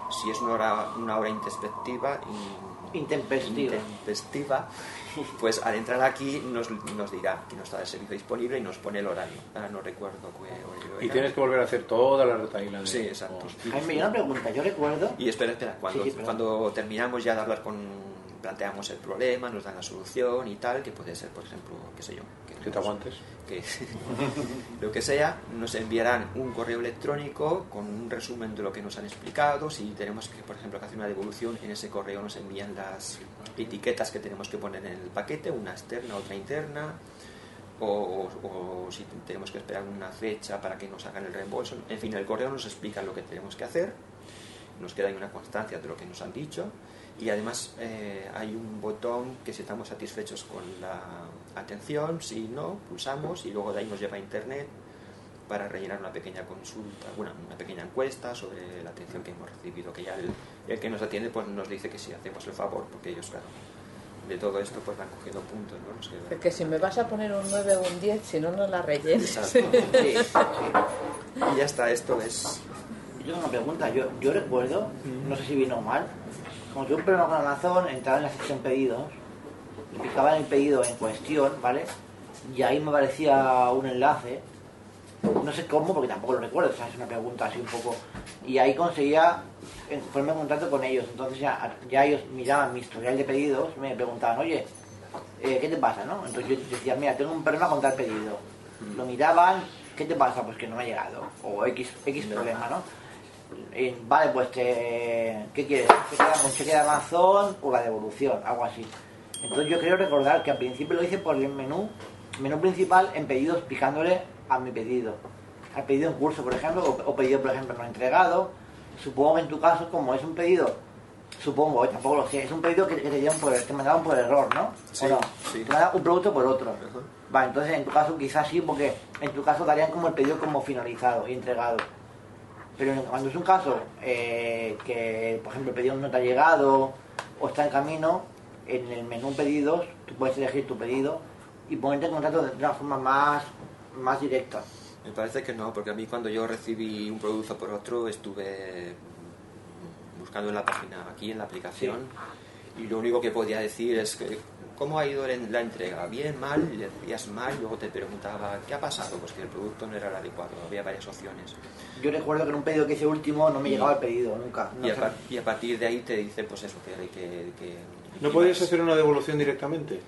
[SPEAKER 9] Si es una hora, una hora introspectiva, in-
[SPEAKER 5] Intempestiva.
[SPEAKER 9] intempestiva, pues al entrar aquí nos, nos dirá que no está el servicio disponible y nos pone el horario. Ahora no recuerdo qué horario
[SPEAKER 3] Y
[SPEAKER 9] era.
[SPEAKER 3] tienes que volver a hacer toda la retaíla. Oh,
[SPEAKER 9] Sí, exacto.
[SPEAKER 5] Jaime, una pregunta. Yo recuerdo.
[SPEAKER 9] Y espera, espera, cuando,
[SPEAKER 5] Sí, sí, perdón.
[SPEAKER 9] cuando terminamos ya de hablar con... planteamos el problema, nos dan la solución y tal, que puede ser, por ejemplo, qué sé yo. Que, te
[SPEAKER 3] aguantes.
[SPEAKER 9] Que, lo que sea, nos enviarán un correo electrónico con un resumen de lo que nos han explicado. Si tenemos que, por ejemplo, que hacer una devolución, en ese correo nos envían las etiquetas que tenemos que poner en el paquete, una externa, otra interna, o, o- o si tenemos que esperar una fecha para que nos hagan el reembolso. En fin, el correo nos explica lo que tenemos que hacer, nos queda ahí una constancia de lo que nos han dicho y además eh, hay un botón que si estamos satisfechos con la atención, si no, pulsamos y luego de ahí nos lleva a Internet para rellenar una pequeña consulta, bueno, una pequeña encuesta sobre la atención que hemos recibido, que ya el, el que nos atiende pues nos dice que si hacemos el favor, porque ellos, claro, de todo esto pues van cogiendo puntos, ¿no? Los que van-
[SPEAKER 7] Es que si me vas a poner un 9 o un 10, si no, no la rellenes.
[SPEAKER 9] Exacto. Y ya está, esto es. Mm.
[SPEAKER 5] Yo tengo una pregunta. Yo, yo recuerdo, no sé si vino mal, como que un programa con Amazon entraba en la sección pedidos y picaba en el pedido en cuestión, ¿vale? Y ahí me aparecía un enlace, no sé cómo, porque tampoco lo recuerdo, o sea, es una pregunta así un poco. Y ahí conseguía en- ponerme en contacto con ellos. Entonces ya, ya ellos miraban mi historial de pedidos y me preguntaban, oye, eh, ¿qué te pasa? ¿no? Entonces yo decía, mira, tengo un problema con tal pedido. Lo miraban, ¿qué te pasa? Pues que no me ha llegado. O X, X problema, ¿no? Eh, vale, pues te- ¿qué quieres? ¿Se queda con cheque de Amazon o la devolución? Algo así. Entonces yo creo recordar que al principio lo hice por el menú, menú principal en pedidos, picándole a mi pedido. Al pedido en curso, por ejemplo, o, o pedido, por ejemplo, no entregado. Supongo que en tu caso, como es un pedido, supongo, eh, tampoco lo sé, es un pedido que, que te, dieron por, te mandaron por error, ¿no?
[SPEAKER 9] Sí,
[SPEAKER 5] ¿O no?
[SPEAKER 9] sí.
[SPEAKER 5] Te mandan un producto por otro. Vale, entonces en tu caso quizás sí, porque en tu caso darían como el pedido como finalizado y entregado. Pero en- cuando es un caso eh, que, por ejemplo, el pedido no te ha llegado o está en camino, en el menú pedidos, tú puedes elegir tu pedido y ponerte en contacto de una forma más, más directa.
[SPEAKER 9] Me parece que no, porque a mí cuando yo recibí un producto por otro estuve mm, buscando en la página, aquí en la aplicación, y lo único que podía decir es que cómo ha ido la en- la entrega, bien, mal, y le decías mal, luego te preguntaba qué ha pasado, pues que el producto no era el adecuado, había varias opciones.
[SPEAKER 5] Yo recuerdo que en un pedido que hice último no me llegaba el pedido nunca. No
[SPEAKER 9] y, a,
[SPEAKER 5] sé.
[SPEAKER 9] par- y a partir de ahí te dice, pues eso, que... que, que-
[SPEAKER 3] ¿No podías hacer una devolución directamente?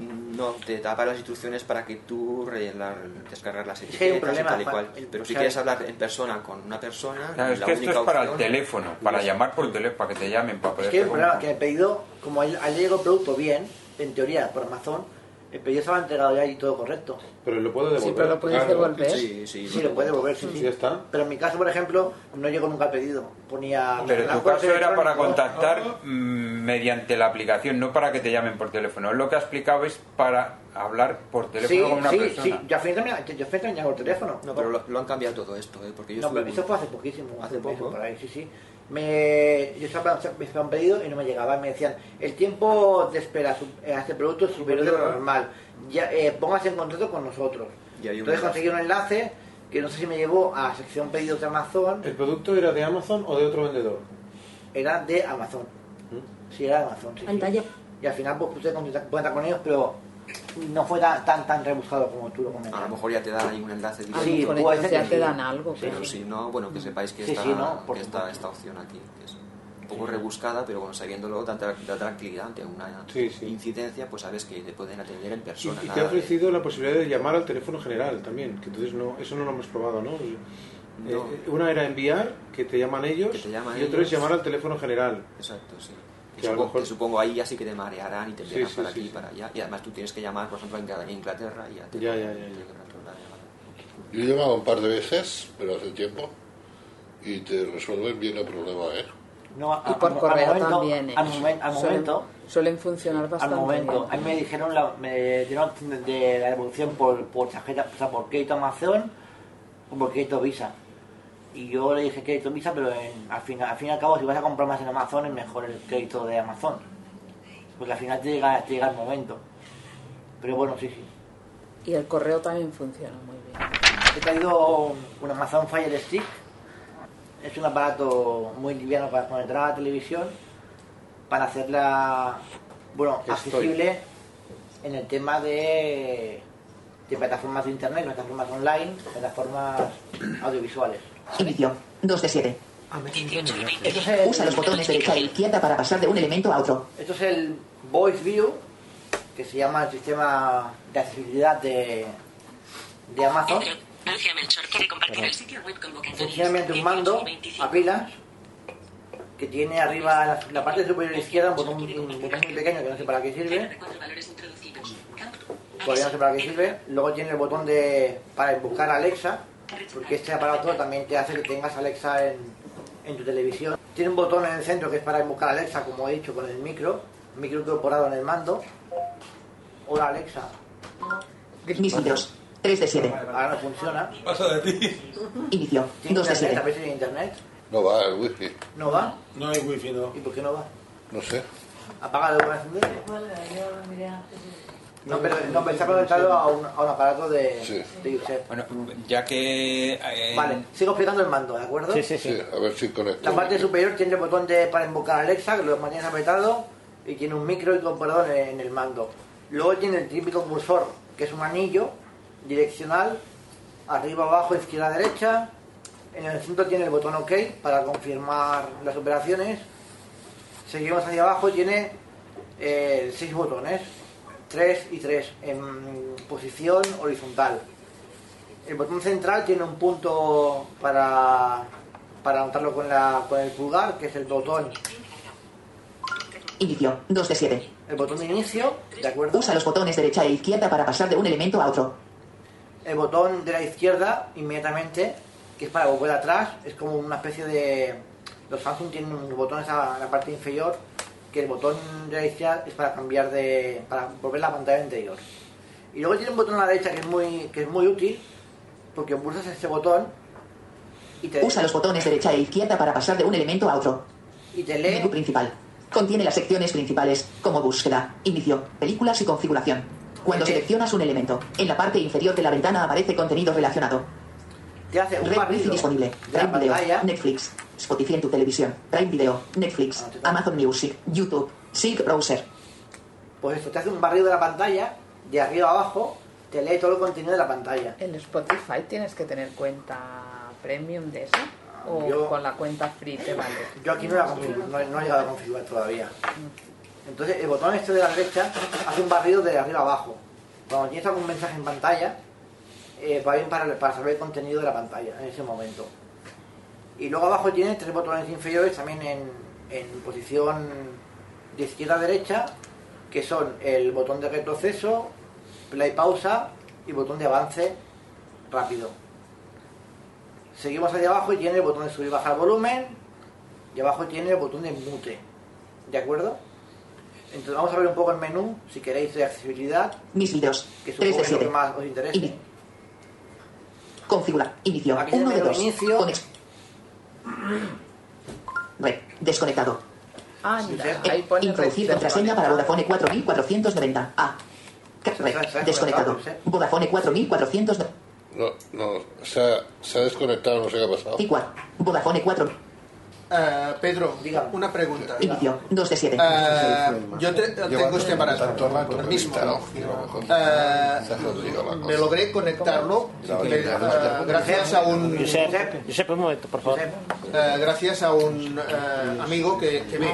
[SPEAKER 9] No, te daba las instrucciones para que tú rellenar, descargar las
[SPEAKER 5] que hay
[SPEAKER 9] etiquetas
[SPEAKER 5] un
[SPEAKER 9] y
[SPEAKER 5] problema,
[SPEAKER 9] tal y
[SPEAKER 5] Juan.
[SPEAKER 9] cual.
[SPEAKER 5] El-
[SPEAKER 9] Pero si
[SPEAKER 5] o sea,
[SPEAKER 9] quieres hablar en persona con una persona,
[SPEAKER 13] Claro, es
[SPEAKER 9] la
[SPEAKER 13] que esto
[SPEAKER 9] única
[SPEAKER 13] es para el
[SPEAKER 9] opción-
[SPEAKER 13] teléfono, para llamar por teléfono, para que te llamen, para este
[SPEAKER 5] Es
[SPEAKER 13] poder
[SPEAKER 5] que hay un
[SPEAKER 13] hacer
[SPEAKER 5] problema,
[SPEAKER 13] un-
[SPEAKER 5] que el pedido, como al al llegado el producto bien, en teoría por Amazon, el pedido estaba entregado ya y todo correcto.
[SPEAKER 3] Pero lo puedo devolver.
[SPEAKER 5] Sí, pero lo puedes
[SPEAKER 3] Claro.
[SPEAKER 5] devolver.
[SPEAKER 9] Sí, sí,
[SPEAKER 5] Sí, lo puede devolver, sí, sí.
[SPEAKER 3] Ya está.
[SPEAKER 5] Pero en mi caso, por ejemplo, no llegó nunca el pedido. Ponía...
[SPEAKER 13] Pero
[SPEAKER 5] la
[SPEAKER 13] tu
[SPEAKER 5] correo
[SPEAKER 13] caso era para
[SPEAKER 5] electrónico.
[SPEAKER 13] contactar mm, mediante la aplicación, no para que te llamen por teléfono. Lo que ha explicado es para hablar por teléfono con una
[SPEAKER 5] sí,
[SPEAKER 13] persona.
[SPEAKER 5] Sí, yo al final terminaba- yo al final terminaba por teléfono.
[SPEAKER 9] No, pero lo, lo han cambiado todo esto, ¿eh? porque yo
[SPEAKER 5] No, pero
[SPEAKER 9] estuve-
[SPEAKER 5] eso fue hace poquísimo,
[SPEAKER 9] Hace
[SPEAKER 5] hace, un mes
[SPEAKER 9] poco.
[SPEAKER 5] por ahí, sí, sí. Me, yo estaba, me estaban pedido y no me llegaba. Me decían, el tiempo de espera su- eh, a este producto es superior a lo normal. Ya, eh, póngase en contacto con nosotros.
[SPEAKER 9] Y hay un enlace.
[SPEAKER 5] Entonces conseguí un enlace que no sé si me llevó a la sección pedidos de Amazon.
[SPEAKER 3] ¿El producto era de Amazon o de otro vendedor? ¿Mm?
[SPEAKER 5] Era de Amazon. Sí, era de Amazon. sí, sí. Y al final pues puse contacto- cuenta con ellos, pero no fue tan tan, tan rebuscado como tú lo comentas.
[SPEAKER 9] A lo mejor ya te dan ahí un enlace directo.
[SPEAKER 5] Ah, Sí, Con puede ellos ser Pues ya que te sí. dan
[SPEAKER 7] algo,
[SPEAKER 9] Pero
[SPEAKER 5] sí.
[SPEAKER 9] si no, bueno, que sepáis que,
[SPEAKER 5] Sí,
[SPEAKER 9] está,
[SPEAKER 5] sí, no,
[SPEAKER 9] que está esta opción aquí, que es un poco rebuscada, pero bueno, sabiéndolo, da, tra- da tranquilidad ante una incidencia, pues sabes que te pueden atender en
[SPEAKER 3] Y,
[SPEAKER 9] persona.
[SPEAKER 3] y
[SPEAKER 9] No.
[SPEAKER 3] Eh, una era enviar, que te llaman ellos,
[SPEAKER 9] llaman
[SPEAKER 3] y otro es
[SPEAKER 9] ellos.
[SPEAKER 3] llamar al teléfono general.
[SPEAKER 9] Exacto, sí. Que
[SPEAKER 3] Que a lo
[SPEAKER 9] supongo,
[SPEAKER 3] mejor-
[SPEAKER 9] que supongo ahí ya sí que te marearán y te
[SPEAKER 3] Sí,
[SPEAKER 9] enviarán
[SPEAKER 3] sí,
[SPEAKER 9] para
[SPEAKER 3] sí,
[SPEAKER 9] aquí y
[SPEAKER 3] sí.
[SPEAKER 9] para allá. Y además tú tienes que llamar, por ejemplo, a Ingl- Inglaterra y ya te
[SPEAKER 3] Ya, ya, ya,
[SPEAKER 9] te controlan.
[SPEAKER 6] Yo he llamado un par de veces, pero hace tiempo, y te resuelven bien el problema, ¿eh?
[SPEAKER 5] No, a-
[SPEAKER 7] Y por
[SPEAKER 5] a- a
[SPEAKER 7] correo
[SPEAKER 5] momento-
[SPEAKER 7] también. ¿eh?
[SPEAKER 5] Al, momen- al
[SPEAKER 7] Suelen-
[SPEAKER 5] momento,
[SPEAKER 7] Suelen funcionar
[SPEAKER 5] al
[SPEAKER 7] bastante.
[SPEAKER 5] momento, a
[SPEAKER 7] bien.
[SPEAKER 5] mí me dijeron la, me dieron la opción de, de la devolución por, por tarjeta, o sea, por crédito Amazon o por crédito Visa. Y yo le dije crédito Visa, pero en- al, fin, al fin y al cabo, si vas a comprar más en Amazon, es mejor el crédito de Amazon. Porque al final te llega, te llega el momento. Pero bueno, sí, sí.
[SPEAKER 7] Y el correo también funciona muy bien.
[SPEAKER 5] He traído un Amazon Fire Stick. Es un aparato muy liviano para conectar a la televisión, para hacerla, bueno,
[SPEAKER 3] Estoy.
[SPEAKER 5] accesible en el tema de, de plataformas de internet, plataformas online, plataformas audiovisuales.
[SPEAKER 19] Inicio. 2 de 7.
[SPEAKER 5] Esto es el-
[SPEAKER 19] este. Usa los botones derecha e izquierda para pasar de un elemento a otro.
[SPEAKER 5] Esto es el Voice View, que se llama el sistema de accesibilidad de, de Amazon.
[SPEAKER 14] Anuncia Melchor quiere compartir el sitio web con
[SPEAKER 5] Sencillamente un mando a pilas que tiene arriba la, la parte superior izquierda un botón, un botón muy pequeño que no sé para qué sirve. Todavía no sé para qué sirve. Luego tiene el botón de para buscar Alexa, porque este aparato también te hace que tengas Alexa en, en tu televisión. Tiene un botón en el centro que es para buscar Alexa, como he dicho, con el micro, micro incorporado en el mando. Hola Alexa.
[SPEAKER 19] Mis vídeos. 3 de 7.
[SPEAKER 5] Ahora no funciona.
[SPEAKER 11] Pasa de ti.
[SPEAKER 19] Inicio. 2 de
[SPEAKER 5] Internet, a
[SPEAKER 19] 7.
[SPEAKER 5] veces tiene internet.
[SPEAKER 6] No va el wifi,
[SPEAKER 5] ¿No va?
[SPEAKER 11] No hay wifi, no.
[SPEAKER 5] ¿Y por qué no va?
[SPEAKER 6] no sé.
[SPEAKER 5] Apaga la encender.
[SPEAKER 16] Cuelga, yo lo miré antes de-
[SPEAKER 5] No, pero, no, pero está conectado a un, a un aparato de, de Josep.
[SPEAKER 13] Bueno, ya que... eh,
[SPEAKER 5] Vale, sigo explicando el mando, ¿de acuerdo?
[SPEAKER 6] a ver si conecto.
[SPEAKER 5] La parte superior tiene el botón de, para invocar a Alexa, que lo mantienes apretado, y tiene un micro incorporado en el, en el mando. Luego tiene el típico cursor, que es un anillo direccional, arriba, abajo, izquierda, derecha. En el centro tiene el botón OK para confirmar las operaciones. Seguimos hacia abajo, tiene eh, seis botones, 3 y 3, en posición horizontal. El botón central tiene un punto para, para anotarlo con, la, con el pulgar, que es el botón,
[SPEAKER 19] Inicio. 2 de 7.
[SPEAKER 5] el botón de inicio, ¿de acuerdo?
[SPEAKER 19] Usa los botones derecha e izquierda para pasar de un elemento a otro.
[SPEAKER 5] El botón de la izquierda, inmediatamente, que es para volver atrás, es como una especie de... Los Samsung tienen unos botones a la parte inferior, que el botón de la izquierda es para cambiar de... para volver la pantalla interior. Y luego tiene un botón a la derecha que es muy, que es muy útil, porque pulsas este botón y te,
[SPEAKER 19] Usa los botones derecha e izquierda para pasar de un elemento a otro.
[SPEAKER 5] y te lee...
[SPEAKER 19] Menú principal. Contiene las secciones principales, como búsqueda, inicio, películas y configuración. Cuando seleccionas un elemento, en la parte inferior de la ventana aparece contenido relacionado.
[SPEAKER 5] Te hace un
[SPEAKER 19] Red
[SPEAKER 5] barrido
[SPEAKER 19] Wifi disponible.
[SPEAKER 5] de la
[SPEAKER 19] Prime Video,
[SPEAKER 5] pantalla.
[SPEAKER 19] Netflix, Spotify en tu televisión, Prime Video, Netflix,
[SPEAKER 5] Ah,
[SPEAKER 19] Amazon Music, YouTube, Silk Browser.
[SPEAKER 5] Pues esto, te hace un barrido de la pantalla, de arriba a abajo, te lee todo el contenido de la pantalla.
[SPEAKER 7] ¿En Spotify tienes que tener cuenta premium de eso? ¿O
[SPEAKER 5] Yo-
[SPEAKER 7] con la cuenta free te vale?
[SPEAKER 5] Yo aquí no, la configuro, no, he- no he llegado a configurar todavía. Entonces el botón este de la derecha hace un barrido de arriba a abajo. Cuando tienes algún mensaje en pantalla, eh, va bien para, para saber el contenido de la pantalla en ese momento. Y luego abajo tienes tres botones inferiores también en, en posición de izquierda a derecha, que son el botón de retroceso, play pausa y botón de avance rápido. Seguimos hacia abajo y tiene el botón de subir y bajar volumen, y abajo tiene el botón de mute. ¿De acuerdo? Entonces vamos a ver un poco el menú, si queréis, de accesibilidad,
[SPEAKER 19] Mis vídeos.
[SPEAKER 5] que
[SPEAKER 19] 3 de
[SPEAKER 5] supongo que es lo que
[SPEAKER 19] 7.
[SPEAKER 5] más os interese.
[SPEAKER 19] Configurar. Inicio.
[SPEAKER 5] Aquí tiene
[SPEAKER 19] 1 de
[SPEAKER 5] menú
[SPEAKER 19] 2.
[SPEAKER 5] inicio.
[SPEAKER 19] Red. Desconectado.
[SPEAKER 7] Anda,
[SPEAKER 19] Eh,
[SPEAKER 7] ahí pone
[SPEAKER 19] Introducir
[SPEAKER 7] red
[SPEAKER 19] contraseña para Vodafone 4490. A. Red. Ah, Desconectado. Vodafone 4490.
[SPEAKER 6] No, no, se ha, se ha desconectado, no sé qué ha
[SPEAKER 5] Oh.
[SPEAKER 6] pasado.
[SPEAKER 19] Igual. Vodafone 4.
[SPEAKER 20] Eh, Pedro, una pregunta.
[SPEAKER 19] Inicio. 2 de 7.
[SPEAKER 20] Eh, yo te- tengo este aparato, el mismo. Eh, me logré conectarlo le- eh, gracias a un
[SPEAKER 5] Josep,
[SPEAKER 20] un momento, por favor. gracias a un eh, amigo que, que ve,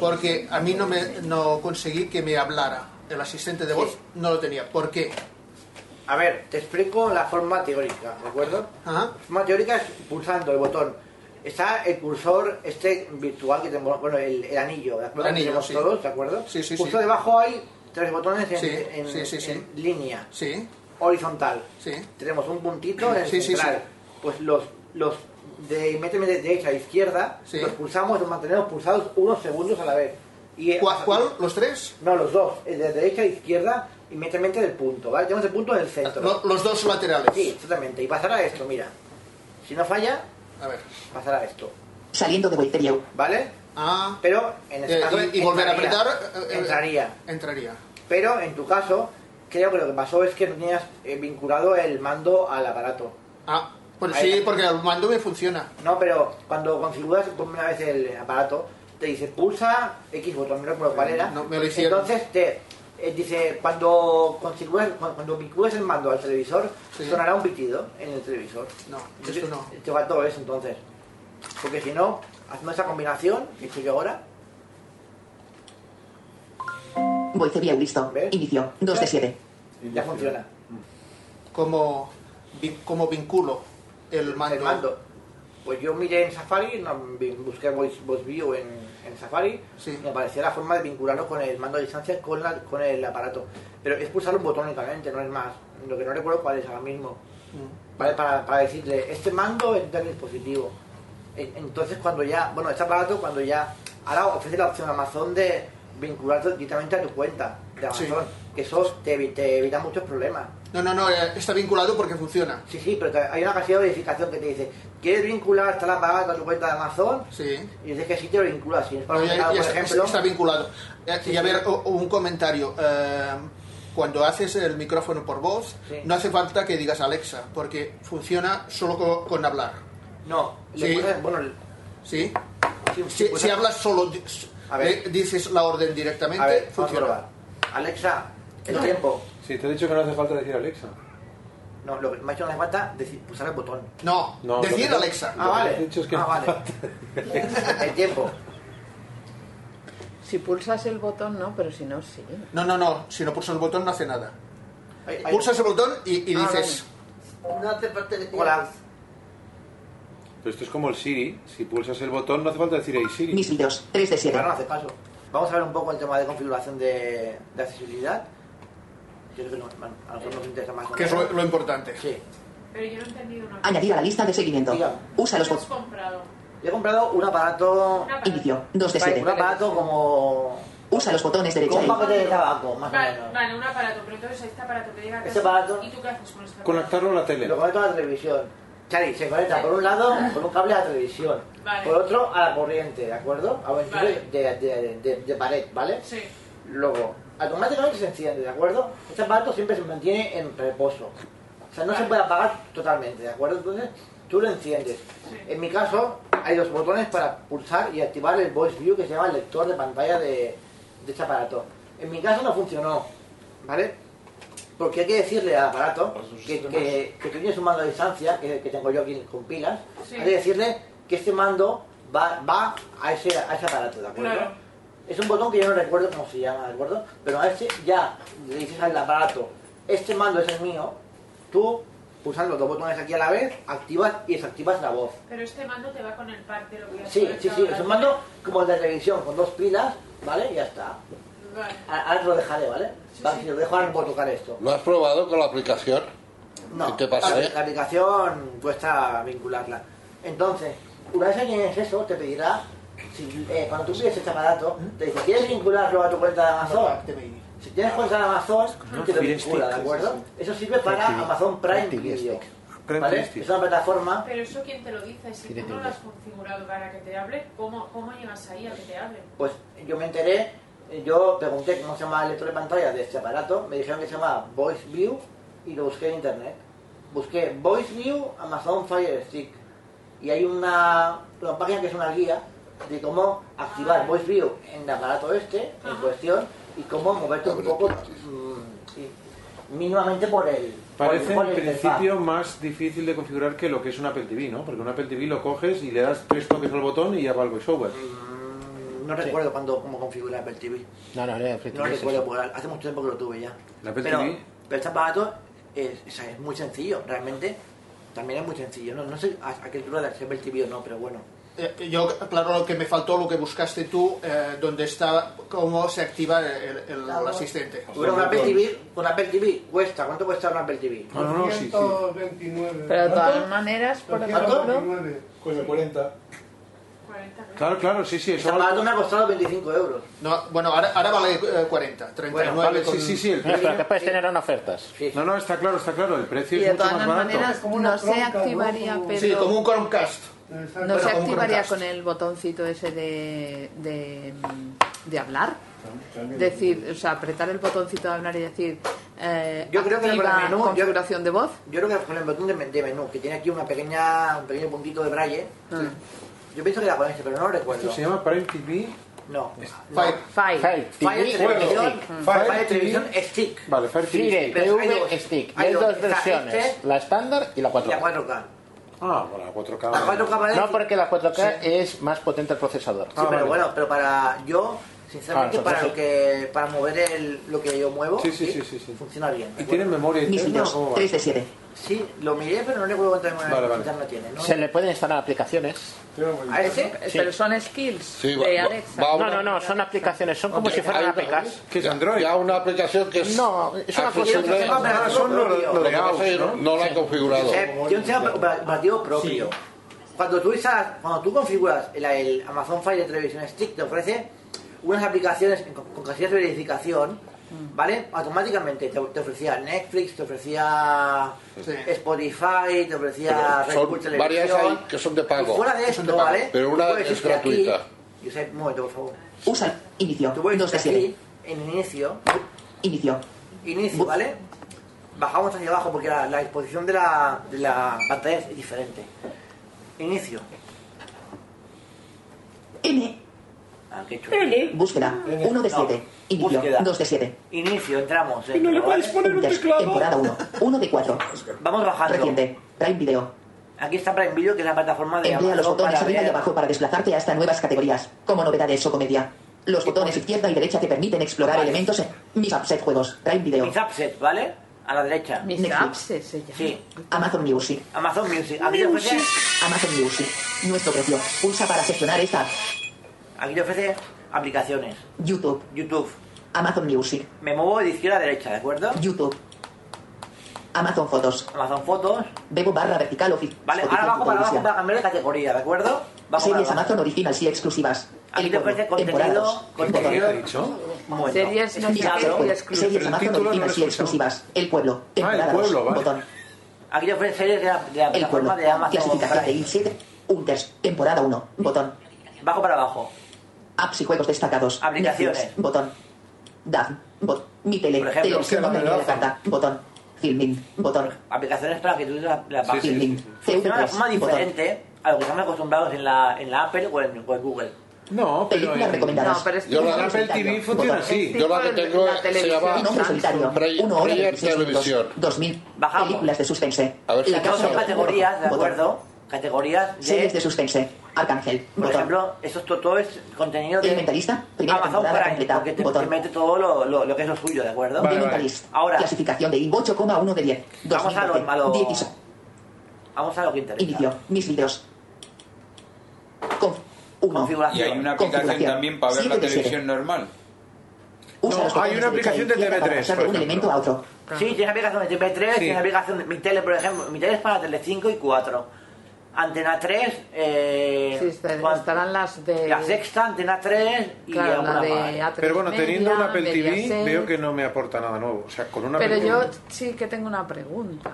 [SPEAKER 20] porque a mí no me no conseguí que me hablara el asistente de voz, no lo tenía. ¿Por qué?
[SPEAKER 5] A ver, te explico la forma teórica, ¿de acuerdo? La forma teórica es pulsando el botón. Está el cursor este virtual que tenemos, bueno, el, el anillo, ¿de acuerdo?
[SPEAKER 20] El anillo,
[SPEAKER 5] que tenemos
[SPEAKER 20] sí.
[SPEAKER 5] todos, ¿de acuerdo?
[SPEAKER 20] Sí, sí,
[SPEAKER 5] Justo
[SPEAKER 20] sí.
[SPEAKER 5] debajo hay tres botones en,
[SPEAKER 20] Sí,
[SPEAKER 5] en-
[SPEAKER 20] sí, sí, sí.
[SPEAKER 5] en línea. Horizontal. Tenemos un puntito en el
[SPEAKER 20] Sí, sí,
[SPEAKER 5] central.
[SPEAKER 20] sí.
[SPEAKER 5] Pues los, los de inmediatamente de derecha a izquierda,
[SPEAKER 20] Sí.
[SPEAKER 5] los pulsamos, los mantenemos pulsados unos segundos a la vez. Y,
[SPEAKER 20] ¿Cuál- cuál? ¿Los tres?
[SPEAKER 5] No, los dos. El de derecha a izquierda, inmediatamente del punto, ¿vale? Tenemos el punto en el centro.
[SPEAKER 20] Lo- los dos laterales.
[SPEAKER 5] Sí, exactamente. Y pasará esto, mira. Si no falla, a ver. pasará esto.
[SPEAKER 19] Saliendo de Webteriow.
[SPEAKER 5] ¿Vale?
[SPEAKER 20] Ah.
[SPEAKER 5] Pero en
[SPEAKER 20] Eh, entonces, y volver a apretar, eh, eh,
[SPEAKER 5] entraría.
[SPEAKER 20] Entraría.
[SPEAKER 5] Pero en tu caso, creo que lo que pasó es que no tenías eh, vinculado el mando al aparato.
[SPEAKER 20] Ah, pues
[SPEAKER 5] Ahí-
[SPEAKER 20] sí, porque el mando me funciona.
[SPEAKER 5] No, pero cuando configuras por primera vez el aparato, te dice pulsa X botón, no recuerdo cuál era.
[SPEAKER 20] No, me lo hicieron.
[SPEAKER 5] Entonces te eh, dice, cuando configuras, cuando, cuando vinculas el mando al televisor,
[SPEAKER 20] Sí.
[SPEAKER 5] sonará un pitido en el televisor.
[SPEAKER 20] No,
[SPEAKER 5] Entonces,
[SPEAKER 20] esto no.
[SPEAKER 5] Te faltó eso entonces. Porque si no, haciendo esa combinación, que he hecho yo ahora,
[SPEAKER 19] Webteriow listo. Inicio. 2 de 7.
[SPEAKER 5] ya funciona.
[SPEAKER 20] Como, vi- como vinculo el mando.
[SPEAKER 5] El mando. Pues yo miré en Safari, no, vi- busqué Voice, Voice View en, en Safari, me aparecía la forma de vincularlo con el mando a distancia con, la- con el aparato. Pero es pulsarlo botónicamente, no es más. Lo que no recuerdo cuál es ahora mismo. ¿Vale? Para, para decirle, este mando es del dispositivo. En- Entonces cuando ya, bueno, este aparato cuando ya, ahora ofrece la opción Amazon de vincularlo directamente a tu cuenta de
[SPEAKER 20] Sí.
[SPEAKER 5] Amazon, que eso te, evi- te evita muchos problemas.
[SPEAKER 20] No, no, no, eh, está vinculado porque funciona.
[SPEAKER 5] Sí, sí, pero te- hay una casilla de verificación que te dice, ¿quieres vincular tal aparato a tu cuenta de Amazon?
[SPEAKER 20] Sí.
[SPEAKER 5] Y dices que sí te lo vinculas. Si es para
[SPEAKER 20] No,
[SPEAKER 5] un
[SPEAKER 20] ya-
[SPEAKER 5] mercado,
[SPEAKER 20] ya
[SPEAKER 5] por
[SPEAKER 20] está,
[SPEAKER 5] ejemplo,
[SPEAKER 20] está vinculado. Eh,
[SPEAKER 5] Sí,
[SPEAKER 20] y a
[SPEAKER 5] sí.
[SPEAKER 20] ver, o- o un comentario. eh, cuando haces el micrófono por voz,
[SPEAKER 5] Sí.
[SPEAKER 20] no hace falta que digas Alexa, porque funciona solo co- con, hablar.
[SPEAKER 5] No, le
[SPEAKER 20] sí.
[SPEAKER 5] puedes- bueno,
[SPEAKER 20] sí.
[SPEAKER 5] sí,
[SPEAKER 20] Si,
[SPEAKER 5] puedes-
[SPEAKER 20] si hablas solo, di-
[SPEAKER 5] A ver.
[SPEAKER 20] le dices la orden directamente,
[SPEAKER 5] A ver, vamos a
[SPEAKER 20] funciona.
[SPEAKER 5] probar. Alexa, el tiempo.
[SPEAKER 3] Sí, te he dicho que no hace falta decir Alexa.
[SPEAKER 5] No, lo que me ha hecho no hace falta decir, pulsar el botón.
[SPEAKER 20] No,
[SPEAKER 3] No,
[SPEAKER 20] decir
[SPEAKER 3] lo que-
[SPEAKER 20] Alexa.
[SPEAKER 5] Ah,
[SPEAKER 3] Lo que
[SPEAKER 5] vale.
[SPEAKER 3] he dicho es que
[SPEAKER 5] Ah,
[SPEAKER 3] no
[SPEAKER 5] vale. el tiempo.
[SPEAKER 7] Si pulsas el botón, no, pero si no, sí.
[SPEAKER 20] No, no, no. Si no pulsas el botón, no hace nada.
[SPEAKER 7] ay.
[SPEAKER 20] Pulsas el botón y, y
[SPEAKER 7] Ah,
[SPEAKER 20] dices.
[SPEAKER 17] No hace falta que digas.
[SPEAKER 5] Hola.
[SPEAKER 3] Pero esto es como el Siri. Si pulsas el botón no hace falta decir Hey Siri.
[SPEAKER 19] Mis vídeos. 3 de 7.
[SPEAKER 5] Ahora no hace caso. Vamos a ver un poco el tema de configuración de, de accesibilidad. Yo creo que no- bueno, a nosotros nos interesa más.
[SPEAKER 20] Que es lo- lo importante.
[SPEAKER 5] Sí.
[SPEAKER 21] Pero yo no he entendido una cosa.
[SPEAKER 19] Añadir a la lista de seguimiento. Usa los
[SPEAKER 21] ¿Qué has
[SPEAKER 19] botones.
[SPEAKER 21] comprado?
[SPEAKER 5] Yo he comprado un aparato.
[SPEAKER 19] Inicio. 2 de
[SPEAKER 5] Vale,
[SPEAKER 19] 7.
[SPEAKER 5] Un aparato como.
[SPEAKER 19] Usa los botones derecha
[SPEAKER 5] Como
[SPEAKER 19] y.
[SPEAKER 5] un paquete de tabaco, más o
[SPEAKER 21] Vale,
[SPEAKER 5] menos.
[SPEAKER 21] vale, un aparato, pero entonces este aparato que llega a
[SPEAKER 5] Este
[SPEAKER 21] casa,
[SPEAKER 5] aparato-
[SPEAKER 21] ¿Y tú qué haces con este aparato?
[SPEAKER 3] Conectarlo a la tele.
[SPEAKER 5] Lo conecto a la televisión. Chari, se conecta por un lado con un cable a la televisión,
[SPEAKER 21] Vale.
[SPEAKER 5] por otro a la corriente, ¿de acuerdo? A un enchufe
[SPEAKER 21] Vale.
[SPEAKER 5] de, de- de- de pared, ¿vale?
[SPEAKER 21] Sí.
[SPEAKER 5] Luego, automáticamente se enciende, ¿de acuerdo? Este aparato siempre se mantiene en reposo. O sea, no se puede apagar totalmente, ¿de acuerdo? Entonces, tú lo enciendes. En mi caso, hay dos botones para pulsar y activar el Voice View que se llama el lector de pantalla de, de este aparato. En mi caso no funcionó, ¿vale? Porque hay que decirle al aparato que, que, que tú tienes un mando a distancia, que, que tengo yo aquí con pilas,
[SPEAKER 21] Sí.
[SPEAKER 5] hay que decirle que este mando va, va a, ese, a ese aparato, ¿de acuerdo?
[SPEAKER 21] Claro.
[SPEAKER 5] Es un botón que yo no recuerdo cómo se llama, ¿de acuerdo? Pero a este ya le dices al aparato, este mando es el mío, tú pulsando los dos botones aquí a la vez, activas y desactivas la voz.
[SPEAKER 21] Pero este mando te va con el pack de lo que has
[SPEAKER 5] Sí, sí, sí,
[SPEAKER 21] conectado a la
[SPEAKER 5] es
[SPEAKER 21] tele.
[SPEAKER 5] un mando como el de televisión, con dos pilas, ¿vale? Y ya está.
[SPEAKER 21] Vale.
[SPEAKER 5] A- Ahora te lo dejaré, ¿vale? Vale, te lo dejo ahora no puedo tocar esto.
[SPEAKER 6] ¿Lo has probado con la aplicación?
[SPEAKER 5] No,
[SPEAKER 6] ¿Qué te pasa,
[SPEAKER 5] la,
[SPEAKER 6] eh?
[SPEAKER 5] la aplicación cuesta vincularla. Entonces, una vez que tienes eso, te pedirá, si, eh, cuando tú pides este aparato, te dice, ¿quieres vincularlo a tu cuenta de Amazon? Si tienes cuenta de Amazon,
[SPEAKER 3] No,
[SPEAKER 5] te lo
[SPEAKER 3] Fire
[SPEAKER 5] vincula, ¿de
[SPEAKER 3] Stick,
[SPEAKER 5] acuerdo?
[SPEAKER 3] sí,
[SPEAKER 5] Eso sirve para
[SPEAKER 3] Fire TV,
[SPEAKER 5] Amazon Prime
[SPEAKER 3] Fire TV
[SPEAKER 5] Video.
[SPEAKER 3] Prime
[SPEAKER 5] ¿vale?
[SPEAKER 3] TV Stick.
[SPEAKER 5] Es una plataforma
[SPEAKER 21] Pero eso quién te lo dice, si tú no lo has configurado para que te hable, ¿cómo, cómo llegas ahí a que te hable?
[SPEAKER 5] Pues yo me enteré, yo pregunté cómo se llama el lector de pantalla de este aparato, me dijeron que se llama Voice View y lo busqué en internet. Busqué Voice View Amazon Fire Stick y hay una, una página que es una guía de cómo activar Voice View en el aparato este en cuestión y cómo moverte un poco mm, sí, mínimamente por el por el-
[SPEAKER 3] Parece
[SPEAKER 5] por
[SPEAKER 3] en
[SPEAKER 5] la interfaz.
[SPEAKER 3] principio más difícil de configurar que lo que es un Apple TV, ¿no? Porque un Apple TV lo coges y le das tres toques al botón y ya va el voiceover.
[SPEAKER 5] Mm, No recuerdo cuándo, cómo configurar Apple TV.
[SPEAKER 4] No, no, no,
[SPEAKER 5] No recuerdo, porque hace mucho tiempo que lo tuve ya.
[SPEAKER 3] La Apple
[SPEAKER 5] pero,
[SPEAKER 3] TV.
[SPEAKER 5] pero este aparato es, o sea, es muy sencillo, realmente también es muy sencillo. No, no sé a, a qué altura de acceso el TV o no, pero bueno.
[SPEAKER 20] Eh, Yo, claro, lo que me faltó, lo que buscaste tú, eh, donde está, cómo se activa el, el- el asistente.
[SPEAKER 5] Bueno, un Apple TV, un Apple TV cuesta, ¿cuánto cuesta un Apple TV?
[SPEAKER 20] No, no, no, sí, sí.
[SPEAKER 10] 229.
[SPEAKER 7] Pero de todas maneras, por ejemplo,
[SPEAKER 11] Con el 40.
[SPEAKER 3] Claro, claro, sí, sí. Eso
[SPEAKER 5] barato me ha costado 25 euros.
[SPEAKER 20] No, bueno, ahora, ahora vale eh, 40, 39.
[SPEAKER 3] vale,
[SPEAKER 20] con-
[SPEAKER 3] sí, sí, sí. El
[SPEAKER 20] Pero
[SPEAKER 3] precio-
[SPEAKER 20] que puedes tener
[SPEAKER 4] Este eran ofertas.
[SPEAKER 3] No, no, está claro, está claro. El precio
[SPEAKER 20] Y
[SPEAKER 3] es
[SPEAKER 20] de
[SPEAKER 3] mucho
[SPEAKER 20] todas
[SPEAKER 3] más
[SPEAKER 20] las
[SPEAKER 3] barato.
[SPEAKER 20] maneras,
[SPEAKER 7] no se activaría,
[SPEAKER 20] Sí,
[SPEAKER 7] pero...
[SPEAKER 20] como un Chromecast.
[SPEAKER 7] No
[SPEAKER 20] Bueno,
[SPEAKER 7] se
[SPEAKER 20] como un
[SPEAKER 7] activaría
[SPEAKER 20] Chromecast.
[SPEAKER 7] con el botoncito ese de, de, de hablar. Decir, o sea, apretar el botoncito de hablar y decir, eh,
[SPEAKER 5] Yo creo que
[SPEAKER 7] activa
[SPEAKER 5] con el menú, yo-
[SPEAKER 7] configuración de voz.
[SPEAKER 5] Yo creo que con el botón de, men- de menú, que tiene aquí una pequeña, un pequeño puntito de braille, yo pienso que la conoce, pero no lo recuerdo.
[SPEAKER 3] ¿Esto se llama Prime TV?
[SPEAKER 5] No.
[SPEAKER 3] Fire.
[SPEAKER 7] Fire.
[SPEAKER 4] Fire
[SPEAKER 5] Fire
[SPEAKER 4] TV
[SPEAKER 5] Television, Mm.
[SPEAKER 4] Stick.
[SPEAKER 5] Fire,
[SPEAKER 4] Fire
[SPEAKER 5] Television Stick.
[SPEAKER 3] Vale, Fire
[SPEAKER 4] Fire
[SPEAKER 5] Pero hay dos-
[SPEAKER 4] TV Stick. Y
[SPEAKER 5] hay
[SPEAKER 4] hay dos
[SPEAKER 5] está
[SPEAKER 4] versiones,
[SPEAKER 5] este
[SPEAKER 4] la estándar y la
[SPEAKER 5] y la
[SPEAKER 4] 4K.
[SPEAKER 5] 4K.
[SPEAKER 3] Ah, bueno, la 4K.
[SPEAKER 5] La 4K vale-
[SPEAKER 4] No, porque la 4K es más potente el procesador.
[SPEAKER 3] Ah,
[SPEAKER 5] Sí, pero bueno, pero para yo, sinceramente,
[SPEAKER 4] Ah,
[SPEAKER 5] para
[SPEAKER 4] entonces-
[SPEAKER 5] lo que para mover el, lo que yo muevo,
[SPEAKER 3] Sí, sí, sí,
[SPEAKER 5] funciona bien.
[SPEAKER 3] ¿Y tiene memoria
[SPEAKER 5] Mis
[SPEAKER 3] interna?
[SPEAKER 5] dos,
[SPEAKER 3] ¿Cómo va?
[SPEAKER 5] tres de siete. Sí, lo miré, pero no le puedo contar
[SPEAKER 4] Vale,
[SPEAKER 5] memoria
[SPEAKER 4] vale.
[SPEAKER 5] interna tiene, ¿no?
[SPEAKER 4] Se le pueden instalar aplicaciones.
[SPEAKER 5] ¿A ese?
[SPEAKER 4] Sí.
[SPEAKER 7] Pero son skills
[SPEAKER 6] Sí, va-
[SPEAKER 7] de
[SPEAKER 6] va-
[SPEAKER 7] Alexa.
[SPEAKER 6] va
[SPEAKER 4] No, no, no, son aplicaciones, son como si fueran APKs.
[SPEAKER 3] ¿Qué es Android?
[SPEAKER 6] Ya una aplicación que es.
[SPEAKER 4] No, es una cosa-
[SPEAKER 6] accesible.
[SPEAKER 4] Ah, pero son lo- lo
[SPEAKER 6] Lo
[SPEAKER 4] de
[SPEAKER 6] que pasa
[SPEAKER 4] House,
[SPEAKER 6] es que
[SPEAKER 4] ¿no?
[SPEAKER 6] No la he configurado.
[SPEAKER 5] Eh, yo un sistema opera- operativo propio. Cuando tú usas, cuando tú configuras el, el Amazon Fire Television Stick te ofrece unas aplicaciones con, con casillas de verificación, ¿vale? Automáticamente te, te ofrecía Netflix, te ofrecía Spotify, te ofrecía
[SPEAKER 6] Pero
[SPEAKER 5] Red Bull
[SPEAKER 6] son varias
[SPEAKER 5] Televisión.
[SPEAKER 6] ahí que son de pago.
[SPEAKER 5] Y fuera de
[SPEAKER 6] Que son de
[SPEAKER 5] esto,
[SPEAKER 6] pago.
[SPEAKER 5] ¿vale?
[SPEAKER 6] Pero una
[SPEAKER 5] Tú puedes
[SPEAKER 6] es
[SPEAKER 5] irte aquí-
[SPEAKER 6] gratuita.
[SPEAKER 5] Josep, un momento, por favor.
[SPEAKER 19] Usa. Inicio.
[SPEAKER 5] Tú puedes
[SPEAKER 19] 2 de
[SPEAKER 5] irte
[SPEAKER 19] 7.
[SPEAKER 5] aquí, en inicio,
[SPEAKER 19] Inicio.
[SPEAKER 5] Inicio, ¿vale? Bajamos hacia abajo porque la, la exposición de la, de la pantalla es diferente. Inicio.
[SPEAKER 19] N.
[SPEAKER 5] Ah, qué chulo.
[SPEAKER 19] Búsqueda. 1 de
[SPEAKER 5] No,
[SPEAKER 19] 7. Inicio.
[SPEAKER 5] búsqueda.
[SPEAKER 19] 2 de 7.
[SPEAKER 5] Inicio, entramos.
[SPEAKER 19] Y no le
[SPEAKER 5] puedes poner un teclado.
[SPEAKER 19] Temporada 1. 1 de 4.
[SPEAKER 5] Vamos bajando.
[SPEAKER 19] Reciente. Prime Video.
[SPEAKER 5] Aquí está Prime Video, que es la plataforma de
[SPEAKER 19] Emplea los
[SPEAKER 5] Amazon
[SPEAKER 19] botones
[SPEAKER 5] para
[SPEAKER 19] arriba y
[SPEAKER 5] ver-
[SPEAKER 19] abajo para desplazarte hasta nuevas categorías, como novedades o comedia. Los botones izquierda y derecha te permiten explorar elementos en Mis Upset Juegos, Prime Video,
[SPEAKER 5] Mis Upset, ¿vale? A la derecha. Mis Upset se llama. Sí.
[SPEAKER 19] Amazon Music.
[SPEAKER 5] Amazon Music. Aquí te ofrece,
[SPEAKER 19] Amazon Music. Nuestro precio. Pulsa para gestionar esta app.
[SPEAKER 5] aquí te ofrece aplicaciones.
[SPEAKER 19] YouTube.
[SPEAKER 5] YouTube.
[SPEAKER 19] Amazon Music.
[SPEAKER 5] Me muevo de izquierda a derecha, ¿de acuerdo?
[SPEAKER 19] YouTube. Amazon Fotos.
[SPEAKER 5] Amazon Fotos.
[SPEAKER 19] Bebo barra vertical ofi-
[SPEAKER 5] Vale,
[SPEAKER 19] Spotify
[SPEAKER 5] ahora bajo para abajo
[SPEAKER 19] Televisión.
[SPEAKER 5] para cambiar de categoría, ¿de acuerdo? Bajo
[SPEAKER 19] Series
[SPEAKER 5] para abajo.
[SPEAKER 19] Amazon Originals y exclusivas.
[SPEAKER 5] Aquí te ofrece
[SPEAKER 19] Temporada
[SPEAKER 5] contenido,
[SPEAKER 19] dos.
[SPEAKER 5] contenido.
[SPEAKER 19] Botón.
[SPEAKER 5] Momento.
[SPEAKER 19] Series
[SPEAKER 5] Escuchado.
[SPEAKER 19] Amazon Originals y exclusivas. Ah, El Pueblo. Temporada
[SPEAKER 5] Ah, Pueblo,
[SPEAKER 19] dos.
[SPEAKER 5] vale.
[SPEAKER 19] Botón.
[SPEAKER 5] Aquí te ofrece series de la, de la
[SPEAKER 19] El Pueblo.
[SPEAKER 5] plataforma de Amazon. Mm.
[SPEAKER 19] Clasificación de
[SPEAKER 5] Prime.
[SPEAKER 19] Inside. Unters. Temporada 1. Botón.
[SPEAKER 5] Bajo para abajo.
[SPEAKER 19] Apps y juegos destacados.
[SPEAKER 5] Aplicaciones.
[SPEAKER 19] Netflix, Botón. DAF. Bot. Mi tele.
[SPEAKER 5] Por ejemplo,
[SPEAKER 19] Televisión
[SPEAKER 5] Hostia, la
[SPEAKER 19] contenido de la
[SPEAKER 5] amenaza.
[SPEAKER 19] carta. Botón. Filming. Botón.
[SPEAKER 5] Aplicaciones para que tú la, la
[SPEAKER 19] Sí,
[SPEAKER 5] bajes.
[SPEAKER 19] sí, sí, sí.
[SPEAKER 5] Funciona de una forma
[SPEAKER 19] Botón.
[SPEAKER 5] diferente a lo que estamos acostumbrados en la, en la Apple o en, o en Google. pero
[SPEAKER 3] No,
[SPEAKER 19] Películas
[SPEAKER 5] en-
[SPEAKER 19] recomendadas.
[SPEAKER 5] No, pero es que
[SPEAKER 6] Yo
[SPEAKER 5] en
[SPEAKER 6] la
[SPEAKER 5] Apple TV funciona así.
[SPEAKER 6] Yo la que
[SPEAKER 5] Tipo en
[SPEAKER 6] tengo
[SPEAKER 5] la
[SPEAKER 6] se
[SPEAKER 5] televisión.
[SPEAKER 6] llama
[SPEAKER 19] Nombre solitario. 1 hora
[SPEAKER 6] Player
[SPEAKER 19] 16 minutos.
[SPEAKER 6] Televisión.
[SPEAKER 19] 2000. Películas de suspense.
[SPEAKER 6] A ver si-
[SPEAKER 19] La
[SPEAKER 5] Aquí
[SPEAKER 19] casa
[SPEAKER 5] son
[SPEAKER 19] del
[SPEAKER 5] categorías, ¿de
[SPEAKER 19] Botón.
[SPEAKER 5] acuerdo? Categorías de...
[SPEAKER 19] Series de suspense. Arcángel.
[SPEAKER 5] Por ejemplo, eso es to- todo es contenido de Amazon Prime, porque te, te mete todo lo, lo- lo que es lo suyo, ¿de acuerdo?
[SPEAKER 19] Vale,
[SPEAKER 5] Ahora,
[SPEAKER 19] Clasificación de 8,1 de 10.
[SPEAKER 5] Vamos a lo-
[SPEAKER 19] 2012,
[SPEAKER 5] a lo-
[SPEAKER 19] 16.
[SPEAKER 5] vamos a lo que interesa.
[SPEAKER 19] Inicio. Mis vídeos. Conf- uno.
[SPEAKER 13] Y hay una aplicación
[SPEAKER 19] Configuración.
[SPEAKER 13] también para ver
[SPEAKER 19] Siete
[SPEAKER 13] la
[SPEAKER 19] de siete.
[SPEAKER 13] televisión normal.
[SPEAKER 19] Usa
[SPEAKER 13] No,
[SPEAKER 19] los
[SPEAKER 13] hay
[SPEAKER 19] botones
[SPEAKER 13] una aplicación de
[SPEAKER 19] derecha y izquierda para
[SPEAKER 13] TV3,
[SPEAKER 19] pasar
[SPEAKER 13] por
[SPEAKER 19] de un
[SPEAKER 13] ejemplo.
[SPEAKER 19] elemento a otro.
[SPEAKER 5] Sí, tiene aplicación de TV3,
[SPEAKER 19] Sí.
[SPEAKER 5] tiene aplicación de mi tele, por ejemplo. Mi tele es para Tele 5 y 4. Antena 3, eh,
[SPEAKER 7] Sí, está-
[SPEAKER 5] Juan-
[SPEAKER 7] estarán las de...
[SPEAKER 5] la sexta, Antena 3 y
[SPEAKER 7] Claro,
[SPEAKER 5] alguna
[SPEAKER 7] la de A3
[SPEAKER 5] más.
[SPEAKER 3] Pero bueno, teniendo
[SPEAKER 7] media,
[SPEAKER 3] una Apple TV,
[SPEAKER 7] Mediaset.
[SPEAKER 3] veo que no me aporta nada nuevo. O sea, con una
[SPEAKER 7] Pero
[SPEAKER 3] Apple
[SPEAKER 7] yo
[SPEAKER 3] TV-
[SPEAKER 7] sí que tengo una pregunta,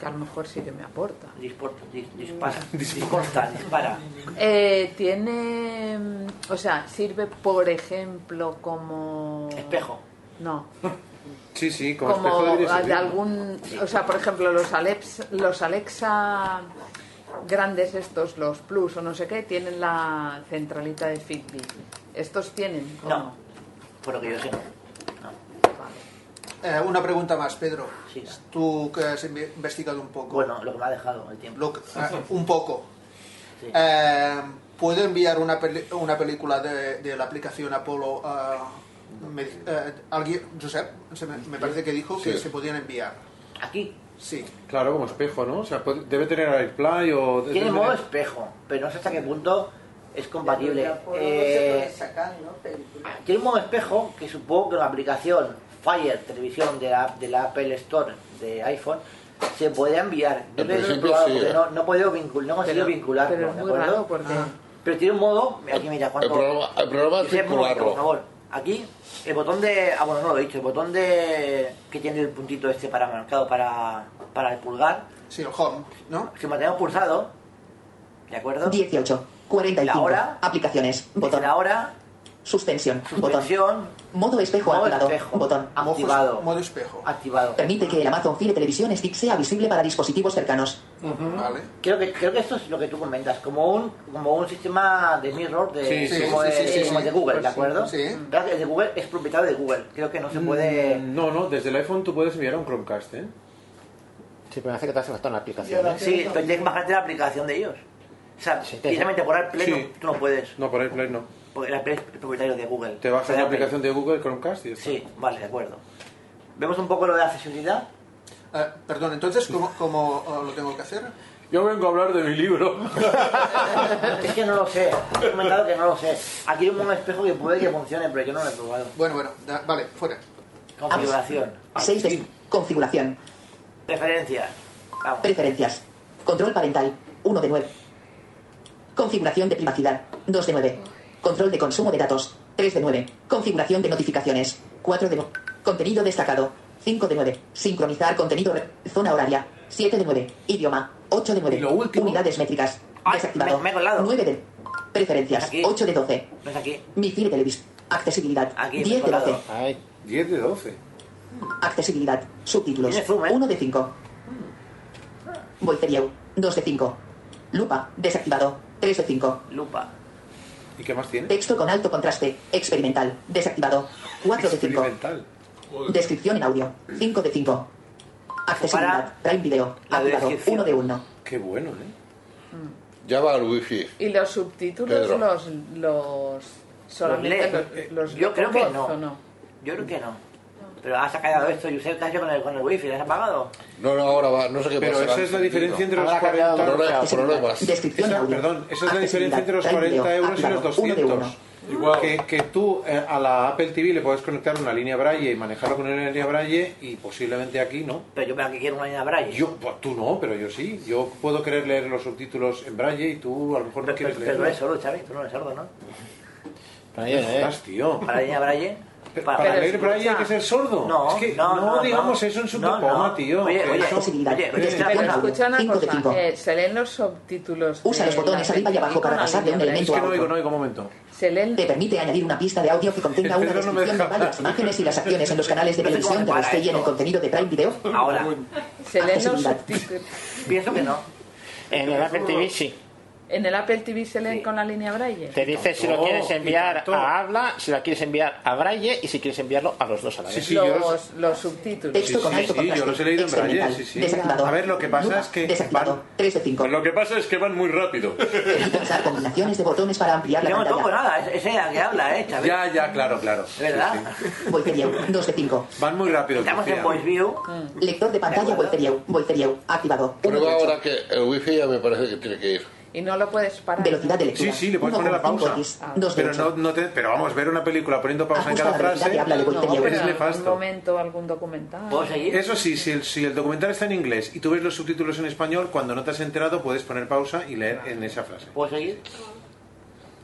[SPEAKER 7] que a lo mejor sí que me aporta.
[SPEAKER 5] Disporta, dis- dispara, disporta, dispara.
[SPEAKER 7] Eh, tiene, mm, o sea, sirve por ejemplo como
[SPEAKER 5] espejo.
[SPEAKER 7] No,
[SPEAKER 3] Sí, sí, con
[SPEAKER 7] como
[SPEAKER 3] espejo debería
[SPEAKER 7] de
[SPEAKER 3] servir.
[SPEAKER 7] algún, o sea, por ejemplo los Alex, los Alexa grandes estos, los Plus o no sé qué, tienen la centralita de Fitbit. Estos tienen. o
[SPEAKER 5] No, por lo que yo sé.
[SPEAKER 20] Eh, una pregunta más, Pedro.
[SPEAKER 5] Sí.
[SPEAKER 20] Tú que has inve- investigado un poco.
[SPEAKER 5] Bueno, lo que me ha dejado el tiempo.
[SPEAKER 20] Lo que- ah, un poco. Eh, ¿Puedo enviar una, peli- una película de, de la aplicación Apolo a... me- eh, alguien, Josep, se me, me parece que dijo que
[SPEAKER 6] Sí.
[SPEAKER 20] se podían enviar.
[SPEAKER 5] Aquí.
[SPEAKER 20] Sí.
[SPEAKER 3] Claro, como espejo, ¿no? O sea, puede- debe tener AirPlay o... debe
[SPEAKER 5] Tiene
[SPEAKER 3] tener-
[SPEAKER 5] modo espejo, pero no sé hasta qué punto es compatible.
[SPEAKER 17] Ya
[SPEAKER 7] pues,
[SPEAKER 17] por-
[SPEAKER 5] Eh,
[SPEAKER 17] no se puede sacar, ¿no? Película.
[SPEAKER 5] tiene un modo espejo que supongo que la aplicación Fire Televisión de la, de la Apple Store de iPhone se puede enviar. Yo
[SPEAKER 6] En
[SPEAKER 5] no lo he
[SPEAKER 6] principio
[SPEAKER 5] probado
[SPEAKER 6] sí,
[SPEAKER 5] porque
[SPEAKER 6] ¿eh?
[SPEAKER 5] no, no he podido vincul- no he conseguido vincularlo.
[SPEAKER 7] pero es
[SPEAKER 5] ¿de
[SPEAKER 7] muy
[SPEAKER 5] acuerdo?
[SPEAKER 7] raro porque- Ah.
[SPEAKER 5] Pero tiene un modo. Aquí, mira, Juanjo,
[SPEAKER 6] el programa- el programa es
[SPEAKER 5] ese momento,
[SPEAKER 6] vincularlo.
[SPEAKER 5] Por favor, aquí el botón de. Ah, bueno, no lo he dicho. El botón de. que tiene el puntito este para marcado para, para el pulgar.
[SPEAKER 20] Sí, el home, ¿no?
[SPEAKER 5] Si mantenemos pulsado. ¿De acuerdo?
[SPEAKER 19] 18.
[SPEAKER 5] La
[SPEAKER 19] 45.
[SPEAKER 5] hora.
[SPEAKER 19] Aplicaciones. Botón.
[SPEAKER 5] La hora.
[SPEAKER 19] Suspensión.
[SPEAKER 5] Botón.
[SPEAKER 19] Modo espejo
[SPEAKER 5] Modo
[SPEAKER 19] activado.
[SPEAKER 5] espejo.
[SPEAKER 19] Botón.
[SPEAKER 5] Activado.
[SPEAKER 20] Modo espejo.
[SPEAKER 5] Activado.
[SPEAKER 19] Permite que el Amazon Fire Television Stick sea visible para dispositivos cercanos.
[SPEAKER 20] Vale.
[SPEAKER 5] Creo que, creo que esto es lo que tú comentas, como un, como un sistema de mirror de,
[SPEAKER 20] Sí, sí,
[SPEAKER 5] como,
[SPEAKER 20] sí,
[SPEAKER 5] de,
[SPEAKER 20] sí, sí,
[SPEAKER 5] como
[SPEAKER 20] sí.
[SPEAKER 5] de Google,
[SPEAKER 20] Pues
[SPEAKER 5] ¿de
[SPEAKER 20] sí,
[SPEAKER 5] acuerdo?
[SPEAKER 20] sí.
[SPEAKER 5] Claro que el de Google es propietario de Google, creo que no se puede...
[SPEAKER 3] Mm, No, no, desde el iPhone tú puedes enviar a un Chromecast, ¿eh?
[SPEAKER 4] Sí, pero me hace que te hace falta una
[SPEAKER 3] Mm.
[SPEAKER 4] aplicación. ¿eh?
[SPEAKER 5] Sí, pero tienes que bajarte la aplicación de ellos. O sea, precisamente por AirPlay
[SPEAKER 3] Sí.
[SPEAKER 5] no, tú no puedes,
[SPEAKER 3] No, por AirPlay no.
[SPEAKER 5] porque el AirPlay es propietario de Google.
[SPEAKER 3] Te bajas
[SPEAKER 5] Pero
[SPEAKER 3] la
[SPEAKER 5] Apple-
[SPEAKER 3] aplicación de Google Chromecast y ya está.
[SPEAKER 5] Sí, vale, de acuerdo. Vemos un poco lo de accesibilidad.
[SPEAKER 20] Ah, perdón, entonces, ¿cómo, cómo ah, lo tengo que hacer?
[SPEAKER 3] Yo vengo a hablar de mi libro.
[SPEAKER 5] es que no lo sé, he comentado que no lo sé. Aquí hay un mono espejo que puede que funcione, pero yo no lo he probado.
[SPEAKER 20] Bueno, bueno, vale, fuera.
[SPEAKER 5] Configuración.
[SPEAKER 19] 6 de... Configuración.
[SPEAKER 5] Preferencias. Vamos.
[SPEAKER 19] Preferencias. Control parental. 1 de 9. Configuración de privacidad. 2 de 9. Control de consumo de datos. 3 de 9. Configuración de notificaciones. 4 de 9. Contenido destacado. 5 de 9. Sincronizar contenido. re- Zona horaria. 7 de 9. Idioma. 8 de 9. Unidades métricas. Desactivado. 9 de. Preferencias. 8 de 12.
[SPEAKER 5] No es aquí.
[SPEAKER 19] Mi Fire Televis. Accesibilidad. 10 de 12.
[SPEAKER 3] 10 de 12.
[SPEAKER 5] Ah.
[SPEAKER 19] Accesibilidad. Subtítulos. 1 de 5.
[SPEAKER 7] Mm.
[SPEAKER 19] Voicerio. 2 de 5. Lupa. Desactivado. 3 de 5.
[SPEAKER 5] Lupa.
[SPEAKER 3] ¿Y qué más tiene?
[SPEAKER 19] Texto con alto contraste. Experimental. Desactivado. 4 de 5.
[SPEAKER 3] Experimental.
[SPEAKER 19] Descripción en audio. 5 de 5. Accesibilidad. Prime Video.
[SPEAKER 6] la
[SPEAKER 19] Activado.
[SPEAKER 6] descripción.
[SPEAKER 19] 1 de 1.
[SPEAKER 3] Qué bueno, ¿eh?
[SPEAKER 5] Mm.
[SPEAKER 6] Ya va al wifi.
[SPEAKER 7] Y los subtítulos
[SPEAKER 6] Pedro.
[SPEAKER 7] los, los solamente
[SPEAKER 5] Los
[SPEAKER 7] los,
[SPEAKER 5] lees.
[SPEAKER 7] los
[SPEAKER 5] Eh, Yo creo que
[SPEAKER 7] voz,
[SPEAKER 5] no.
[SPEAKER 7] ¿o no.
[SPEAKER 5] Yo creo que no. Pero has sacado esto, y usted cayó con el, con el wifi, ¿lo has apagado?
[SPEAKER 6] No, no, ahora va, no sé qué
[SPEAKER 3] Pero
[SPEAKER 6] pasa.
[SPEAKER 3] esa es la diferencia entre los
[SPEAKER 5] Habrá cambiado
[SPEAKER 3] 40
[SPEAKER 5] de
[SPEAKER 6] Problemas,
[SPEAKER 5] opción.
[SPEAKER 6] problemas.
[SPEAKER 19] Descripción
[SPEAKER 3] Esa-
[SPEAKER 19] en audio.
[SPEAKER 3] perdón,
[SPEAKER 5] Ah,
[SPEAKER 3] esa es la
[SPEAKER 19] Accesibilidad.
[SPEAKER 3] diferencia entre los
[SPEAKER 19] Prime
[SPEAKER 3] 40
[SPEAKER 19] Video.
[SPEAKER 3] euros y los
[SPEAKER 19] Activado. ah, Uno de
[SPEAKER 3] 200. Que, que tú eh, a la Apple TV le puedes conectar una línea Braille y manejarlo con una línea Braille y posiblemente aquí no.
[SPEAKER 5] Pero yo me que quiero una línea Braille.
[SPEAKER 3] Yo, pues, tú no, pero yo sí. Yo puedo querer leer los subtítulos en Braille y tú a lo mejor no
[SPEAKER 5] Pero,
[SPEAKER 3] quieres
[SPEAKER 5] pero no
[SPEAKER 3] leerlos.
[SPEAKER 5] eres sordo, Xavi, tú no eres sordo, ¿no?
[SPEAKER 3] Braille, ¿eh? Estás, tío.
[SPEAKER 5] Para la línea Braille.
[SPEAKER 3] Para leer Braille hay que ser sordo.
[SPEAKER 5] No,
[SPEAKER 3] es que
[SPEAKER 5] no,
[SPEAKER 3] no,
[SPEAKER 5] no,
[SPEAKER 3] digamos
[SPEAKER 5] no.
[SPEAKER 3] eso en su
[SPEAKER 5] No,
[SPEAKER 3] coma,
[SPEAKER 5] no.
[SPEAKER 3] tío.
[SPEAKER 5] Oye,
[SPEAKER 3] que
[SPEAKER 5] oye,
[SPEAKER 3] eso-
[SPEAKER 5] posibilidad.
[SPEAKER 3] Eh,
[SPEAKER 5] Oye,
[SPEAKER 3] eh,
[SPEAKER 7] Pero
[SPEAKER 3] eh,
[SPEAKER 7] escucha una
[SPEAKER 3] cinco de cinco.
[SPEAKER 7] cosa, eh, se leen los subtítulos.
[SPEAKER 19] Usa
[SPEAKER 7] de
[SPEAKER 19] los botones
[SPEAKER 7] la
[SPEAKER 19] arriba y abajo
[SPEAKER 7] película
[SPEAKER 19] para
[SPEAKER 7] con
[SPEAKER 19] pasar de un
[SPEAKER 7] audio
[SPEAKER 19] elemento a
[SPEAKER 7] braille.
[SPEAKER 19] otro.
[SPEAKER 3] oigo, un momento.
[SPEAKER 7] Se leen
[SPEAKER 19] Te permite añadir una pista de audio que contenga
[SPEAKER 3] Este
[SPEAKER 19] una
[SPEAKER 7] Pedro no me
[SPEAKER 19] descripción
[SPEAKER 7] deja.
[SPEAKER 19] verbal de las imágenes y las acciones en los canales de
[SPEAKER 7] No sé cómo
[SPEAKER 19] televisión
[SPEAKER 7] me
[SPEAKER 19] de
[SPEAKER 7] para
[SPEAKER 19] los que y en el contenido de Prime Video.
[SPEAKER 5] Ahora.
[SPEAKER 7] Se leen los
[SPEAKER 19] Accesibilidad.
[SPEAKER 7] subtítulos.
[SPEAKER 5] Pienso que no.
[SPEAKER 4] En el Apple TV sí.
[SPEAKER 7] ¿En el Apple TV se leen con la línea Braille?
[SPEAKER 4] Te dice si lo quieres enviar a Habla, Ah, si lo quieres enviar a Braille y si quieres enviarlo a los dos a la vez.
[SPEAKER 7] los, los subtítulos.
[SPEAKER 3] Sí, sí, sí, yo los he leído en braille, sí, sí. A ver, lo que pasa es que van...
[SPEAKER 19] de 5.
[SPEAKER 3] Lo que pasa es que van muy rápido.
[SPEAKER 19] Permite usar combinaciones de botones para ampliar la
[SPEAKER 5] Yo no toco
[SPEAKER 19] pantalla.
[SPEAKER 5] nada, es, es ella que habla, ¿eh, Xavi?
[SPEAKER 3] Ya, ya, claro, claro.
[SPEAKER 5] ¿Verdad?
[SPEAKER 19] Voicerio, 2 de 5.
[SPEAKER 3] Van muy rápido.
[SPEAKER 5] Estamos en Voice View.
[SPEAKER 19] Lector de pantalla Voicerio, Voicerio, activado.
[SPEAKER 6] Prueba ahora que el wifi ya me parece que tiene que ir.
[SPEAKER 7] Y no lo puedes parar.
[SPEAKER 19] Velocidad de
[SPEAKER 3] Sí, sí, le puedes poner la pausa. Pero, no, no te, pero vamos, ver una película poniendo pausa en cada frase
[SPEAKER 7] No,
[SPEAKER 3] es
[SPEAKER 7] pero en algún
[SPEAKER 3] nefasto.
[SPEAKER 7] momento, algún documental.
[SPEAKER 3] Eso sí, si el, si el documental está en inglés y tú ves los subtítulos en español, cuando no te has enterado puedes poner pausa y leer en esa frase.
[SPEAKER 5] ¿Puedo seguir?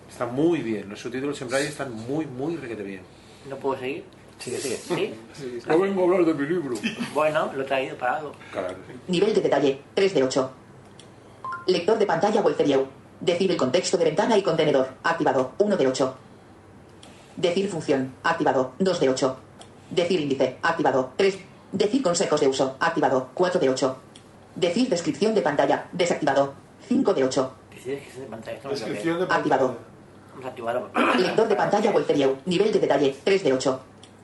[SPEAKER 3] Está muy bien, los subtítulos en braille están muy, muy requete bien.
[SPEAKER 5] ¿No puedo seguir?
[SPEAKER 3] Sigue,
[SPEAKER 5] sigue. ¿Sí?
[SPEAKER 3] No vengo a hablar de mi libro.
[SPEAKER 5] Bueno, lo he traído para algo.
[SPEAKER 19] Nivel de detalle, 3 de 8. Lector de pantalla Voicerio. Decir el contexto de ventana y contenedor, activado, 1 de 8. Decir función, activado, 2 de 8. Decir índice, activado, 3. Decir consejos de uso, activado, 4 de 8. Decir descripción de pantalla, desactivado, 5 de 8.
[SPEAKER 5] Decides que es de pantalla. esto no sé lo que es.
[SPEAKER 19] Descripción de pantalla. Activado.
[SPEAKER 5] Vamos a activarlo.
[SPEAKER 19] Lector de pantalla Wolferiau. Nivel de detalle, 3 de 8.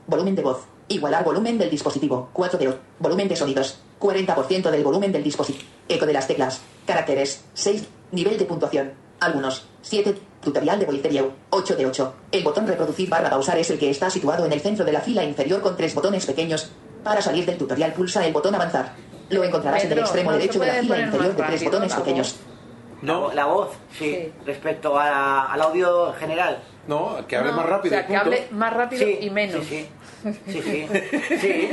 [SPEAKER 19] Volumen de voz. Igualar volumen del dispositivo, 4 de 8. Volumen de sonidos, 40% del volumen del dispositivo. Eco de las teclas. Caracteres, 6. Nivel de puntuación. Algunos, 7. Tutorial de Wolferiau, 8 de 8. El botón reproducir barra pausar es el que está situado en el centro de la fila inferior con tres botones pequeños. Para salir del tutorial pulsa el botón avanzar. Lo encontrarás en el
[SPEAKER 5] Pedro,
[SPEAKER 19] extremo
[SPEAKER 5] no se
[SPEAKER 19] derecho de la
[SPEAKER 5] puede
[SPEAKER 19] fila
[SPEAKER 5] poner
[SPEAKER 19] inferior
[SPEAKER 5] más
[SPEAKER 19] de tres
[SPEAKER 5] rápido
[SPEAKER 19] botones
[SPEAKER 5] la voz.
[SPEAKER 19] pequeños.
[SPEAKER 5] No. La voz, sí, respecto a- al audio general.
[SPEAKER 22] No, que
[SPEAKER 23] No, O sea, que hable más rápido
[SPEAKER 5] Sí,
[SPEAKER 23] y menos.
[SPEAKER 5] sí, Sí, sí. Sí,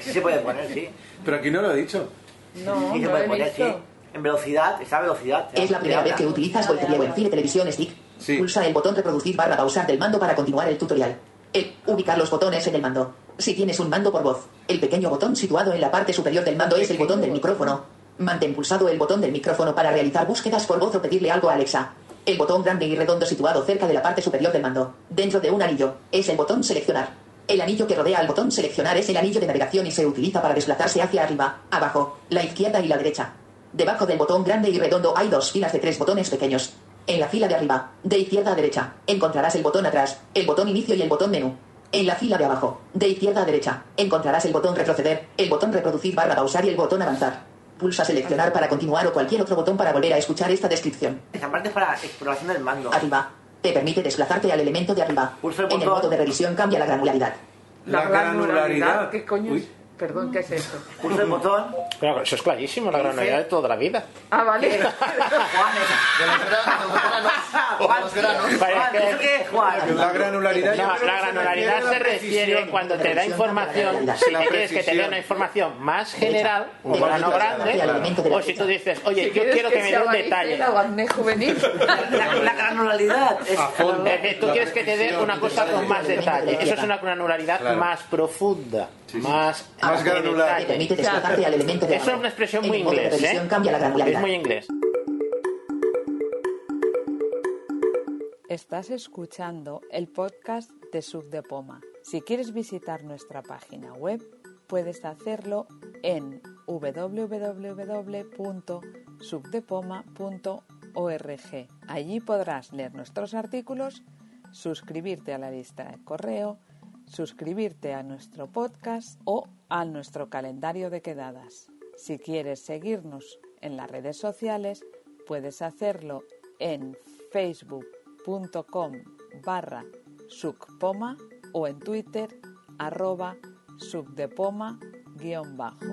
[SPEAKER 5] sí se puede poner, sí.
[SPEAKER 22] Pero aquí no lo he dicho.
[SPEAKER 23] No,
[SPEAKER 5] sí se
[SPEAKER 23] no
[SPEAKER 5] puede
[SPEAKER 23] he
[SPEAKER 5] poner,
[SPEAKER 23] visto.
[SPEAKER 5] sí. En velocidad, está a velocidad.
[SPEAKER 19] Es la primera vez que utilizas VoiceOver en Cine Televisión Stick. Pulsa el botón reproducir barra pausar del mando para continuar el tutorial. El, ubicar los botones en el mando. Si tienes un mando por voz, el pequeño botón situado en la parte superior del mando es el botón del micrófono. Mantén pulsado el botón del micrófono para realizar búsquedas por voz o pedirle algo a Alexa. El botón grande y redondo situado cerca de la parte superior del mando, dentro de un anillo, es el botón seleccionar. El anillo que rodea al botón seleccionar es el anillo de navegación y se utiliza para desplazarse hacia arriba, abajo, la izquierda y la derecha. Debajo del botón grande y redondo hay dos filas de tres botones pequeños. En la fila de arriba, de izquierda a derecha, encontrarás el botón atrás, el botón inicio y el botón menú. En la fila de abajo, de izquierda a derecha, encontrarás el botón retroceder, el botón reproducir barra pausar y el botón avanzar. Pulsa seleccionar para continuar o cualquier otro botón para volver a escuchar esta descripción.
[SPEAKER 5] Esa parte es para exploración del mando.
[SPEAKER 19] Arriba. Te permite desplazarte al elemento de arriba. En el modo de revisión cambia la granularidad.
[SPEAKER 23] La,
[SPEAKER 19] granularidad.
[SPEAKER 23] ¿Qué coño es? Perdón, ¿qué es esto?
[SPEAKER 5] Pulsa el botón.
[SPEAKER 4] Claro, eso es clarísimo, la
[SPEAKER 23] Dice-
[SPEAKER 4] granularidad de toda la vida.
[SPEAKER 23] Ah, vale.
[SPEAKER 5] ah,
[SPEAKER 4] Vale, es que-
[SPEAKER 22] La granularidad. yo
[SPEAKER 4] No,
[SPEAKER 22] creo
[SPEAKER 4] la
[SPEAKER 22] que
[SPEAKER 4] granularidad se refiere cuando te da información, si te quieres que te dé una información más general,
[SPEAKER 19] Derecha.
[SPEAKER 4] o
[SPEAKER 19] Derecha.
[SPEAKER 4] grano grande,
[SPEAKER 19] Hacia el elemento de la
[SPEAKER 4] o si
[SPEAKER 19] derecha.
[SPEAKER 4] tú dices,
[SPEAKER 23] Si
[SPEAKER 4] oye, yo
[SPEAKER 23] quieres
[SPEAKER 4] quiero que me dé
[SPEAKER 23] sea
[SPEAKER 4] un
[SPEAKER 23] varicela
[SPEAKER 4] detalle.
[SPEAKER 23] o acné juvenil.
[SPEAKER 5] La granularidad es...
[SPEAKER 4] Es decir, Eh, tú quieres que te dé una cosa con más detalle. Eso es una granularidad
[SPEAKER 19] Claro.
[SPEAKER 4] más profunda, más,
[SPEAKER 19] Más
[SPEAKER 4] de
[SPEAKER 19] granular.
[SPEAKER 4] detalle.
[SPEAKER 19] Te permite desplazarte al elemento de
[SPEAKER 4] Eso
[SPEAKER 19] la-
[SPEAKER 4] es una expresión
[SPEAKER 19] El
[SPEAKER 4] muy
[SPEAKER 19] modo de
[SPEAKER 4] inglés.
[SPEAKER 19] revisión
[SPEAKER 4] ¿eh?
[SPEAKER 19] cambia la granularidad.
[SPEAKER 4] Es muy inglés.
[SPEAKER 7] Estás escuchando el podcast de Subdepoma. Si quieres visitar nuestra página web, puedes hacerlo en www.subdepoma.org. Allí podrás leer nuestros artículos, suscribirte a la lista de correo, suscribirte a nuestro podcast o a nuestro calendario de quedadas. Si quieres seguirnos en las redes sociales, puedes hacerlo en facebook.com barra sucpoma o en twitter arroba subdepoma guión bajo.